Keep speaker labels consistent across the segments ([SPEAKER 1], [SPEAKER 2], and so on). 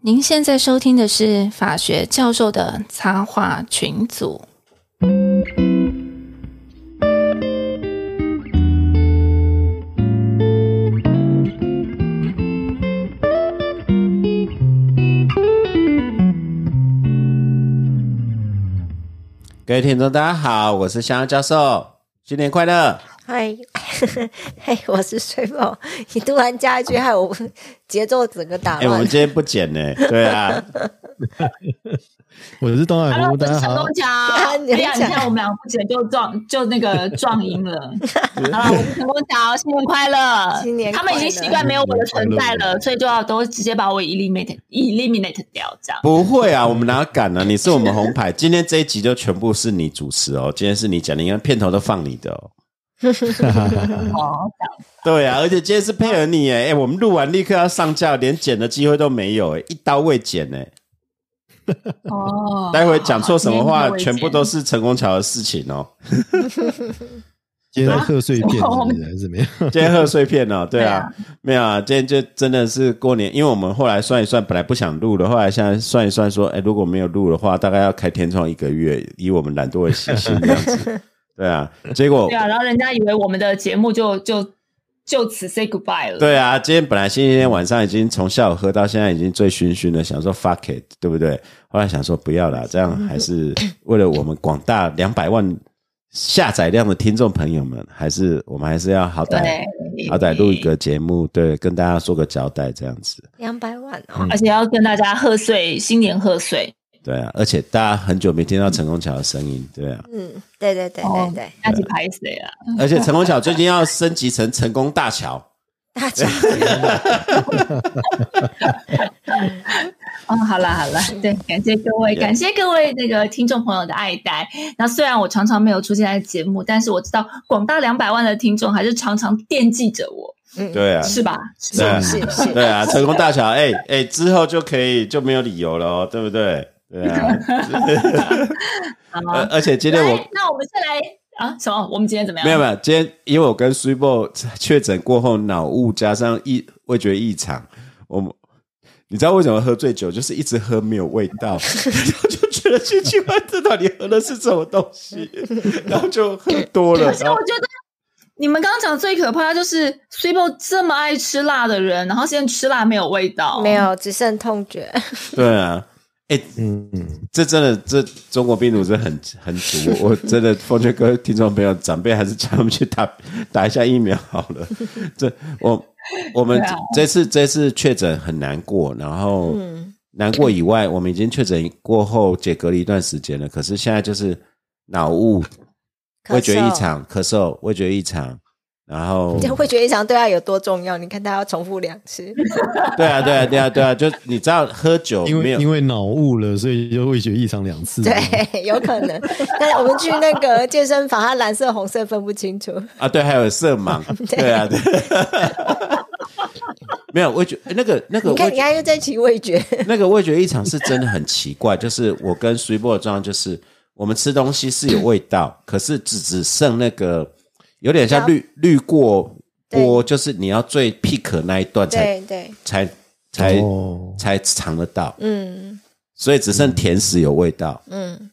[SPEAKER 1] 您现在收听的是法学教授的插画群组。
[SPEAKER 2] 各位听众，大家好，我是香香教授，新年快乐！
[SPEAKER 3] 嗨， 嘿，我是水宝。你突然加一句，害我节奏整个打
[SPEAKER 2] 哎、我
[SPEAKER 3] 乱。
[SPEAKER 2] 们今天不剪呢、对啊，
[SPEAKER 4] 我是东海
[SPEAKER 5] 哈喽，
[SPEAKER 4] 服，
[SPEAKER 5] 我
[SPEAKER 4] 大
[SPEAKER 5] 是
[SPEAKER 4] 家
[SPEAKER 5] 陈
[SPEAKER 4] 好
[SPEAKER 5] 东。强。
[SPEAKER 3] 啊
[SPEAKER 5] 哎
[SPEAKER 3] 你
[SPEAKER 5] 呀，你
[SPEAKER 3] 讲
[SPEAKER 5] 看我们两个不仅就撞就那个撞赢了。好了，我是陈东强，新年快乐！
[SPEAKER 3] 新年快
[SPEAKER 5] 他
[SPEAKER 3] 乐
[SPEAKER 5] 们已经习惯没有我的存
[SPEAKER 4] 新
[SPEAKER 5] 在
[SPEAKER 4] 年快
[SPEAKER 5] 了，所以就要都直接把我 eliminate eliminate 掉这样。
[SPEAKER 2] 不会啊，我们哪敢啊？你是我们红牌，今天这一集就全部是你主持哦，今天是你讲的，你看片头都放你的哦。嗯
[SPEAKER 5] 哦，
[SPEAKER 2] 对啊，而且今天是配合你哎、哎、我们录完立刻要上架，连剪的机会都没有哎、一刀未剪哎、
[SPEAKER 5] 哦
[SPEAKER 2] 待会讲错什么话，
[SPEAKER 5] 好
[SPEAKER 2] 全部都是陈功桥的事情哦，
[SPEAKER 4] 今天贺岁片
[SPEAKER 5] 啊
[SPEAKER 4] 是不是还是 怎么样？
[SPEAKER 2] 今天贺岁片哦，对啊，没有啊，今天就真的是过年，因为我们后来算一算，本来不想录的，后来现在算一算说，哎，如果没有录的话，大概要开天窗一个月，以我们懒惰的习性这样 子，对啊，结果
[SPEAKER 5] 对啊，然后人家以为我们的节目就就就此 say goodbye 了。
[SPEAKER 2] 对啊，今天本来星期天晚上已经从下午喝到现在已经醉醺醺了，想说 fuck it，对不对？后来想说不要啦，这样还是为了我们广大两百万下载量的听众朋友们，还是我们还是要好歹
[SPEAKER 5] 对，
[SPEAKER 2] 好歹录一个节目，对，跟大家做个交代这样子。
[SPEAKER 3] 两百万哦，
[SPEAKER 5] 而且要跟大家贺岁，新年贺岁。
[SPEAKER 2] 对啊，而且大家很久没听到陈功桥的声音，对啊，
[SPEAKER 3] 嗯，对对对对对，
[SPEAKER 5] 那是拍谁啊？
[SPEAKER 2] 而且陈功桥最近要升级成成功大桥，
[SPEAKER 3] 大家
[SPEAKER 5] 哦，好啦好啦，对，感谢各位，
[SPEAKER 2] Yeah.
[SPEAKER 5] 感谢各位那个听众朋友的爱戴。那虽然我常常没有出现在节目，但是我知道广大两百万的听众还是常常惦记着我，
[SPEAKER 2] 对啊，
[SPEAKER 5] 是吧？是
[SPEAKER 2] 对啊
[SPEAKER 5] 吧
[SPEAKER 3] 嗯是是
[SPEAKER 2] 对啊，成功大桥，哎、哎、之后就可以就没有理由了哦，对不对？对啊，而而且今天我
[SPEAKER 5] 来，那我们再来啊，什么？我们今天怎么样？
[SPEAKER 2] 没有没有，今天因为我跟 s u p e 确诊过后脑雾加上异味觉异常，我们你知道为什么喝醉酒就是一直喝没有味 道，然后就觉得去奇怪这到底喝的是什么东 西，然后就喝多了，
[SPEAKER 5] 而且
[SPEAKER 2] 然后
[SPEAKER 5] 我觉得你们刚刚讲最可怕的就是 s u p e 这么爱吃辣的人，然后现在吃辣没有味
[SPEAKER 2] 啊
[SPEAKER 5] 道，哦
[SPEAKER 3] 没。有，只剩痛觉。
[SPEAKER 2] 对啊。哎、
[SPEAKER 4] 嗯，嗯
[SPEAKER 2] 这真的，这中国病毒真的很很足。我我真的奉劝各位听众朋友，长辈还是叫他们去打打一下疫苗好了。这我我们
[SPEAKER 5] 对啊嗯
[SPEAKER 2] 这次这次确诊很难过，然后
[SPEAKER 3] 嗯
[SPEAKER 2] 难过以外，我们已经确诊过后解隔离一段时间了。可是现在就是脑雾、
[SPEAKER 3] 咳嗽
[SPEAKER 2] 味觉异常、咳嗽、味觉异常，然后
[SPEAKER 3] 你会觉得一场对他有多重要？你看他要重复两次，
[SPEAKER 2] 对啊对啊对啊对啊，就你知道喝酒
[SPEAKER 4] 因
[SPEAKER 2] 哦没
[SPEAKER 4] 为因
[SPEAKER 2] 有
[SPEAKER 4] 为脑雾了，所以就味觉异常两次。哦
[SPEAKER 3] 对，有可能。但是我们去那个健身房，他蓝色红色分不清楚。
[SPEAKER 2] 啊？对，还有色 盲，对啊对。 没有，味觉那个那个，
[SPEAKER 3] 你
[SPEAKER 2] 味觉。
[SPEAKER 3] 看，你看又在起味觉，
[SPEAKER 2] 那个味觉异常是真的很奇怪，就是我跟水波的状况就是，我们吃东西是有味道，可是只只剩那个有点像滤滤过锅，就是你要最 pick 那一段才
[SPEAKER 3] 对对，
[SPEAKER 2] 才才、
[SPEAKER 4] 哦，
[SPEAKER 2] 才尝得到，
[SPEAKER 3] 嗯
[SPEAKER 2] 所以只剩甜食有味道。
[SPEAKER 3] 嗯，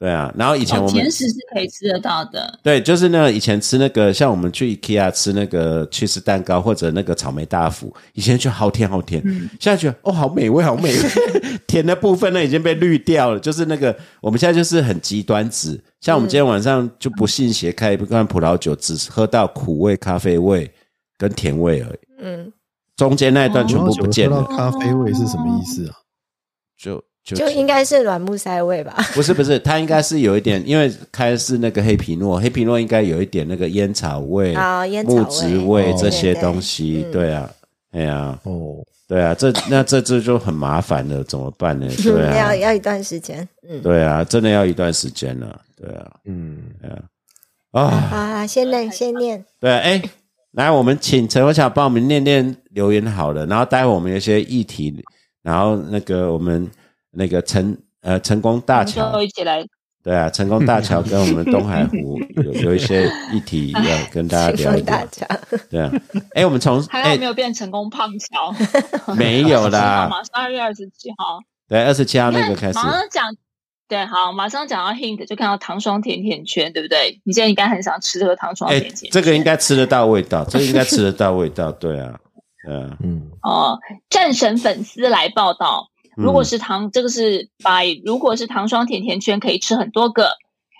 [SPEAKER 2] 对啊，然后以前
[SPEAKER 5] 哦
[SPEAKER 2] 我，们、
[SPEAKER 5] 甜食是可以吃得到的，
[SPEAKER 2] 对，就是那个以前吃那个，像我们去 IKEA 吃那个芝士蛋糕或者那个草莓大福，以前就好甜好甜，
[SPEAKER 4] 嗯
[SPEAKER 2] 现在觉得哦好美味好美味， 甜的部分呢已经被滤掉了，就是那个我们现在就是很极端值，像我们今天晚上就不信邪开一罐葡萄酒，只喝到苦味、咖啡味跟甜味而已，
[SPEAKER 3] 嗯，
[SPEAKER 2] 中间那一段全部不见
[SPEAKER 4] 哦喝
[SPEAKER 2] 了，
[SPEAKER 4] 到咖啡味是什么意思啊？
[SPEAKER 2] 就就
[SPEAKER 3] 就应该是软木塞味吧？
[SPEAKER 2] 不是不是，它应该是有一点，因为开的是那个黑皮诺，黑皮诺应该有一点那个烟草味
[SPEAKER 3] 啊烟草味
[SPEAKER 2] 木质味
[SPEAKER 4] 哦
[SPEAKER 2] 这些东西，
[SPEAKER 3] 对对嗯
[SPEAKER 2] 对啊，哎呀，
[SPEAKER 4] 哦，
[SPEAKER 2] 对啊，这那这这就很麻烦了，怎么办呢？对
[SPEAKER 3] 嗯 要
[SPEAKER 2] 啊，
[SPEAKER 3] 要一段时间，嗯。
[SPEAKER 2] 对啊，真的要一段时间了，对啊，
[SPEAKER 4] 嗯，
[SPEAKER 2] 啊，
[SPEAKER 3] 啊，先念先念，
[SPEAKER 2] 对啊，哎，来，我们请陈文晓帮我们念念留言好了，然后待会我们有一些议题，然后那个我们那个陈呃成功大
[SPEAKER 5] 我们
[SPEAKER 2] 桥
[SPEAKER 5] 就一起来
[SPEAKER 2] 对啊，成功大桥跟我们东海湖有有一些议题要跟大家
[SPEAKER 3] 请
[SPEAKER 2] 聊一
[SPEAKER 3] 问大
[SPEAKER 2] 聊。
[SPEAKER 3] 家，
[SPEAKER 2] 对啊，哎，我们从
[SPEAKER 5] 还
[SPEAKER 2] 哎
[SPEAKER 5] 好没有变成功胖桥，
[SPEAKER 2] 没有 啦，
[SPEAKER 5] 马上二月二十七号，
[SPEAKER 2] 对，二十七号
[SPEAKER 5] 你
[SPEAKER 2] 那
[SPEAKER 5] 看
[SPEAKER 2] 个开始，
[SPEAKER 3] 啊
[SPEAKER 5] 马上讲。对，好，马上讲到 hint，就看到糖霜甜甜圈，对不对？你现在应该很想吃这个糖霜
[SPEAKER 2] 哎
[SPEAKER 5] 甜甜圈。
[SPEAKER 2] 这个应该吃得到味 道，这个应该吃得到味道，对啊，嗯，
[SPEAKER 4] 嗯，
[SPEAKER 5] 哦，战神粉丝来报道， 如果
[SPEAKER 2] 嗯
[SPEAKER 5] 是糖，这个是 by，如果是糖霜甜甜圈，可以吃很多个。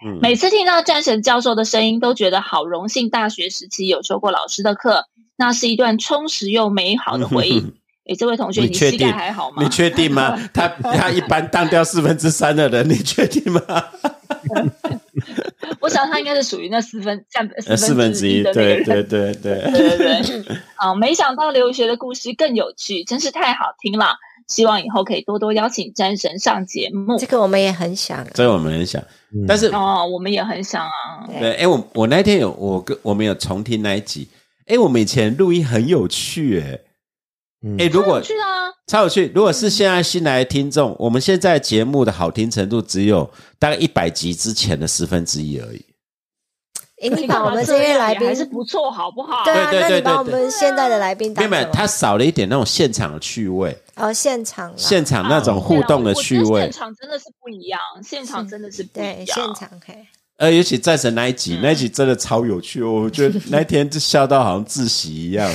[SPEAKER 2] 嗯
[SPEAKER 5] 每次听到战神教授的声音，都觉得好荣幸，大学时期有修过老师的课，那是一段充实又美好的回忆。诶，这位同学，
[SPEAKER 2] 嗯你
[SPEAKER 5] 你
[SPEAKER 2] 确
[SPEAKER 5] 膝盖
[SPEAKER 2] 定
[SPEAKER 5] 还好吗？
[SPEAKER 2] 你确定 吗？他他一般当掉四分之三的人，你确定吗？
[SPEAKER 5] 我想他应该是属于那四分占
[SPEAKER 2] 呃，四分之一，
[SPEAKER 5] 的那个
[SPEAKER 2] 对
[SPEAKER 5] 人。
[SPEAKER 2] 对对对，
[SPEAKER 5] 对对对， 啊，没想到留学的故事更有趣，真是太好听了。希望以后可以多多邀请战神上节目
[SPEAKER 3] 这。个我们也很想。啊
[SPEAKER 2] 这个我们很想，
[SPEAKER 4] 嗯
[SPEAKER 2] 但是
[SPEAKER 5] 哦，我们也很想啊。
[SPEAKER 2] 对，哎，我我那天有我跟我们有重听那一集，哎，我们以前录音很有趣，哎。
[SPEAKER 4] 嗯
[SPEAKER 2] 哎、如果
[SPEAKER 5] 去啊，
[SPEAKER 2] 超有趣！如果是现在新来的听众，我们现在节目的好听程度只有大概一百集之前的十分之一而已。
[SPEAKER 3] 哎，你把
[SPEAKER 5] 干嘛
[SPEAKER 3] 我们
[SPEAKER 5] 这
[SPEAKER 3] 这些
[SPEAKER 5] 样
[SPEAKER 3] 来
[SPEAKER 5] 也
[SPEAKER 3] 宾
[SPEAKER 5] 还是不错，好不好？
[SPEAKER 3] 对啊，
[SPEAKER 2] 对对
[SPEAKER 3] 那
[SPEAKER 2] 对
[SPEAKER 3] 你把我
[SPEAKER 2] 对
[SPEAKER 3] 们现在的来宾
[SPEAKER 2] 没
[SPEAKER 3] 当
[SPEAKER 2] 有，没有
[SPEAKER 3] 什么
[SPEAKER 2] 它少了一点那种现场的趣味，
[SPEAKER 3] 哦，现场啦
[SPEAKER 2] 现场那种互动的趣
[SPEAKER 5] 啊哎我觉得
[SPEAKER 2] 味
[SPEAKER 5] 现。场真的是不一样，现场真的是不一样。
[SPEAKER 3] 对现场嘿，
[SPEAKER 2] 呃，尤其战神那一
[SPEAKER 5] 嗯
[SPEAKER 2] 集，那一集真的超有趣，我觉得那天就笑到好像窒息一样，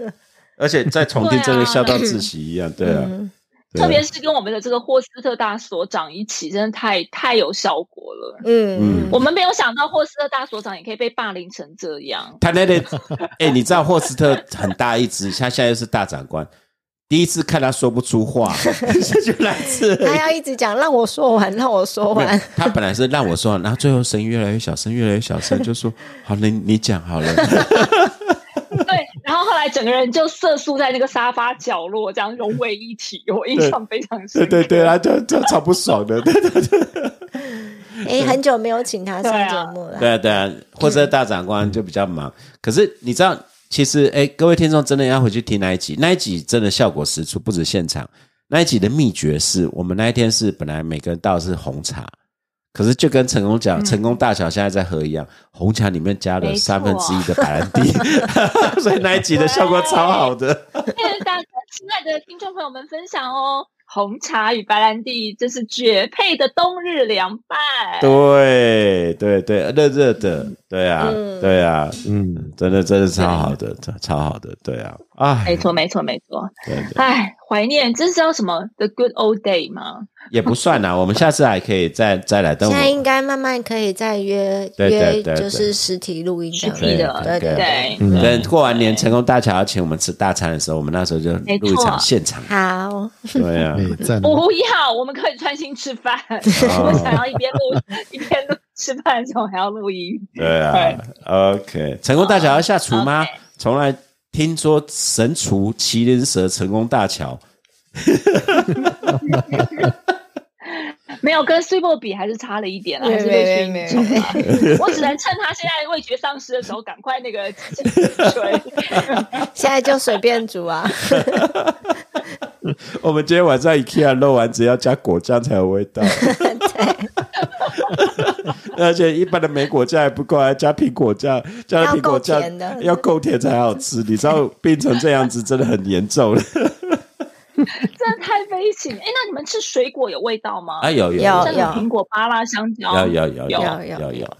[SPEAKER 2] 而且在重听真的笑到窒息一样，对啊，
[SPEAKER 3] 嗯
[SPEAKER 2] 对啊
[SPEAKER 5] 特别是跟我们的这个霍斯特大所长一起，真的太太有效果了。
[SPEAKER 3] 嗯
[SPEAKER 2] 嗯
[SPEAKER 5] 我们没有想到霍斯特大所长也可以被霸凌成这样。
[SPEAKER 2] 他那天， 哎、你知道霍斯特很大一只，他现在又是大长官，第一次看他说不出话， 这就来 自
[SPEAKER 3] 嗯
[SPEAKER 5] 哎
[SPEAKER 3] 他要一直讲，让我说完，让我说
[SPEAKER 2] 没有
[SPEAKER 3] 完。
[SPEAKER 2] 他本来是让我说完，然后最后声音越来越小声，越来越小声，就说：“好，你你讲好了。
[SPEAKER 5] 对，然后后来整个人就瑟缩在那个沙发角落，这样融为一体，我印象非常”深
[SPEAKER 2] 对
[SPEAKER 5] 刻。
[SPEAKER 2] 对对，他就就超不爽的。对对对
[SPEAKER 3] 哎，很久没有请他上
[SPEAKER 5] 对啊
[SPEAKER 3] 节目了，
[SPEAKER 2] 对啊对啊，或者大长官就比较忙。可是你知道，其实哎，各位听众真的要回去听那一集，那一集真的效果十足，不止现场。那一集的秘诀是我们那一天是本来每个人倒的是红茶，可是就跟成功讲，成功大桥现在在喝一样，红茶里面加了
[SPEAKER 5] 没错
[SPEAKER 2] 三分之一的白兰地，所以那一集的效果超好的。
[SPEAKER 5] 谢谢大家，亲爱的听众朋友们分享哦，红茶与白兰地，这是绝配的冬日凉拌。
[SPEAKER 2] 对对对，热热的，对啊，
[SPEAKER 3] 嗯
[SPEAKER 2] 对啊，
[SPEAKER 4] 嗯，
[SPEAKER 2] 真的真的超好的，超超好的，对啊，哎，
[SPEAKER 5] 没错，没错，没错。
[SPEAKER 2] 对对，
[SPEAKER 5] 哎，怀念，这是叫什么？The good old day 吗？
[SPEAKER 2] 也不算 啦，我们下次还可以再再来，但
[SPEAKER 3] 现
[SPEAKER 2] 我
[SPEAKER 3] 在应
[SPEAKER 2] 们
[SPEAKER 3] 该慢慢可以再约
[SPEAKER 2] 对对
[SPEAKER 3] 约，
[SPEAKER 2] 对
[SPEAKER 3] 就
[SPEAKER 2] 对
[SPEAKER 3] 是实体录音这
[SPEAKER 5] 实
[SPEAKER 3] 样
[SPEAKER 5] 体的，
[SPEAKER 2] 对
[SPEAKER 3] 对
[SPEAKER 2] 对
[SPEAKER 5] 对。
[SPEAKER 4] 嗯
[SPEAKER 2] 等过完年成功大桥要请我们吃大餐的时候，我们那时候就
[SPEAKER 5] 没
[SPEAKER 2] 录一场
[SPEAKER 5] 错
[SPEAKER 2] 现 场，
[SPEAKER 3] 好，
[SPEAKER 2] 对啊
[SPEAKER 4] 哎、，赞哦，
[SPEAKER 5] 不要，我们可以专心吃饭。我想要一边录 一边录吃饭的时候还要录音。
[SPEAKER 2] 对啊，OK，成功大桥要下厨吗？从来听说神厨麒麟蛇成功大桥，
[SPEAKER 5] 没有跟 s u p e 比还是差了一点啊，还是略逊一筹啊。我只能趁他现在味觉丧失的时候，赶快那个积极追。
[SPEAKER 3] 现在就随便煮啊，
[SPEAKER 2] 我们今天晚上 IKEA 肉丸子要加果酱才有 味道。而且一般的莓果酱还不够，还加苹果酱，加了苹果酱
[SPEAKER 3] 要够甜的
[SPEAKER 2] 要够甜才好吃。你知道病成这样子真的很严重了。
[SPEAKER 5] 真的太悲情。哎，那你们吃水果有味道吗？
[SPEAKER 2] 啊，有有
[SPEAKER 3] 有
[SPEAKER 5] 像
[SPEAKER 2] 有
[SPEAKER 5] 有苹果、芭拉、香蕉，
[SPEAKER 2] 有有有
[SPEAKER 5] 有
[SPEAKER 2] 有
[SPEAKER 3] 有
[SPEAKER 2] 有有，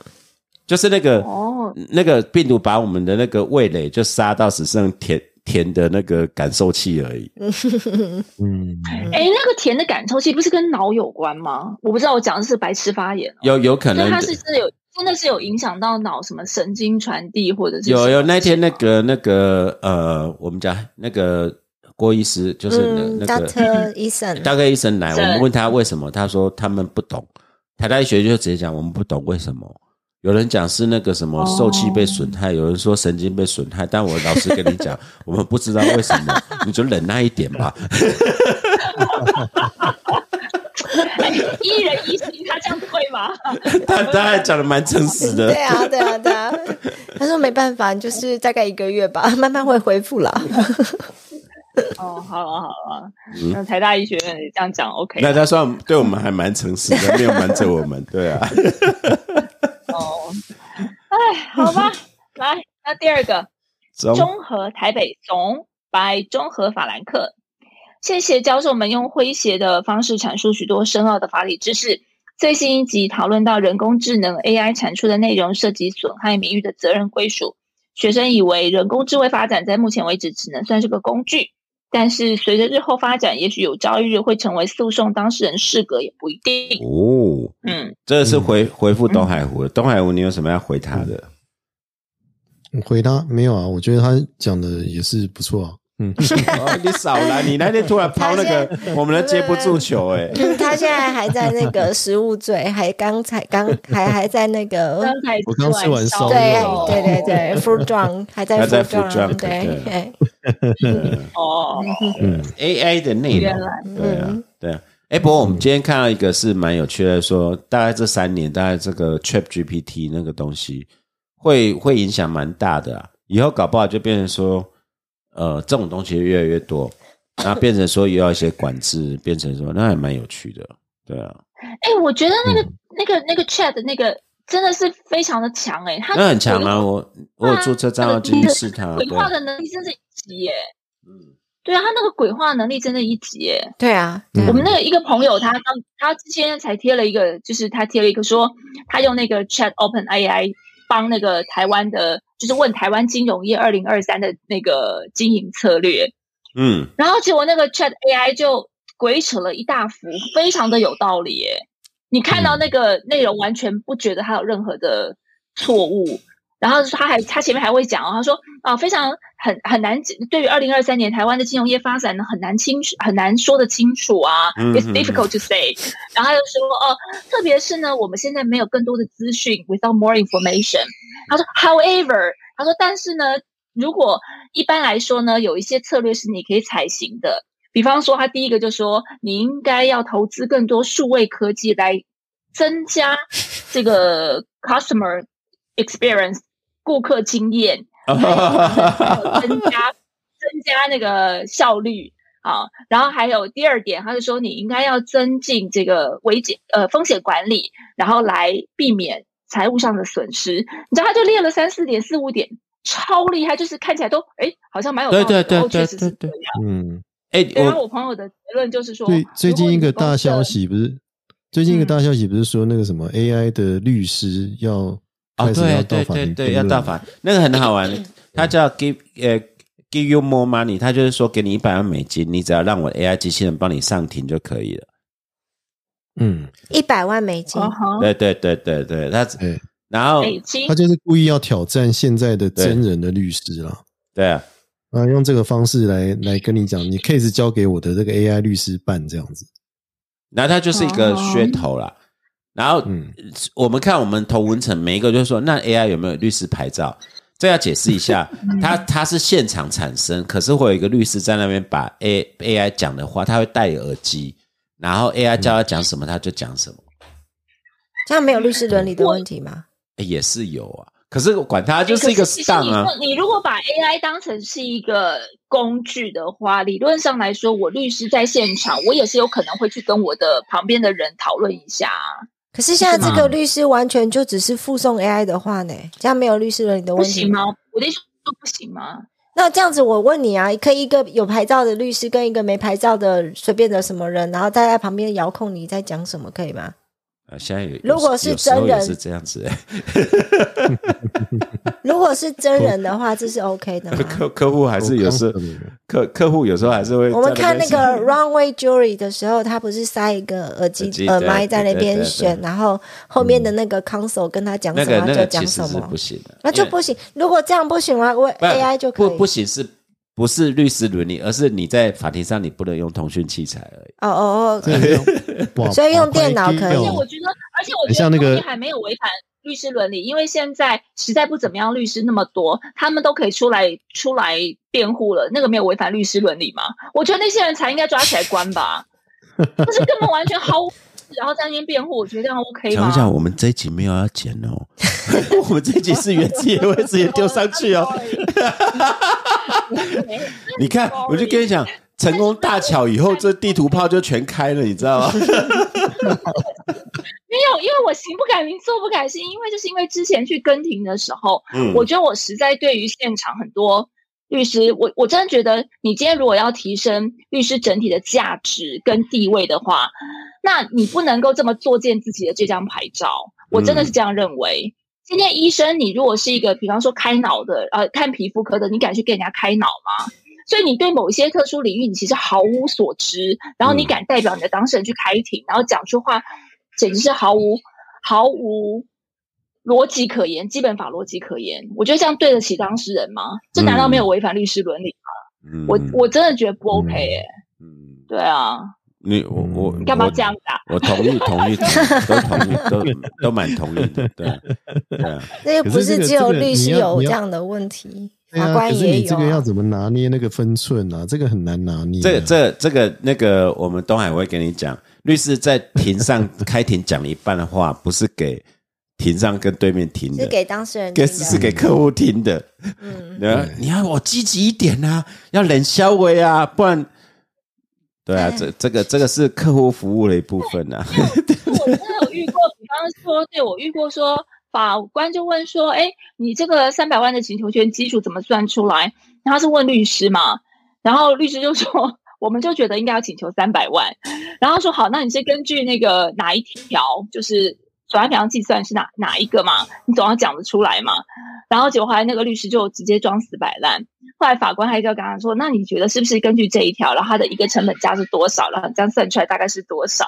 [SPEAKER 2] 就是那个
[SPEAKER 5] 哦，
[SPEAKER 2] 那个病毒把我们的那个味蕾就杀到只剩甜甜的那个感受器而已。
[SPEAKER 4] 嗯，
[SPEAKER 5] 哎，那个甜的感受器不是跟脑有关吗？我不知道我讲的是白痴发言哦，
[SPEAKER 2] 有有可
[SPEAKER 5] 所以
[SPEAKER 2] 能
[SPEAKER 5] 它是真的有，真的是有影响到脑什么神经传递或者是
[SPEAKER 2] 有
[SPEAKER 5] 什
[SPEAKER 2] 有
[SPEAKER 5] 么
[SPEAKER 2] 那天那个那个呃，我们讲那个郭医师就是
[SPEAKER 3] 嗯
[SPEAKER 2] 那、那个。
[SPEAKER 3] ，Doctor 医 生，
[SPEAKER 2] 大概医生来，我
[SPEAKER 5] 是
[SPEAKER 2] 们问他为什么，他说他们不懂。台大医学就直接讲我们不懂为什么。有人讲是那个什么
[SPEAKER 5] 哦
[SPEAKER 2] 受气被损害，有人说神经被损害，但我老实跟你讲，我们不知道为什么， 你就忍耐一点吧。
[SPEAKER 5] 一人一心，他这样对吗？
[SPEAKER 2] 他他还讲的蛮真实的
[SPEAKER 3] 对，啊，对啊，对啊。 他说没办法，就是大概一个月吧，慢慢会恢复啦。
[SPEAKER 5] 哦，好了好了，那台大医学院也这样讲 OK
[SPEAKER 2] 嗯那他算对我们还蛮诚实的，没有瞒着我们，对啊。
[SPEAKER 5] 哦。哎，好吧，来，那第二个，
[SPEAKER 2] 中
[SPEAKER 5] 中和台北总 by 中和法兰克，谢谢教授们用诙谐的方式阐述许多深奥的法理知识。最新一集讨论到人工智能 AI 产出的内容涉及损害名誉的责任归属。学生以为人工智慧发展在目前为止只能算是个工具，但是随着日后发展，也许有朝一日会成为诉讼当事人适格，也不一定。
[SPEAKER 2] 哦，
[SPEAKER 5] 嗯，
[SPEAKER 2] 这是回回复东海湖的。东海湖，你有什么要回他的？
[SPEAKER 4] 回他没有啊？我觉得他讲的也是不错啊。嗯，
[SPEAKER 2] 哦你少来，你那天突然抛那个，我们都接不住球哎。
[SPEAKER 3] 嗯他现在还在那个食物嘴，还刚才刚还还在那个
[SPEAKER 5] 刚。 才
[SPEAKER 4] 我刚吃完烧
[SPEAKER 5] 烧
[SPEAKER 4] 肉
[SPEAKER 3] 对
[SPEAKER 5] 肉
[SPEAKER 3] 对对对，服装还在
[SPEAKER 2] 哦还在
[SPEAKER 3] 服
[SPEAKER 2] 服装
[SPEAKER 3] 装，对，
[SPEAKER 2] 对
[SPEAKER 3] 哎
[SPEAKER 5] 哦，
[SPEAKER 2] AI 的内容
[SPEAKER 5] 原来，嗯
[SPEAKER 2] 对啊，对啊。哎，不过我们今天看到一个是蛮有趣的，说大概这三年，大概这个 Chat GPT 那个东西会会影响蛮大的啊。以后搞不好就变成说，呃，这种东西越来越多，然后变成说也要一些管制， 变成说那还蛮有趣的，对啊，
[SPEAKER 5] 哎、我觉得那个、
[SPEAKER 2] 嗯
[SPEAKER 5] 那个那个 chat 的那个真的是非常的强哎、它
[SPEAKER 2] 那很强啊！我我有注册账号进去试它，
[SPEAKER 5] 鬼
[SPEAKER 2] 对嗯
[SPEAKER 5] 话
[SPEAKER 2] 啊，
[SPEAKER 5] 的能力真是一级耶、对啊，他那个鬼话能力真的一级耶、
[SPEAKER 3] 对啊，
[SPEAKER 4] 嗯
[SPEAKER 5] 我们那个一个朋友他，他他之前才贴了一个，就是他贴了一个说，他用那个 Chat Open AI 帮那个台湾的，就是问台湾金融业二零二三的那个经营策略，
[SPEAKER 2] 嗯，
[SPEAKER 5] 然后结果那个 Chat AI 就鬼扯了一大幅，非常的有道理耶。你看到那个内容，完全不觉得它有任何的错误。然后他还他前面还会讲哦，他说啊，非常很很难，对于二零二三年台湾的金融业发展呢，很难清楚，很难说得清楚啊、
[SPEAKER 2] 嗯
[SPEAKER 5] i t s
[SPEAKER 2] 嗯
[SPEAKER 5] difficult to say。然后他就说哦，特别是呢，我们现在没有更多的资讯，without more information。他说，however，他说但是呢，如果一般来说呢，有一些策略是你可以采行的，比方说，他第一个就说你应该要投资更多数位科技来增加这个 customer experience 顾客 经验， 增加增加那个效率。啊，然后还有第二点，他就说你应该要增进这个危险呃风险管理，然后来避免财务上的损失。你知道，他就列了三四点、四五点，超厉害，就是看起来都哎好像蛮有道
[SPEAKER 2] 对
[SPEAKER 5] 理的，
[SPEAKER 2] 对对
[SPEAKER 5] 哦确
[SPEAKER 2] 对
[SPEAKER 5] 实
[SPEAKER 2] 对
[SPEAKER 5] 是这
[SPEAKER 2] 对
[SPEAKER 5] 样。
[SPEAKER 4] 嗯，
[SPEAKER 2] 哎，
[SPEAKER 5] 对然后
[SPEAKER 2] 我
[SPEAKER 5] 我朋友的结论就是说，嗯
[SPEAKER 4] 最最
[SPEAKER 5] 如果
[SPEAKER 4] 近一
[SPEAKER 5] 你
[SPEAKER 4] 个
[SPEAKER 5] 公正
[SPEAKER 4] 大消，息不是？最近一个大消息不是说那个什么 AI 的律师要
[SPEAKER 2] 哦，
[SPEAKER 4] 开始
[SPEAKER 2] 对
[SPEAKER 4] 要到
[SPEAKER 2] 对
[SPEAKER 4] 法
[SPEAKER 2] 对
[SPEAKER 4] 庭
[SPEAKER 2] 对，
[SPEAKER 4] 辩
[SPEAKER 2] 要
[SPEAKER 4] 论
[SPEAKER 2] 大法，那个很好玩，它叫 give 呃 give you more money，它就是说给你一百万美金，你只要让我 AI 机器人帮你上庭就可以了。
[SPEAKER 4] 嗯，
[SPEAKER 3] 一百万美金
[SPEAKER 5] 嗯，哼
[SPEAKER 2] 对对对对对，它
[SPEAKER 4] 对，
[SPEAKER 2] 然后
[SPEAKER 5] 北京
[SPEAKER 4] 他就是故意要挑战现在的真人的律师啦。
[SPEAKER 2] 对啊，
[SPEAKER 4] 啊，用这个方式来来跟你讲，你 case 交给我的这个 AI 律师办这样子。
[SPEAKER 2] 然后它就是一个
[SPEAKER 5] 哦
[SPEAKER 2] 噱头啦。然后
[SPEAKER 4] 嗯
[SPEAKER 2] 我们看我们头文层每一个就是说，那 AI 有没有律师牌照？这要解释一下，它它是现场产生，可是会有一个律师在那边把 A AI 讲的话，他会戴耳机，然后 AI 叫他讲什么，他就讲什么，
[SPEAKER 3] 这样没有律师伦理的问题吗？
[SPEAKER 2] 诶也是有啊。可是管
[SPEAKER 3] 哎
[SPEAKER 2] 它就是一个
[SPEAKER 5] 哎可其实
[SPEAKER 2] stun 啊
[SPEAKER 5] 你，说你如果把 AI 当成是一个工具的话，理论上来说，我律师在现场，我也是有可能会去跟我的旁边的人讨论一下啊。
[SPEAKER 3] 可是现在
[SPEAKER 2] 嗯
[SPEAKER 3] 这个律师完全就只是附送 AI 的话呢，这样没有律师伦理
[SPEAKER 2] 哦
[SPEAKER 3] 的
[SPEAKER 5] 不
[SPEAKER 3] 问题
[SPEAKER 5] 行。吗？我的意思说不行吗？
[SPEAKER 3] 那这样子，我问你啊，可以一个有牌照的律师跟一个没牌照的随便的什么人，然后待在旁边遥控你在讲什么，可以吗？
[SPEAKER 2] 啊，现在有
[SPEAKER 3] 如果是
[SPEAKER 2] 有时候
[SPEAKER 3] 真人
[SPEAKER 2] 也是这样子、欸，
[SPEAKER 3] 如果是真人的话，这是 OK 的吗？
[SPEAKER 2] 客客户还是有时候
[SPEAKER 4] 我看到了
[SPEAKER 2] 客客户有时候还是会
[SPEAKER 3] 我们看那
[SPEAKER 2] 在边
[SPEAKER 3] 个 Runway Jury 的时候，他不是塞一个耳
[SPEAKER 2] 耳
[SPEAKER 3] 机
[SPEAKER 2] 机
[SPEAKER 3] 耳
[SPEAKER 2] 对
[SPEAKER 3] 麦在那
[SPEAKER 2] 对对
[SPEAKER 3] 边
[SPEAKER 2] 对嗯
[SPEAKER 3] 选，然后后面的那个 console 跟他讲
[SPEAKER 2] 那
[SPEAKER 3] 什
[SPEAKER 2] 个
[SPEAKER 3] 么
[SPEAKER 2] 那
[SPEAKER 3] 他就
[SPEAKER 2] 个其
[SPEAKER 3] 讲
[SPEAKER 2] 实
[SPEAKER 3] 什
[SPEAKER 2] 是
[SPEAKER 3] 么
[SPEAKER 2] 不，行的，
[SPEAKER 3] 那就
[SPEAKER 2] 因为
[SPEAKER 3] 不行。如果这样不行吗？我
[SPEAKER 2] 不
[SPEAKER 3] AI 就可
[SPEAKER 2] 不
[SPEAKER 3] 以
[SPEAKER 2] 不。行是不是律师伦理，而是你在法庭上你不能用通讯器材而已。
[SPEAKER 3] 哦 哦
[SPEAKER 4] 这
[SPEAKER 3] 哦，
[SPEAKER 4] 个要哇
[SPEAKER 3] 所以用电脑可以
[SPEAKER 4] 哇拍
[SPEAKER 5] 而
[SPEAKER 4] 掉
[SPEAKER 5] 且我觉得，而且我觉
[SPEAKER 4] 像
[SPEAKER 5] 得
[SPEAKER 4] 那个
[SPEAKER 5] 东西还没有违反律师伦理，因为现在实在不怎么样，律师那么多，他们都可以出来出来辩护了，那个没有违反 律师伦理吗？我觉得那些人才应该抓起来关吧，就是根本完全毫无。然后在那边辩护，我觉得这样 OK
[SPEAKER 2] 讲
[SPEAKER 5] 吗
[SPEAKER 2] 一？讲，我们这一集没有要剪哦， 我们这一集是原汁原味直接 丢上去 哦。你看，我就跟你讲，成功大巧以后，这地图炮就全开了，你知道吗？
[SPEAKER 5] 没有，因为我行不改名，坐不改姓，因为就是因为之前去跟庭的时候，
[SPEAKER 2] 嗯
[SPEAKER 5] 我觉得我实在对于现场很多律师，我我真的觉得，你今天如果要提升律师整体的价值跟地位的话，那你不能够这么作践自己的这张牌照。我
[SPEAKER 2] 嗯
[SPEAKER 5] 真的是这样认为。今天医生，你如果是一个，比方说开脑的，呃，看皮肤科的，你敢去给人家开脑吗？所以你对某一些特殊领域，你其实毫无所知，然后你
[SPEAKER 2] 嗯
[SPEAKER 5] 敢代表你的当事人去开庭，然后讲出话，简直是毫无毫无逻辑可言，基本法逻辑可言。我觉得这样对得起当事人吗？这难道没有违反律师伦理？
[SPEAKER 2] 嗯
[SPEAKER 5] 我我真的觉得不 OK 哎、
[SPEAKER 2] 嗯
[SPEAKER 5] 对啊，
[SPEAKER 2] 你我我
[SPEAKER 4] 嗯
[SPEAKER 5] 干嘛
[SPEAKER 2] 我
[SPEAKER 5] 这样子啊？
[SPEAKER 2] 我同意，同意，同 意都同意，都都蛮同意的，对啊对啊。
[SPEAKER 3] 那又不
[SPEAKER 4] 可是这
[SPEAKER 3] 是
[SPEAKER 4] 个
[SPEAKER 3] 只有
[SPEAKER 4] 这个
[SPEAKER 3] 律
[SPEAKER 4] 你
[SPEAKER 3] 师
[SPEAKER 4] 要
[SPEAKER 3] 有
[SPEAKER 4] 你
[SPEAKER 3] 这
[SPEAKER 4] 要
[SPEAKER 3] 样的问题，
[SPEAKER 4] 对
[SPEAKER 3] 法
[SPEAKER 4] 啊，可
[SPEAKER 3] 官
[SPEAKER 4] 是
[SPEAKER 3] 也
[SPEAKER 4] 你这
[SPEAKER 3] 有
[SPEAKER 4] 个要
[SPEAKER 3] 啊。
[SPEAKER 4] 怎么拿捏那个分寸啊？这个很难拿捏啊、
[SPEAKER 2] 这个这个这个那个，我们东海会跟你讲，律师在庭上开庭讲了一半的话，不是给庭上跟对面听
[SPEAKER 3] 是
[SPEAKER 2] 的，
[SPEAKER 3] 给当事人
[SPEAKER 2] 给
[SPEAKER 3] 听
[SPEAKER 2] 是
[SPEAKER 3] 的，
[SPEAKER 2] 给客户听的。
[SPEAKER 3] 嗯，
[SPEAKER 2] 呃
[SPEAKER 4] 对
[SPEAKER 2] 你要我积极一点啊，要冷消微啊，不然。对啊，
[SPEAKER 3] 哎
[SPEAKER 2] 这这个这个是客户服务的一部分啊。
[SPEAKER 5] 我真的有遇过，比方说，对我遇过说，法官就问说，哎，你这个三百万的请求权基础怎么算出来？然后他是问律师嘛，然后律师就说， 我们就觉得应该要请求三百万，然后说好，那你是根据那个哪一条，就是转让条上计算是哪哪一个嘛？你总要讲得出来嘛。然后结果后来那个律师就直接装死摆烂，后来法官还就跟他说，那你觉得是不是根据这一条，然后它的一个成本价是多少，然后你这样算出来大概是多少？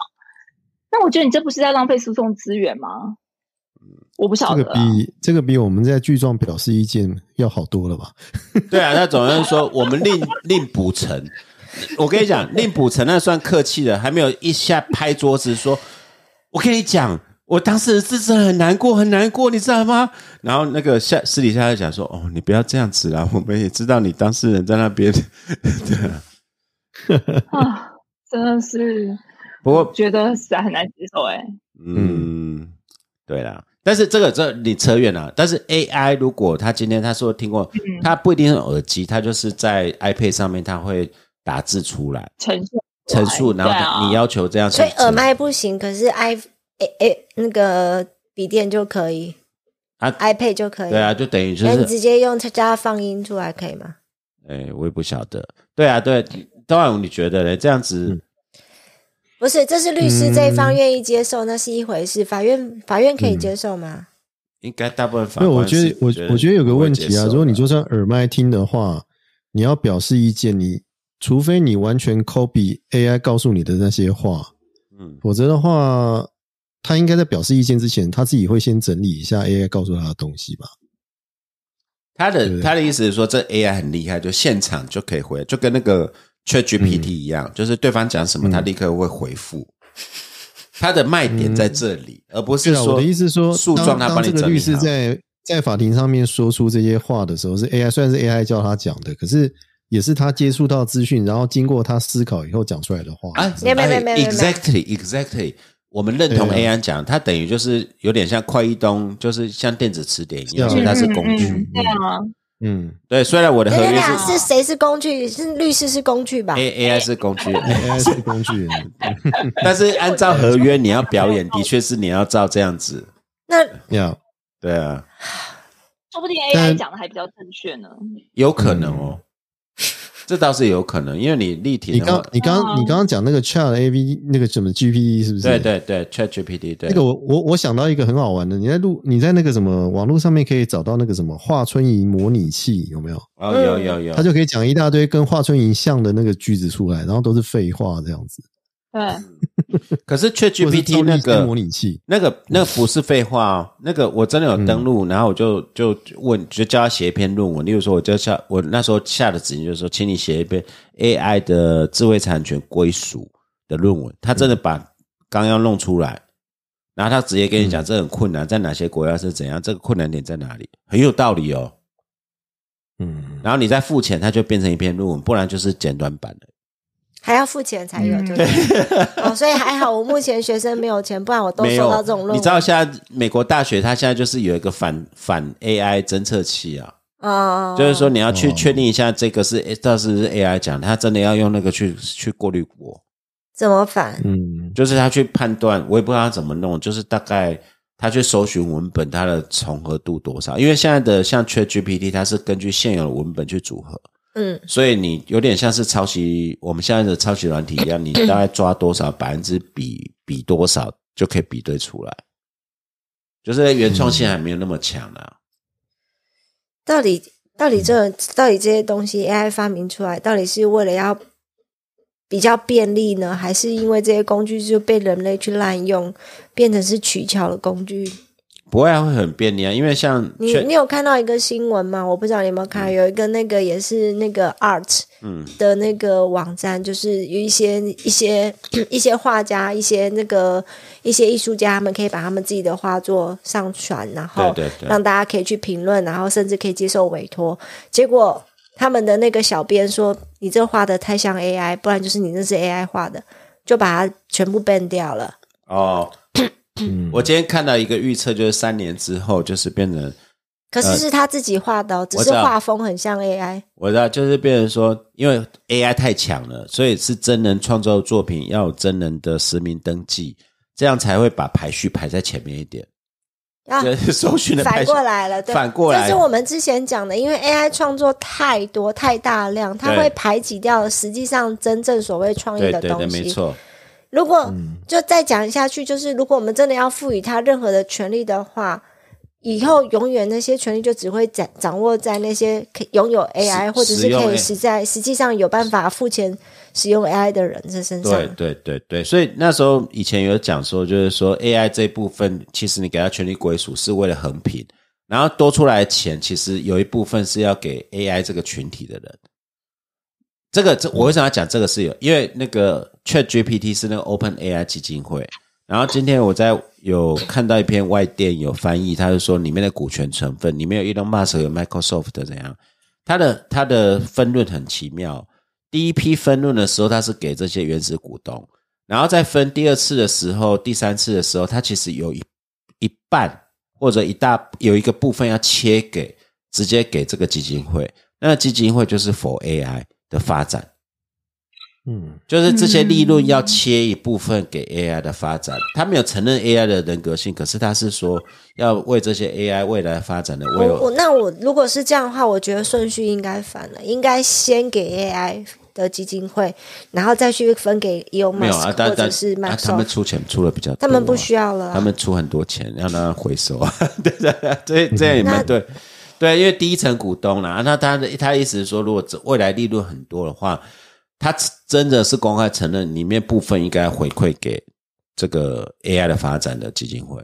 [SPEAKER 5] 那我觉得你这不是在浪费诉讼资源吗？我不晓
[SPEAKER 4] 嗯这
[SPEAKER 5] 得
[SPEAKER 4] 个
[SPEAKER 5] 啊、
[SPEAKER 4] 比这个比我们在具状表示意见要好多了吧？
[SPEAKER 2] 对啊，那总要说我们另另补成。我跟你讲，另补成那算客气的，还没有一下拍桌子说：“我跟你讲，我当事人是真的很难过，很难过，你知道吗？”然后那个下私底下就讲说：“哦，你不要这样子啦，我们也知道你当事人在那边。
[SPEAKER 5] 啊，真的是”
[SPEAKER 2] 不过
[SPEAKER 5] 觉得实在很难接受哎、
[SPEAKER 2] 嗯，对啦，但是这个这你扯远了。但是 AI 如果他今天他说听过，他不一定是耳机，他就是在 iPad 上面他会打字出来
[SPEAKER 5] 陈述
[SPEAKER 2] 陈述，然后
[SPEAKER 5] 对
[SPEAKER 2] 他
[SPEAKER 5] 啊
[SPEAKER 2] 你要求这样是
[SPEAKER 3] 所
[SPEAKER 2] 不
[SPEAKER 3] 以
[SPEAKER 2] 是，
[SPEAKER 3] 耳麦不行，可是 i 诶诶那个笔电就可以
[SPEAKER 2] 啊
[SPEAKER 3] ，iPad 就可以。
[SPEAKER 2] 对啊，，就等于就
[SPEAKER 3] 那你
[SPEAKER 2] 是
[SPEAKER 3] 直接用加放音出来可以吗？
[SPEAKER 2] 哎，我也不晓得。对啊，对，当然你觉得嘞？这样
[SPEAKER 4] 嗯
[SPEAKER 2] 子，
[SPEAKER 3] 不是，这是律师这一方愿意接受，那是一回事。法院法院可以接受
[SPEAKER 2] 嗯
[SPEAKER 3] 吗？
[SPEAKER 2] 应该大部分法
[SPEAKER 4] 没
[SPEAKER 2] 官
[SPEAKER 4] 有，我觉
[SPEAKER 2] 是
[SPEAKER 4] 得我我觉得有个问题啊，如果你就算耳麦听的话，你要表示意见，你除非你完全 copy AI 告诉你的那些话，
[SPEAKER 2] 嗯
[SPEAKER 4] 否则的话，他应该在表示意见之前，他自己会先整理一下 AI 告诉他的东西吧？
[SPEAKER 2] 他的
[SPEAKER 4] 对
[SPEAKER 2] 他的意思是说，这 AI 很厉害，就现场就可以回，就跟那个 ChatGPT 一样，就是对方讲什么，
[SPEAKER 4] 嗯
[SPEAKER 2] 他立刻会回复。他的卖点在这里，而不是
[SPEAKER 4] 对啊，
[SPEAKER 2] 说
[SPEAKER 4] 我的意思是说，
[SPEAKER 2] 诉状
[SPEAKER 4] 当
[SPEAKER 2] 他帮
[SPEAKER 4] 当
[SPEAKER 2] 你
[SPEAKER 4] 这个
[SPEAKER 2] 整
[SPEAKER 4] 律
[SPEAKER 2] 理
[SPEAKER 4] 师
[SPEAKER 2] 好。
[SPEAKER 4] 在在法庭上面说出这些话的时候，是 AI 虽然是 AI 教他讲的，可是也是他接触到资讯，然后经过他思考以后讲出来的话。
[SPEAKER 2] 啊，
[SPEAKER 3] 没有没有没有没有没有
[SPEAKER 2] e x a c t l y exactly，我们认同
[SPEAKER 4] 对啊
[SPEAKER 2] AI 讲，它等于就是有点像快易东，就是像电子词典一样，
[SPEAKER 4] 是啊
[SPEAKER 2] 所以它是工具。
[SPEAKER 5] 嗯嗯对啊，
[SPEAKER 4] 嗯
[SPEAKER 2] 对，虽然我的合
[SPEAKER 3] 等等
[SPEAKER 2] 约
[SPEAKER 3] 等
[SPEAKER 2] 是
[SPEAKER 3] 啊下，是谁是工具？是律师是工具吧？
[SPEAKER 2] A AI 是工具，
[SPEAKER 4] ，AI 是工具人。
[SPEAKER 2] 但是按照合约你要表演，的确是你要照这样子。
[SPEAKER 3] 那
[SPEAKER 2] 嗯
[SPEAKER 4] 呀，
[SPEAKER 2] 对啊，
[SPEAKER 5] 说不定
[SPEAKER 4] 但
[SPEAKER 5] AI 讲的还比较正确呢。
[SPEAKER 2] 有可能哦，这倒是有可能，因为你立体
[SPEAKER 4] 嗯你
[SPEAKER 2] 的话
[SPEAKER 4] 刚，你刚
[SPEAKER 5] 哦
[SPEAKER 4] 你刚刚讲那个 Chat A V 那个什么 G P T 是不是？
[SPEAKER 2] 对。对对，ChatGPT 对
[SPEAKER 4] 那，个我我我想到一个很好玩的，你在录你在那个什么网络上面可以找到那个什么华春莹模拟器有没有？
[SPEAKER 2] 哦有有有
[SPEAKER 4] 他，就可以讲一大堆跟华春莹像的那个句子出来，然后都是废话这样子。
[SPEAKER 5] 对，
[SPEAKER 4] 嗯
[SPEAKER 2] 可是
[SPEAKER 4] 或者是
[SPEAKER 2] ChatGPT
[SPEAKER 4] 照例
[SPEAKER 2] 那
[SPEAKER 4] 先
[SPEAKER 2] 个
[SPEAKER 4] 模拟器，
[SPEAKER 2] 那个那个不是废话哦，那个我真的有登录，然后我就就问，就叫他写一篇论文。例如说，我就下我那时候下的指令就是说，请你写一篇 AI 的智慧产权归属的论文。他真的把纲要弄出来，然后他直接跟你讲这很困难，在哪些国家是怎样，这个困难点在哪里，很有道理哦。
[SPEAKER 4] 嗯，
[SPEAKER 2] 然后你再付钱，它就变成一篇论文，不然就是简短版的。
[SPEAKER 3] 还要付钱才
[SPEAKER 4] 啊
[SPEAKER 5] 嗯
[SPEAKER 3] 有，对不对？哦，所以还好，我目前学生没有钱，不然我都
[SPEAKER 2] 没
[SPEAKER 3] 收
[SPEAKER 2] 有
[SPEAKER 3] 到这种论文。
[SPEAKER 2] 你知道现在美国大学它现在就是有一个反反 AI 侦测器啊，
[SPEAKER 3] 哦，
[SPEAKER 2] 就是说你要去
[SPEAKER 4] 哦
[SPEAKER 2] 确定一下这个是到底是不是 AI 讲，它真的要用那个去去过滤过，
[SPEAKER 3] 怎么反？
[SPEAKER 4] 嗯，
[SPEAKER 2] 就是他去判断，我也不知道他怎么弄，就是大概他去搜寻文本它的重合度多少，因为现在的像 ChatGPT 它是根据现有的文本去组合，
[SPEAKER 3] 嗯，
[SPEAKER 2] 所以你有点像是抄袭我们现在的抄袭软体一样，你大概抓多少百分之比比多少就可以比对出来，就是原创性还没有那么强啊。
[SPEAKER 3] 到底到底这到底这些东西 AI 发明出来，到底是为了要比较便利呢，还是因为这些工具就被人类去滥用，变成是取巧的工具？
[SPEAKER 2] 不会啊，会很便利啊，因为像
[SPEAKER 3] 你
[SPEAKER 2] Chat-
[SPEAKER 3] 你有看到一个新闻吗？我不知道你有没有看，有一个那个也是那个 Art
[SPEAKER 2] 嗯
[SPEAKER 3] 的那个网站，就是有一些一些 一些画家、一些那个一些艺术家，他们可以把他们自己的画作上传，然后
[SPEAKER 2] 对对对
[SPEAKER 3] 让大家可以去评论，然后甚至可以接受委托。结果他们的那个小编说：“你这画的太像 AI，不然就是你那是 AI 画的。”就把它全部 ban 掉了。
[SPEAKER 2] 哦，
[SPEAKER 4] 嗯
[SPEAKER 2] 我今天看到一个预测，就是三年之后就是变成
[SPEAKER 3] 可是是他自己画的、哦，只
[SPEAKER 2] 我
[SPEAKER 3] 是
[SPEAKER 2] 知道
[SPEAKER 3] 画风很
[SPEAKER 2] 呃
[SPEAKER 3] 像 AI。
[SPEAKER 2] 我知道，就是变成说，因为 AI 太强了，所以是真人创作作品要有真人的实名登记，这样才会把排序排在前面一点。
[SPEAKER 3] 啊
[SPEAKER 2] 就是搜寻的排
[SPEAKER 3] 反
[SPEAKER 2] 序
[SPEAKER 3] 过来了，对，
[SPEAKER 2] 反过来
[SPEAKER 3] 这是我们之前讲的，因为 AI 创作太多太大量，它
[SPEAKER 2] 对
[SPEAKER 3] 会排挤掉实际上真正所谓创意
[SPEAKER 2] 对
[SPEAKER 3] 的
[SPEAKER 2] 对对，
[SPEAKER 3] 东
[SPEAKER 2] 没
[SPEAKER 3] 西。
[SPEAKER 2] 错，
[SPEAKER 3] 如果
[SPEAKER 2] 嗯
[SPEAKER 3] 就再讲下去，就是如果我们真的要赋予它任何的权利的话，以后永远那些权利就只会掌掌握在那些可拥有 AI 或者
[SPEAKER 2] 使
[SPEAKER 3] 是
[SPEAKER 2] 用
[SPEAKER 3] 可以
[SPEAKER 2] AI
[SPEAKER 3] 实在实际上有办法付钱使用 AI 的人这身
[SPEAKER 2] 对
[SPEAKER 3] 上。
[SPEAKER 2] 对对对，所以那时候以前有讲说，就是说 AI 这部分，其实你给它权利归属是为了衡平，然后多出来的钱，其实有一部分是要给 AI 这个群体的人。这个这我为什么要讲这个是有，因为那个 ChatGPT 是那个 OpenAI 基金会，然后今天我在有看到一篇外电有翻译，他就说里面的股权成分里面有 Elon Musk 有 Microsoft 怎样，它的它的分论很奇妙。第一批分论的时候，它是给这些原始股东，然后在分第二次的时候、第三次的时候，它其实有一一半或者一大有一个部分要切给直接给这个基金会，那基金会就是否 AI 的发展，
[SPEAKER 4] 嗯
[SPEAKER 2] 就是这些利润要切一部分给 AI 的发展。他没有承认 AI 的人格性，可是他是说要为这些 AI 未来发展的为
[SPEAKER 3] 我我
[SPEAKER 2] 有
[SPEAKER 3] 那我如果是这样的话，我觉得顺序应该反了，应该先给 AI 的基金会，然后再去分给 Elon
[SPEAKER 2] 没有啊？
[SPEAKER 3] Musk、
[SPEAKER 2] 但
[SPEAKER 3] 或
[SPEAKER 2] 但
[SPEAKER 3] 者是
[SPEAKER 2] 啊他们
[SPEAKER 3] Microsoft，、
[SPEAKER 2] 出钱出的比较多啊，
[SPEAKER 3] 他们不需要了啊、
[SPEAKER 2] 他们出很多钱让他回收， 对对对，这这样也蛮对。对，因为第一层股东啦，那他的他的意思是说，如果这未来利润很多的话，他真的是公开承认里面部分应该回馈给这个 AI 的发展的基金会。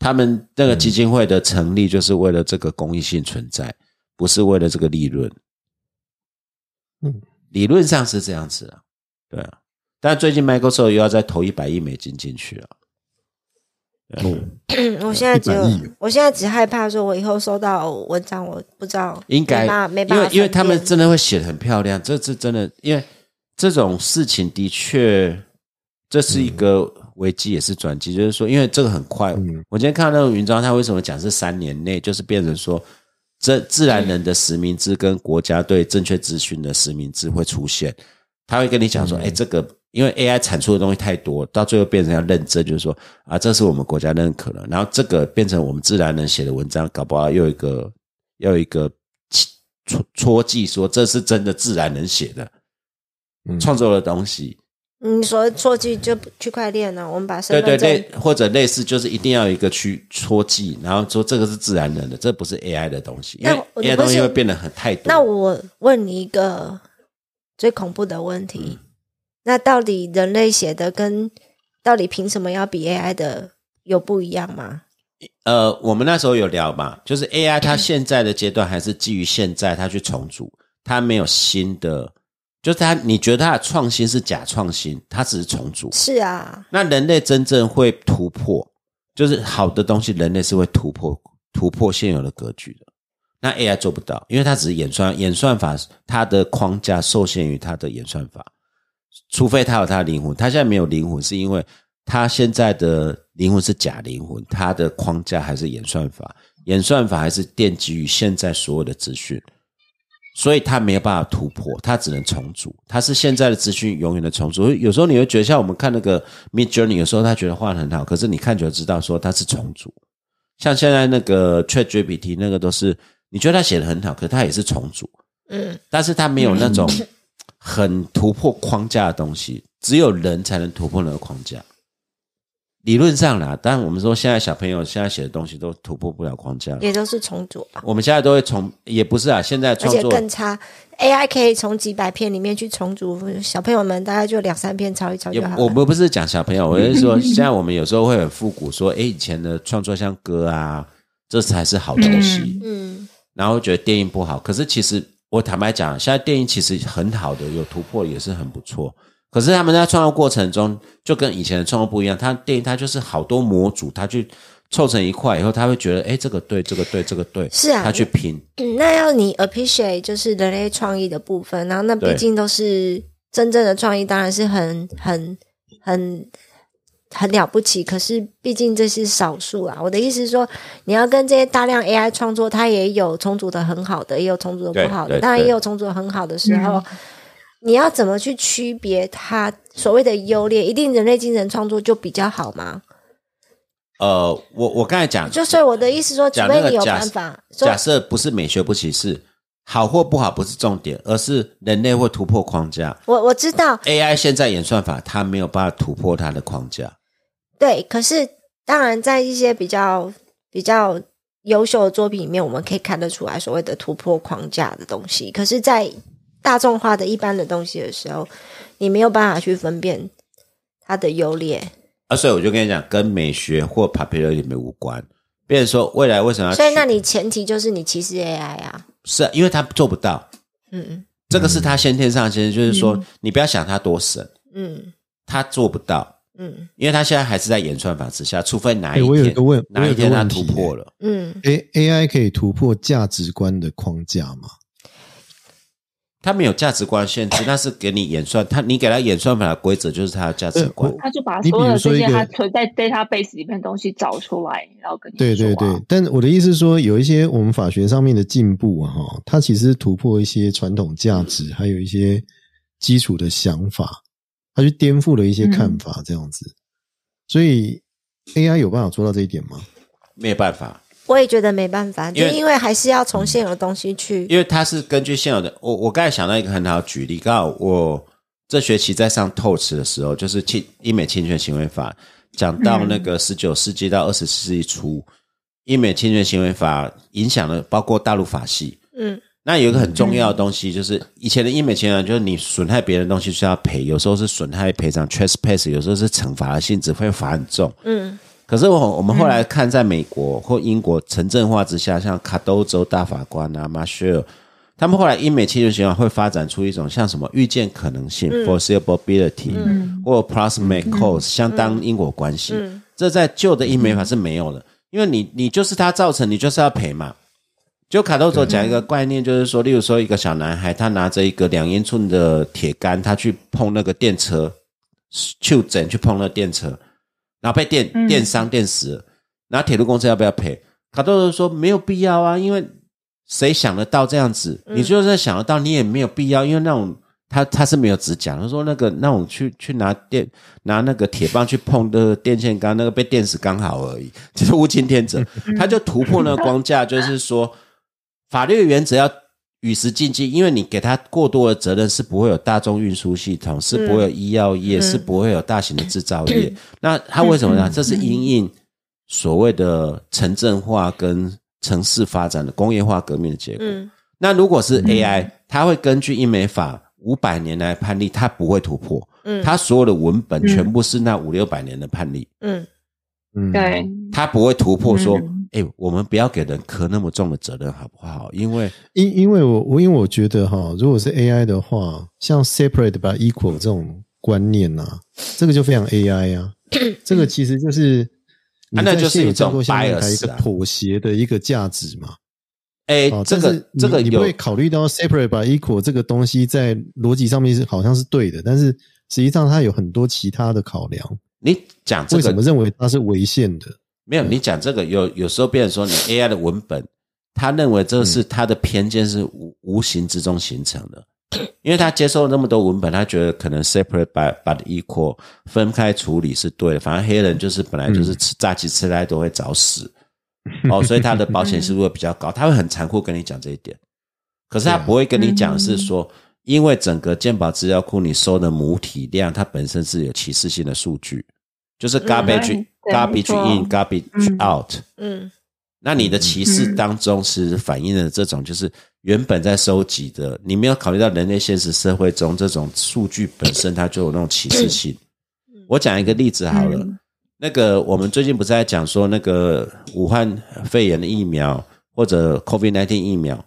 [SPEAKER 2] 他们那个基金会的成立就是为了这个公益性存在，不是为了这个利润。
[SPEAKER 4] 嗯，
[SPEAKER 2] 理论上是这样子啊，对啊。但最近 Microsoft 又要再投一百亿美金进去啊，
[SPEAKER 4] 哦
[SPEAKER 3] 嗯
[SPEAKER 2] 呃
[SPEAKER 3] 我现在只有
[SPEAKER 4] 100亿，
[SPEAKER 3] 我现在只害怕说，我以后收到文章，我不知道
[SPEAKER 2] 应该
[SPEAKER 3] 没办法，没
[SPEAKER 2] 因
[SPEAKER 3] 办法
[SPEAKER 2] 为
[SPEAKER 3] 分辨，
[SPEAKER 2] 因为他们真的会写的很漂亮，这这真的，因为这种事情的确，这是一个危机也是转机，就是说，因为这个很快，
[SPEAKER 4] 嗯
[SPEAKER 2] 我今天看到那个云章，他为什么讲是三年内，就是变成说。这自然人的实名制跟国家对正确资讯的实名制会出现，他会跟你
[SPEAKER 4] 嗯
[SPEAKER 2] 讲说，哎、这个因为 AI 产出的东西太多，到最后变成要认证，就是说啊，这是我们国家认可了，然后这个变成我们自然人写的文章，搞不好又有一个又有一个戳戳记说这是真的自然人写的
[SPEAKER 4] 嗯
[SPEAKER 2] 创作的东西，
[SPEAKER 3] 你说错句就区块链呢、我们把身
[SPEAKER 2] 对对
[SPEAKER 3] 份证
[SPEAKER 2] 类或者类似，就是一定要有一个去戳记，然后说这个是自然人的，这不是 AI 的东西，因
[SPEAKER 3] 那
[SPEAKER 2] 为
[SPEAKER 3] 我
[SPEAKER 2] AI 的
[SPEAKER 3] 不
[SPEAKER 2] 东西
[SPEAKER 3] 是
[SPEAKER 2] 会变得很太多。
[SPEAKER 3] 那我问你一个最恐怖的问题：
[SPEAKER 2] 嗯
[SPEAKER 3] 那到底人类写的跟到底凭什么要比 AI 的有不一样吗？
[SPEAKER 2] 呃，我们那时候有聊嘛，就是 AI 它现在的阶段还是基于现在它去重组，它没有新的，就是它你觉得它的创新是假创新，它只是重组。
[SPEAKER 3] 是啊，
[SPEAKER 2] 那人类真正会突破，就是好的东西，人类是会突破突破现有的格局的。那 AI 做不到，因为它只是演算演算法，它的框架受限于它的演算法。除非他有他的灵魂，他现在没有灵魂，是因为他现在的灵魂是假灵魂，他的框架还是演算法，演算法还是奠基于现在所有的资讯，所以他没有办法突破，他只能重组，他是现在的资讯永远的重组。有时候你会觉得，像我们看那个 Mid Journey，有时候他觉得画的很好，可是你看就知道说他是重组。像现在那个 Chat GPT 那个都是，你觉得他写的很好，可是他也是重组，
[SPEAKER 3] 嗯，
[SPEAKER 2] 但是他没有那种很突破框架的东西，只有人才能突破那个框架。理论上啦，当然我们说现在小朋友现在写的东西都突破不了框架，
[SPEAKER 3] 也都是重组吧，
[SPEAKER 2] 我们现在都会从也不是啊，现在
[SPEAKER 3] 而
[SPEAKER 2] 创
[SPEAKER 3] 且
[SPEAKER 2] 作
[SPEAKER 3] 更差。AI 可以从几百片里面去重组，小朋友们大概就两三片抄一抄
[SPEAKER 2] 也
[SPEAKER 3] 就好
[SPEAKER 2] 我
[SPEAKER 3] 了。
[SPEAKER 2] 们不是讲小朋 友，我是说现在我们有时候会很复古说，哎以前的创作像歌啊，这才是好东西。
[SPEAKER 6] 嗯
[SPEAKER 3] 嗯，
[SPEAKER 2] 然后觉得电影不好。可是其实我坦白讲，现在电影其实很好的，有突破也是很不错。可是他们在创作过程中，就跟以前的创作不一样。他电影它就是好多模组，他去凑成一块以后，他会觉得，哎，这个对，这个对，这个对，
[SPEAKER 3] 是啊
[SPEAKER 2] 他去拼。
[SPEAKER 3] 嗯那要你 appreciate 就是人类创意的部分，然后那
[SPEAKER 2] 对
[SPEAKER 3] 毕竟都是真正的创意，当然是很很很很了不起。可是毕竟这是少数啊。我的意思是说，你要跟这些大量 AI 创作，它也有重组的很好的，也有重组的不好
[SPEAKER 2] 对
[SPEAKER 3] 的，
[SPEAKER 2] 对
[SPEAKER 3] 当然
[SPEAKER 2] 对
[SPEAKER 3] 也有重组得很好的时候。你要怎么去区别它所谓的优劣？一定人类精神创作就比较好吗？
[SPEAKER 2] 呃，我我刚才讲，
[SPEAKER 3] 就所以我的意思说，除
[SPEAKER 2] 讲
[SPEAKER 3] 非
[SPEAKER 2] 那个
[SPEAKER 3] 你有
[SPEAKER 2] 假
[SPEAKER 3] 办法，所以
[SPEAKER 2] 假设不是美学不歧视，好或不好不是重点，而是人类会突破框架。
[SPEAKER 3] 我我知道，
[SPEAKER 2] AI 现在演算法，它没有办法突破它的框架。
[SPEAKER 3] 对，可是当然，在一些比较比较优秀的作品里面，我们可以看得出来所谓的突破框架的东西。可是，在大众化的一般的东西的时候，你没有办法去分辨它的优劣。
[SPEAKER 2] 啊，所以我就跟你讲，跟美学或 popularity 没无关。别人说未来为什么要去？
[SPEAKER 3] 所以，那你前提就是你歧视 AI 啊，
[SPEAKER 2] 是啊因为他做不到，
[SPEAKER 3] 嗯
[SPEAKER 2] 这个是他先天上先，就是说、你不要想他多神，
[SPEAKER 3] 嗯
[SPEAKER 2] 他做不到，
[SPEAKER 3] 嗯
[SPEAKER 2] 因为他现在还是在演算法之下，除非哪一
[SPEAKER 4] 哎
[SPEAKER 2] 天、
[SPEAKER 4] 我有一个问我
[SPEAKER 2] 哪
[SPEAKER 4] 有
[SPEAKER 2] 一
[SPEAKER 4] 一个
[SPEAKER 2] 天他
[SPEAKER 4] 问
[SPEAKER 2] 突
[SPEAKER 4] 题
[SPEAKER 2] 破了，
[SPEAKER 3] 嗯，
[SPEAKER 4] A A I 可以突破价值观的框架吗？
[SPEAKER 2] 他没有价值观限制，那是给你演算，他你给他演算法的规则就是他的价值观
[SPEAKER 4] 对。
[SPEAKER 5] 他就把
[SPEAKER 4] 你比
[SPEAKER 5] 所有
[SPEAKER 4] 如
[SPEAKER 5] 的
[SPEAKER 4] 说
[SPEAKER 5] 这些
[SPEAKER 4] 一个
[SPEAKER 5] 他存在 database 里面的东西找出来，然后跟你
[SPEAKER 4] 对对
[SPEAKER 5] 说啊
[SPEAKER 4] 对，但我的意思是说，有一些我们法学上面的进步啊，哈，它其实突破一些传统价值，还有一些基础的想法，它去颠覆了一些看法，这样子。所以 AI 有办法做到这一点吗？
[SPEAKER 2] 没有办法，
[SPEAKER 3] 我也觉得没办法，就
[SPEAKER 2] 因为
[SPEAKER 3] 因为还是要从现有的东西去，
[SPEAKER 2] 因为它是根据现有的。我我刚才想到一个很好的举例，刚好我这学期在上透词的时候，就是侵英美侵权行为法，讲到那个十九世纪到二十世纪初，英美侵权行为法影响了包括大陆法系。
[SPEAKER 3] 嗯
[SPEAKER 2] 那有一个很重要的东西，就是以前的英美侵权，就是你损害别人的东西是要赔，有时候是损害赔偿 （trespass），有时候是惩罚的性质，会罚很重。
[SPEAKER 3] 嗯
[SPEAKER 2] 可是我我们后来看，在美国或英国城镇化之下，像卡多州大法官啊、马歇尔，他们后来英美侵权学法会发展出一种像什么预见可能性、（foreseeability）、或 proximate cause，、相当因果关系。
[SPEAKER 3] 嗯
[SPEAKER 2] 这在旧的英美法是没有的，因为你你就是他造成，你就是要赔嘛。就卡豆佐讲一个概念，就是
[SPEAKER 3] 嗯
[SPEAKER 2] 说，例如说一个小男孩，他拿着一个两英寸的铁杆，他去碰那个电车，去整去碰那个电车，然后被电
[SPEAKER 3] 嗯
[SPEAKER 2] 电伤电死了，然后铁路公司要不要赔？卡豆佐说没有必要啊，因为谁想得到这样子？你就算想得到，你也没有必要，因为那种他他是没有直讲，他说那个那种去去拿电拿那个铁棒去碰的电线杆，那个被电死刚好而已， 就是无情天者，他就突破那个框架，就是说法律的原则要。与时俱进，因为你给他过多的责任，是不会有大众运输系统，是不会有医药业，是不会有大型的制造业。那他为什么
[SPEAKER 3] 嗯
[SPEAKER 2] 呢？这是因应所谓的城镇化跟城市发展的工业化革命的结果。
[SPEAKER 3] 嗯
[SPEAKER 2] 那如果是 AI，它会根据英美法五百年来判例，它不会突破，
[SPEAKER 3] 嗯
[SPEAKER 2] 它所有的文本全部是那五六百年的判例，
[SPEAKER 3] 嗯
[SPEAKER 4] 嗯，
[SPEAKER 5] 对，
[SPEAKER 2] 它不会突破说
[SPEAKER 5] 嗯，
[SPEAKER 2] 哎、我们不要给人磕那么重的责任，好不好？因为
[SPEAKER 4] 因因为我我因为我觉得哈，如果是 AI 的话，像 separate 吧 equal 这种观念呐、啊，这个就非常 AI 啊，这个其实就是你
[SPEAKER 2] 啊那
[SPEAKER 4] 在
[SPEAKER 2] 就是
[SPEAKER 4] 现有
[SPEAKER 2] 一种
[SPEAKER 4] 架构下面还有一
[SPEAKER 2] bias
[SPEAKER 4] 个
[SPEAKER 2] 啊
[SPEAKER 4] 妥协的一个价值嘛。
[SPEAKER 2] 哎、
[SPEAKER 4] 哦，
[SPEAKER 2] 这
[SPEAKER 4] 但
[SPEAKER 2] 个
[SPEAKER 4] 是你
[SPEAKER 2] 这个
[SPEAKER 4] 你不
[SPEAKER 2] 有
[SPEAKER 4] 会考虑到 separate by equal 这个东西在逻辑上面是好像是对的，但是实际上它有很多其他的考量。
[SPEAKER 2] 你讲这
[SPEAKER 4] 为什么
[SPEAKER 2] 个
[SPEAKER 4] 认为它是违宪的？
[SPEAKER 2] 没有？你讲这个有有时候别人说你 AI 的文本，他认为这是他的偏见是无无形之中形成的，因为他接受了那么多文本，他觉得可能 separate by but equal 分开处理是对的，反正黑人就是本来就是吃炸鸡吃太多会早死，哦，所以他的保险系数会比较高，他会很残酷跟你讲这一点，可是他
[SPEAKER 4] 对啊
[SPEAKER 2] 不会跟你讲是说，因为整个健保资料库你收的母体量，它本身是有歧视性的数据，就是
[SPEAKER 3] 嗯
[SPEAKER 2] garbage、
[SPEAKER 5] 对
[SPEAKER 2] garbage
[SPEAKER 5] 没
[SPEAKER 2] in garbage out，、
[SPEAKER 3] 嗯
[SPEAKER 2] 那你的歧视当中其实反映了这种就是原本在收集的，你没有考虑到人类现实社会中这种数据本身它就有那种歧视性。我讲一个例子好了，那个我们最近不是在讲说那个武汉肺炎的疫苗或者 COVID 1 9疫苗，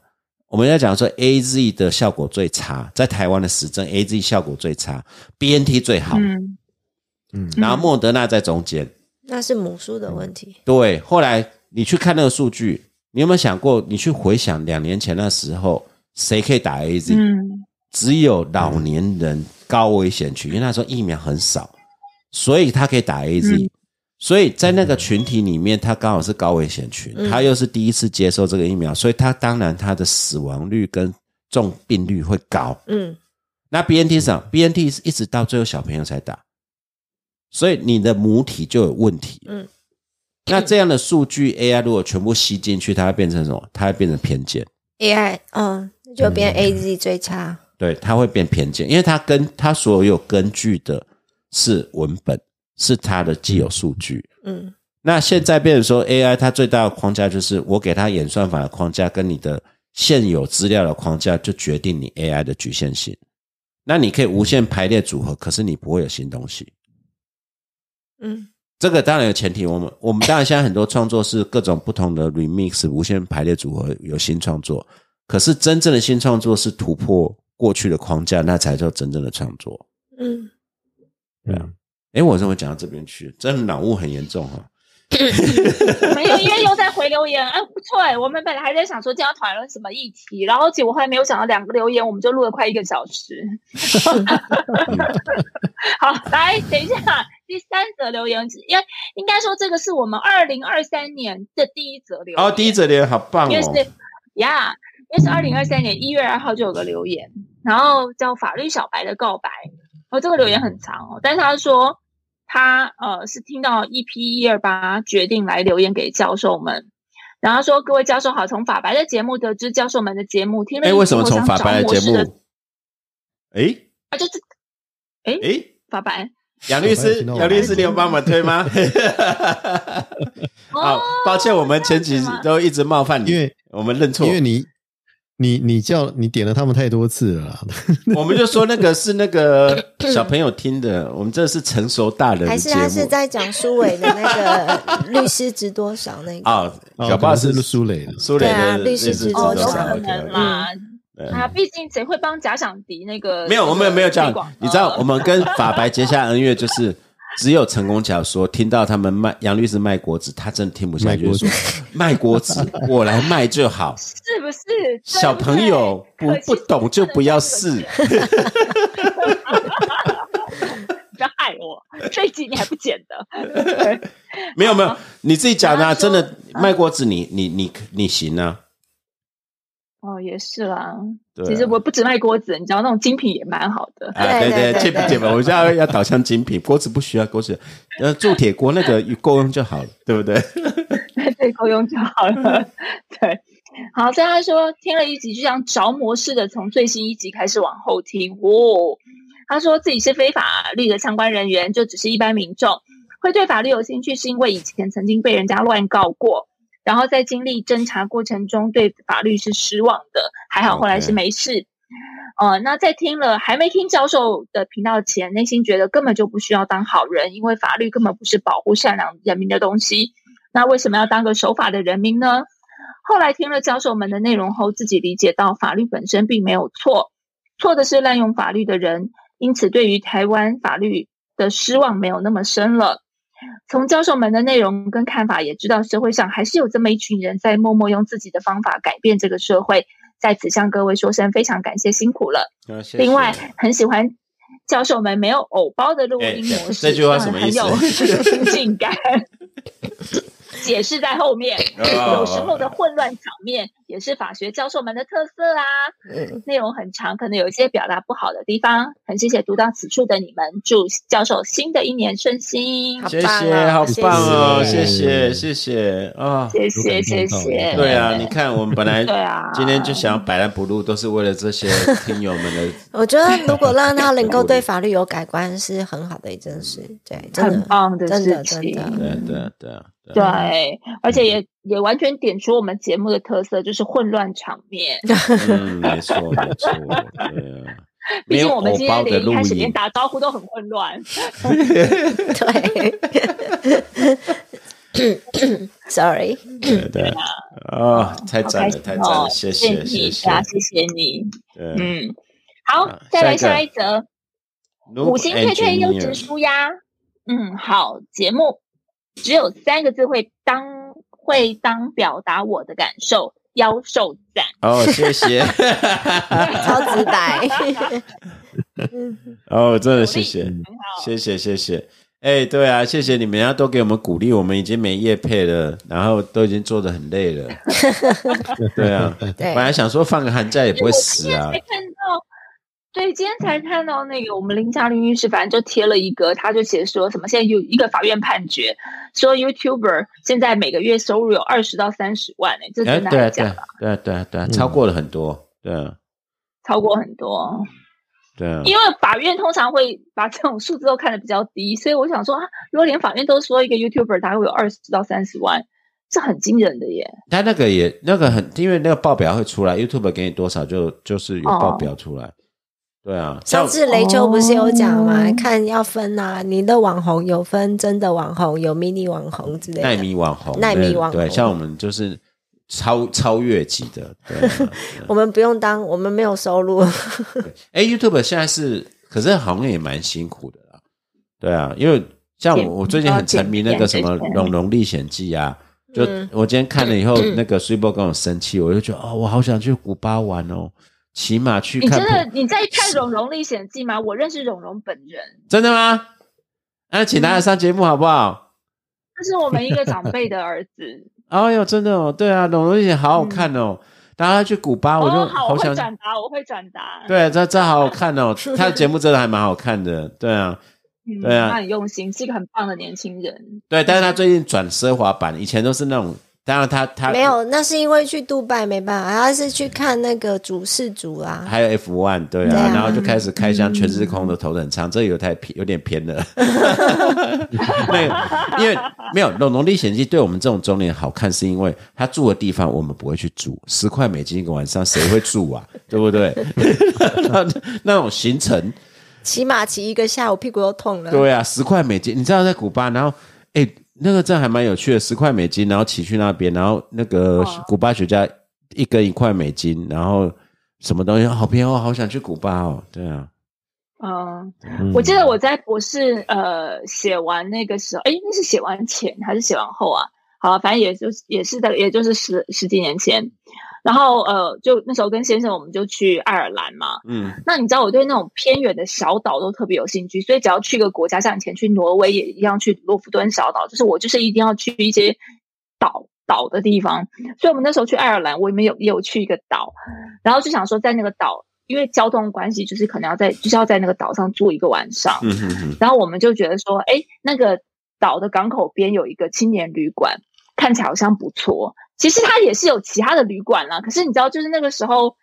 [SPEAKER 2] 我们在讲说 A Z 的效果最差，在台湾的实证 A Z 效果最差，B N T 最好，
[SPEAKER 6] 嗯，
[SPEAKER 4] 嗯，
[SPEAKER 2] 然后莫德纳在中间。
[SPEAKER 3] 那是母数的问题。
[SPEAKER 2] 对，后来你去看那个数据，你有没有想过，你去回想两年前那时候，谁可以打 A Z？、
[SPEAKER 6] 嗯
[SPEAKER 2] 只有老年人高危险群，因为那时候疫苗很少，所以他可以打 A Z、所以在那个群体里面，他刚好是高危险群，
[SPEAKER 3] 嗯
[SPEAKER 2] 他又是第一次接受这个疫苗，所以他当然他的死亡率跟重病率会高。
[SPEAKER 3] 嗯
[SPEAKER 2] 那 BNT 上 BNT 是一直到最后小朋友才打，所以你的母体就有问题。
[SPEAKER 3] 嗯，
[SPEAKER 2] 那这样的数据 AI 如果全部吸进去，它会变成什么？它会变成偏见，
[SPEAKER 3] ，AI，嗯，就变 AZ 最差。
[SPEAKER 2] 对，它会变偏见，因为它跟它所有根据的是文本，是它的既有数据。
[SPEAKER 3] 嗯
[SPEAKER 2] 那现在变成说 AI 它最大的框架就是我给它演算法的框架跟你的现有资料的框架，就决定你 AI 的局限性。那你可以无限排列组合，可是你不会有新东西。
[SPEAKER 3] 嗯
[SPEAKER 2] 这个当然有前提，我们我们当然现在很多创作是各种不同的 remix 无限排列组合有新创作，可是真正的新创作是突破过去的框架，那才叫真正的创作。
[SPEAKER 3] 嗯，
[SPEAKER 2] 对啊诶，我怎么讲到这边去？真的脑雾很严重哈、哦
[SPEAKER 5] 没有，因为又在回留言。哎，不错哎，我们本来还在想说今天要讨论什么议题，然后结果后来没有想到两个留言，我们就录了快一个小时。 好，来，等一下，第三则留言，因为应该说这个是我们二零二三年的第一则留言。
[SPEAKER 2] 哦，第一则连好棒
[SPEAKER 5] 因为
[SPEAKER 2] 哦！
[SPEAKER 5] 是呀因为是二零二三年一月二号就有个留言，然后叫“法律小白的告白”，哦，这个留
[SPEAKER 2] 嗯
[SPEAKER 5] 言很长哦，但是他说他呃是听到 EP 一二八决定来留言给教授们。然后他说：“各位教授好，从法白的节目得知教授们的节目，听了
[SPEAKER 2] 诶，
[SPEAKER 5] 一
[SPEAKER 2] 哎为什么
[SPEAKER 5] 集
[SPEAKER 2] 从
[SPEAKER 5] 我
[SPEAKER 2] 法
[SPEAKER 5] 想
[SPEAKER 2] 白的
[SPEAKER 5] 找
[SPEAKER 2] 节
[SPEAKER 5] 模式的
[SPEAKER 2] 目？诶
[SPEAKER 5] 啊，就是诶
[SPEAKER 2] 诶，
[SPEAKER 5] 法白
[SPEAKER 2] 杨律师，
[SPEAKER 4] 我还有听到我
[SPEAKER 2] 杨律师，你有帮我们推 吗？好
[SPEAKER 5] 哦，，
[SPEAKER 2] 抱歉，我们前几集都一直冒犯你，
[SPEAKER 4] 因为
[SPEAKER 2] 我们认错，
[SPEAKER 4] 因为你你你叫你点了他们太多次了啦，
[SPEAKER 2] 我们就说那个是那个小朋友听的，我们这是成熟大人的
[SPEAKER 3] 还是他
[SPEAKER 2] 节
[SPEAKER 3] 是
[SPEAKER 2] 目
[SPEAKER 3] 在讲苏伟的那个律师值多少那个？
[SPEAKER 2] 啊，
[SPEAKER 4] 哦
[SPEAKER 2] 小
[SPEAKER 4] 可能
[SPEAKER 2] 爸
[SPEAKER 4] 是
[SPEAKER 2] 是
[SPEAKER 4] 苏磊的。
[SPEAKER 2] 苏磊
[SPEAKER 3] 对啊
[SPEAKER 2] 的
[SPEAKER 3] 律师
[SPEAKER 2] 知
[SPEAKER 3] 制
[SPEAKER 5] 哦，
[SPEAKER 3] 作
[SPEAKER 5] 有
[SPEAKER 3] 多少
[SPEAKER 5] 可
[SPEAKER 2] OK，OK，
[SPEAKER 5] 能啦。
[SPEAKER 2] 对
[SPEAKER 5] 啊，毕竟谁会帮假想敌那个？
[SPEAKER 2] 没有，我们没有这
[SPEAKER 5] 推
[SPEAKER 2] 样
[SPEAKER 5] 广，
[SPEAKER 2] 你知道，
[SPEAKER 5] 呃
[SPEAKER 2] 我们跟法白结下恩怨就是。只有成功小说听到他们卖杨律师卖国子，他真的听不下去，就说 卖国子，我来卖就好。
[SPEAKER 5] 是不是
[SPEAKER 2] 小朋友不不懂就不要试。，
[SPEAKER 5] 不要害我，这一集你还不剪的？
[SPEAKER 2] 没有没有，你自己讲的啊，
[SPEAKER 5] 然后他
[SPEAKER 2] 真
[SPEAKER 5] 说
[SPEAKER 2] 的卖国子，你你你你行啊？
[SPEAKER 5] 哦，也是啦。
[SPEAKER 2] 对啊
[SPEAKER 5] 其实我不止卖锅子，你知道那种精品也蛮好的。
[SPEAKER 2] 啊，对
[SPEAKER 3] 对对对
[SPEAKER 2] 切不切吧，我们现在要导向精品，锅子不需要，锅子呃铸铁锅那个够用就好了，对 不对？
[SPEAKER 5] 对，够用就好了。 对，好，所以他说听了一集就像着魔似的，从最新一集开始往后听。哦，他说自己是非法律的相关人员，就只是一般民众会对法律有兴趣，是因为以前曾经被人家乱告过。然后在经历侦查过程中，对法律是失望的，还好后来是
[SPEAKER 2] OK
[SPEAKER 5] 没事。呃，那在听了还没听教授的频道前，内心觉得根本就不需要当好人，因为法律根本不是保护善良人民的东西。那为什么要当个守法的人民呢？后来听了教授们的内容后，自己理解到法律本身并没有错，错的是滥用法律的人，因此对于台湾法律的失望没有那么深了。从教授们的内容跟看法，也知道社会上还是有这么一群人在默默用自己的方法改变这个社会。在此向各位说声非常感谢，辛苦了。
[SPEAKER 2] 啊谢谢
[SPEAKER 5] 另外，很喜欢教授们没有偶包的录
[SPEAKER 2] 哎
[SPEAKER 5] 音模式，
[SPEAKER 2] 这句话什么意思
[SPEAKER 5] 让人很 有亲近感。解释在后面，
[SPEAKER 2] 哦
[SPEAKER 5] 有时候的混乱场面也是法学教授们的特色啊。
[SPEAKER 3] 嗯，
[SPEAKER 5] 内容很长，可能有一些表达不好的地方。很谢谢读到此处的你们，祝教授新的一年顺心
[SPEAKER 3] 好。
[SPEAKER 2] 谢
[SPEAKER 3] 棒
[SPEAKER 2] 谢，
[SPEAKER 3] 哦
[SPEAKER 2] 好
[SPEAKER 3] 谢
[SPEAKER 2] 棒哦，谢
[SPEAKER 4] 谢
[SPEAKER 2] 谢，谢谢啊！
[SPEAKER 5] 啊谢谢谢谢。
[SPEAKER 2] 对啊，你看我们本来
[SPEAKER 5] 对啊，
[SPEAKER 2] 今天就想要百烂不录，都是为了这些听友们的。
[SPEAKER 3] 我觉得如果让他能够对法律有改观，是很好的一件事。对，真
[SPEAKER 5] 很
[SPEAKER 3] 的，
[SPEAKER 5] 棒的
[SPEAKER 3] 真
[SPEAKER 5] 事
[SPEAKER 3] 的
[SPEAKER 5] 情。
[SPEAKER 3] 真的
[SPEAKER 2] 对啊对啊对啊对啊，
[SPEAKER 5] 对，而且也也完全点出我们节目的特色，就是混乱场 面。
[SPEAKER 2] 嗯，没错没错，对啊。
[SPEAKER 5] 毕
[SPEAKER 2] 没有
[SPEAKER 5] 竟我们
[SPEAKER 2] 偶
[SPEAKER 5] 今
[SPEAKER 2] 包
[SPEAKER 5] 天
[SPEAKER 2] 的
[SPEAKER 5] 连一
[SPEAKER 2] 录
[SPEAKER 5] 开始连
[SPEAKER 2] 音，
[SPEAKER 5] 打招呼都很混乱。
[SPEAKER 3] 对。Sorry，
[SPEAKER 2] 对对啊啊，太赞
[SPEAKER 5] 好开
[SPEAKER 2] 了太赞
[SPEAKER 5] 心
[SPEAKER 2] 了，
[SPEAKER 5] 哦
[SPEAKER 2] 谢谢
[SPEAKER 5] 谢谢
[SPEAKER 2] 谢
[SPEAKER 5] 你，
[SPEAKER 2] 谢
[SPEAKER 5] 对。啊，谢谢你。
[SPEAKER 2] 对，
[SPEAKER 5] 嗯，好
[SPEAKER 2] 啊，
[SPEAKER 5] 再来
[SPEAKER 2] 下
[SPEAKER 5] 下
[SPEAKER 2] 一
[SPEAKER 5] 一则，
[SPEAKER 2] 如果
[SPEAKER 5] 五星推推优质
[SPEAKER 2] engineer
[SPEAKER 5] 书呀。嗯，好，节目只有三个字会当会当表达我的感受，妖兽赞。
[SPEAKER 2] 哦，谢谢
[SPEAKER 3] 超直白，
[SPEAKER 2] 哦，真的谢谢。
[SPEAKER 5] 很好，
[SPEAKER 2] 谢谢谢谢。哎、对啊，谢谢你们要多给我们鼓励，我们已经没业配了，然后都已经做的很累了。 对 啊，
[SPEAKER 3] 对
[SPEAKER 2] 本，来想说放个寒假也不会死啊嗯
[SPEAKER 5] 才。看到， 对，今天才看到那个我们林嘉玲律师，反正就贴了一个，他就写说什么现在有一个法院判决，说 YouTuber 现在每个月收入有二十到三十万、欸，这
[SPEAKER 2] 哎、
[SPEAKER 5] 真的
[SPEAKER 2] 对啊
[SPEAKER 5] 来
[SPEAKER 2] 对
[SPEAKER 5] 讲、
[SPEAKER 2] 啊对啊对啊对啊，超过了很多。对啊
[SPEAKER 5] 超过很多，
[SPEAKER 2] 对啊，
[SPEAKER 5] 因为法院通常会把这种数字都看得比较低，所以我想说啊，如果连法院都说一个 YouTuber 他会有二十到三十万，这很惊人的耶。
[SPEAKER 2] 他那个也那个很，因为那个报表会出来，YouTube 给你多少就就是有报表出来。对啊，
[SPEAKER 3] 上次雷秋不是有讲吗
[SPEAKER 5] 哦？
[SPEAKER 3] 看要分啊，你的网红有分真的网红，有 mini 网红之类
[SPEAKER 2] 奈
[SPEAKER 3] 的。
[SPEAKER 2] 米网红，
[SPEAKER 3] 奈米网红
[SPEAKER 2] 对，像我们就是超超越级的。对啊、对啊
[SPEAKER 3] 我们不用当，我们没有收入。
[SPEAKER 2] 哎，YouTube 现在是，可是好像也蛮辛苦的啦。对啊，因为像
[SPEAKER 5] 剪
[SPEAKER 2] 我，我最近很沉迷那个什么
[SPEAKER 5] 剪嗯
[SPEAKER 2] 《
[SPEAKER 5] 片
[SPEAKER 2] 龙龙历险记》啊，就
[SPEAKER 3] 嗯
[SPEAKER 2] 我今天看了以后，那个 s u p e 跟我生气，我就觉得哦，我好想去古巴玩哦，骑马去
[SPEAKER 5] 你
[SPEAKER 2] 看
[SPEAKER 5] 真
[SPEAKER 2] 瀑。
[SPEAKER 5] 的 你在看《蓉蓉历险记》吗？我认识蓉蓉本人，
[SPEAKER 2] 真的吗？那、请
[SPEAKER 5] 嗯
[SPEAKER 2] 大家上节目好不好？
[SPEAKER 5] 他是我们一个长辈的儿子。
[SPEAKER 2] 哎呦，真的哦，对啊，《龙龙历险》好好看哦，大家去古巴，啊我就
[SPEAKER 5] 嗯哦，好，我
[SPEAKER 2] 想
[SPEAKER 5] 会转达，我会转达。
[SPEAKER 2] 对，这这好好看 哦，他的节目真的还蛮好看的，对啊。
[SPEAKER 5] 嗯，
[SPEAKER 2] 对啊
[SPEAKER 5] 他很用心，是一个很棒的年轻人。
[SPEAKER 2] 对，但是他最近转奢华版，以前都是那种，当然他他
[SPEAKER 3] 没，有，那是因为去杜拜没办法，他是去看那个主事主啊。
[SPEAKER 2] 还有 F one 对啊，
[SPEAKER 3] 对啊
[SPEAKER 2] 然后就开始开箱全日空的头等舱，这有太偏，有点偏了。 那个因为没有《龙龙历险记》对我们这种中年好看，是因为他住的地方我们不会去住，十块美金一个晚上谁会住啊？对不对？ 那那种行程，
[SPEAKER 3] 骑马骑一个下午，屁股又痛 了。
[SPEAKER 2] 对啊，十块美金，你知道在古巴，然后哎、那个证还蛮有趣的，十块美金，然后骑去那边，然后那个
[SPEAKER 5] 哦
[SPEAKER 2] 古巴雪茄一根一块美金，然后什么东西好便宜哦，好想去古巴哦，对啊，
[SPEAKER 5] 嗯，
[SPEAKER 4] 嗯
[SPEAKER 5] 我记得我在博士呃写完那个时候，哎，那是写完前还是写完后啊？好，反正也就是也是的，也就是十十几年前。然后呃，就那时候跟先生我们就去爱尔兰嘛，
[SPEAKER 2] 嗯，
[SPEAKER 5] 那你知道我对那种偏远的小岛都特别有兴趣，所以只要去一个国家，像以前去挪威也一样去罗弗敦小岛，就是我就是一定要去一些岛岛的地方。所以我们那时候去爱尔兰，我们有也有去一个岛，然后就想说在那个岛，因为交通关系，就是可能要在就是要在那个岛上住一个晚上。
[SPEAKER 2] 嗯哼哼，
[SPEAKER 5] 然后我们就觉得说，哎，那个岛的港口边有一个青年旅馆，看起来好像不错。其实它也是有其他的旅馆啦，可是你知道，就是那个时候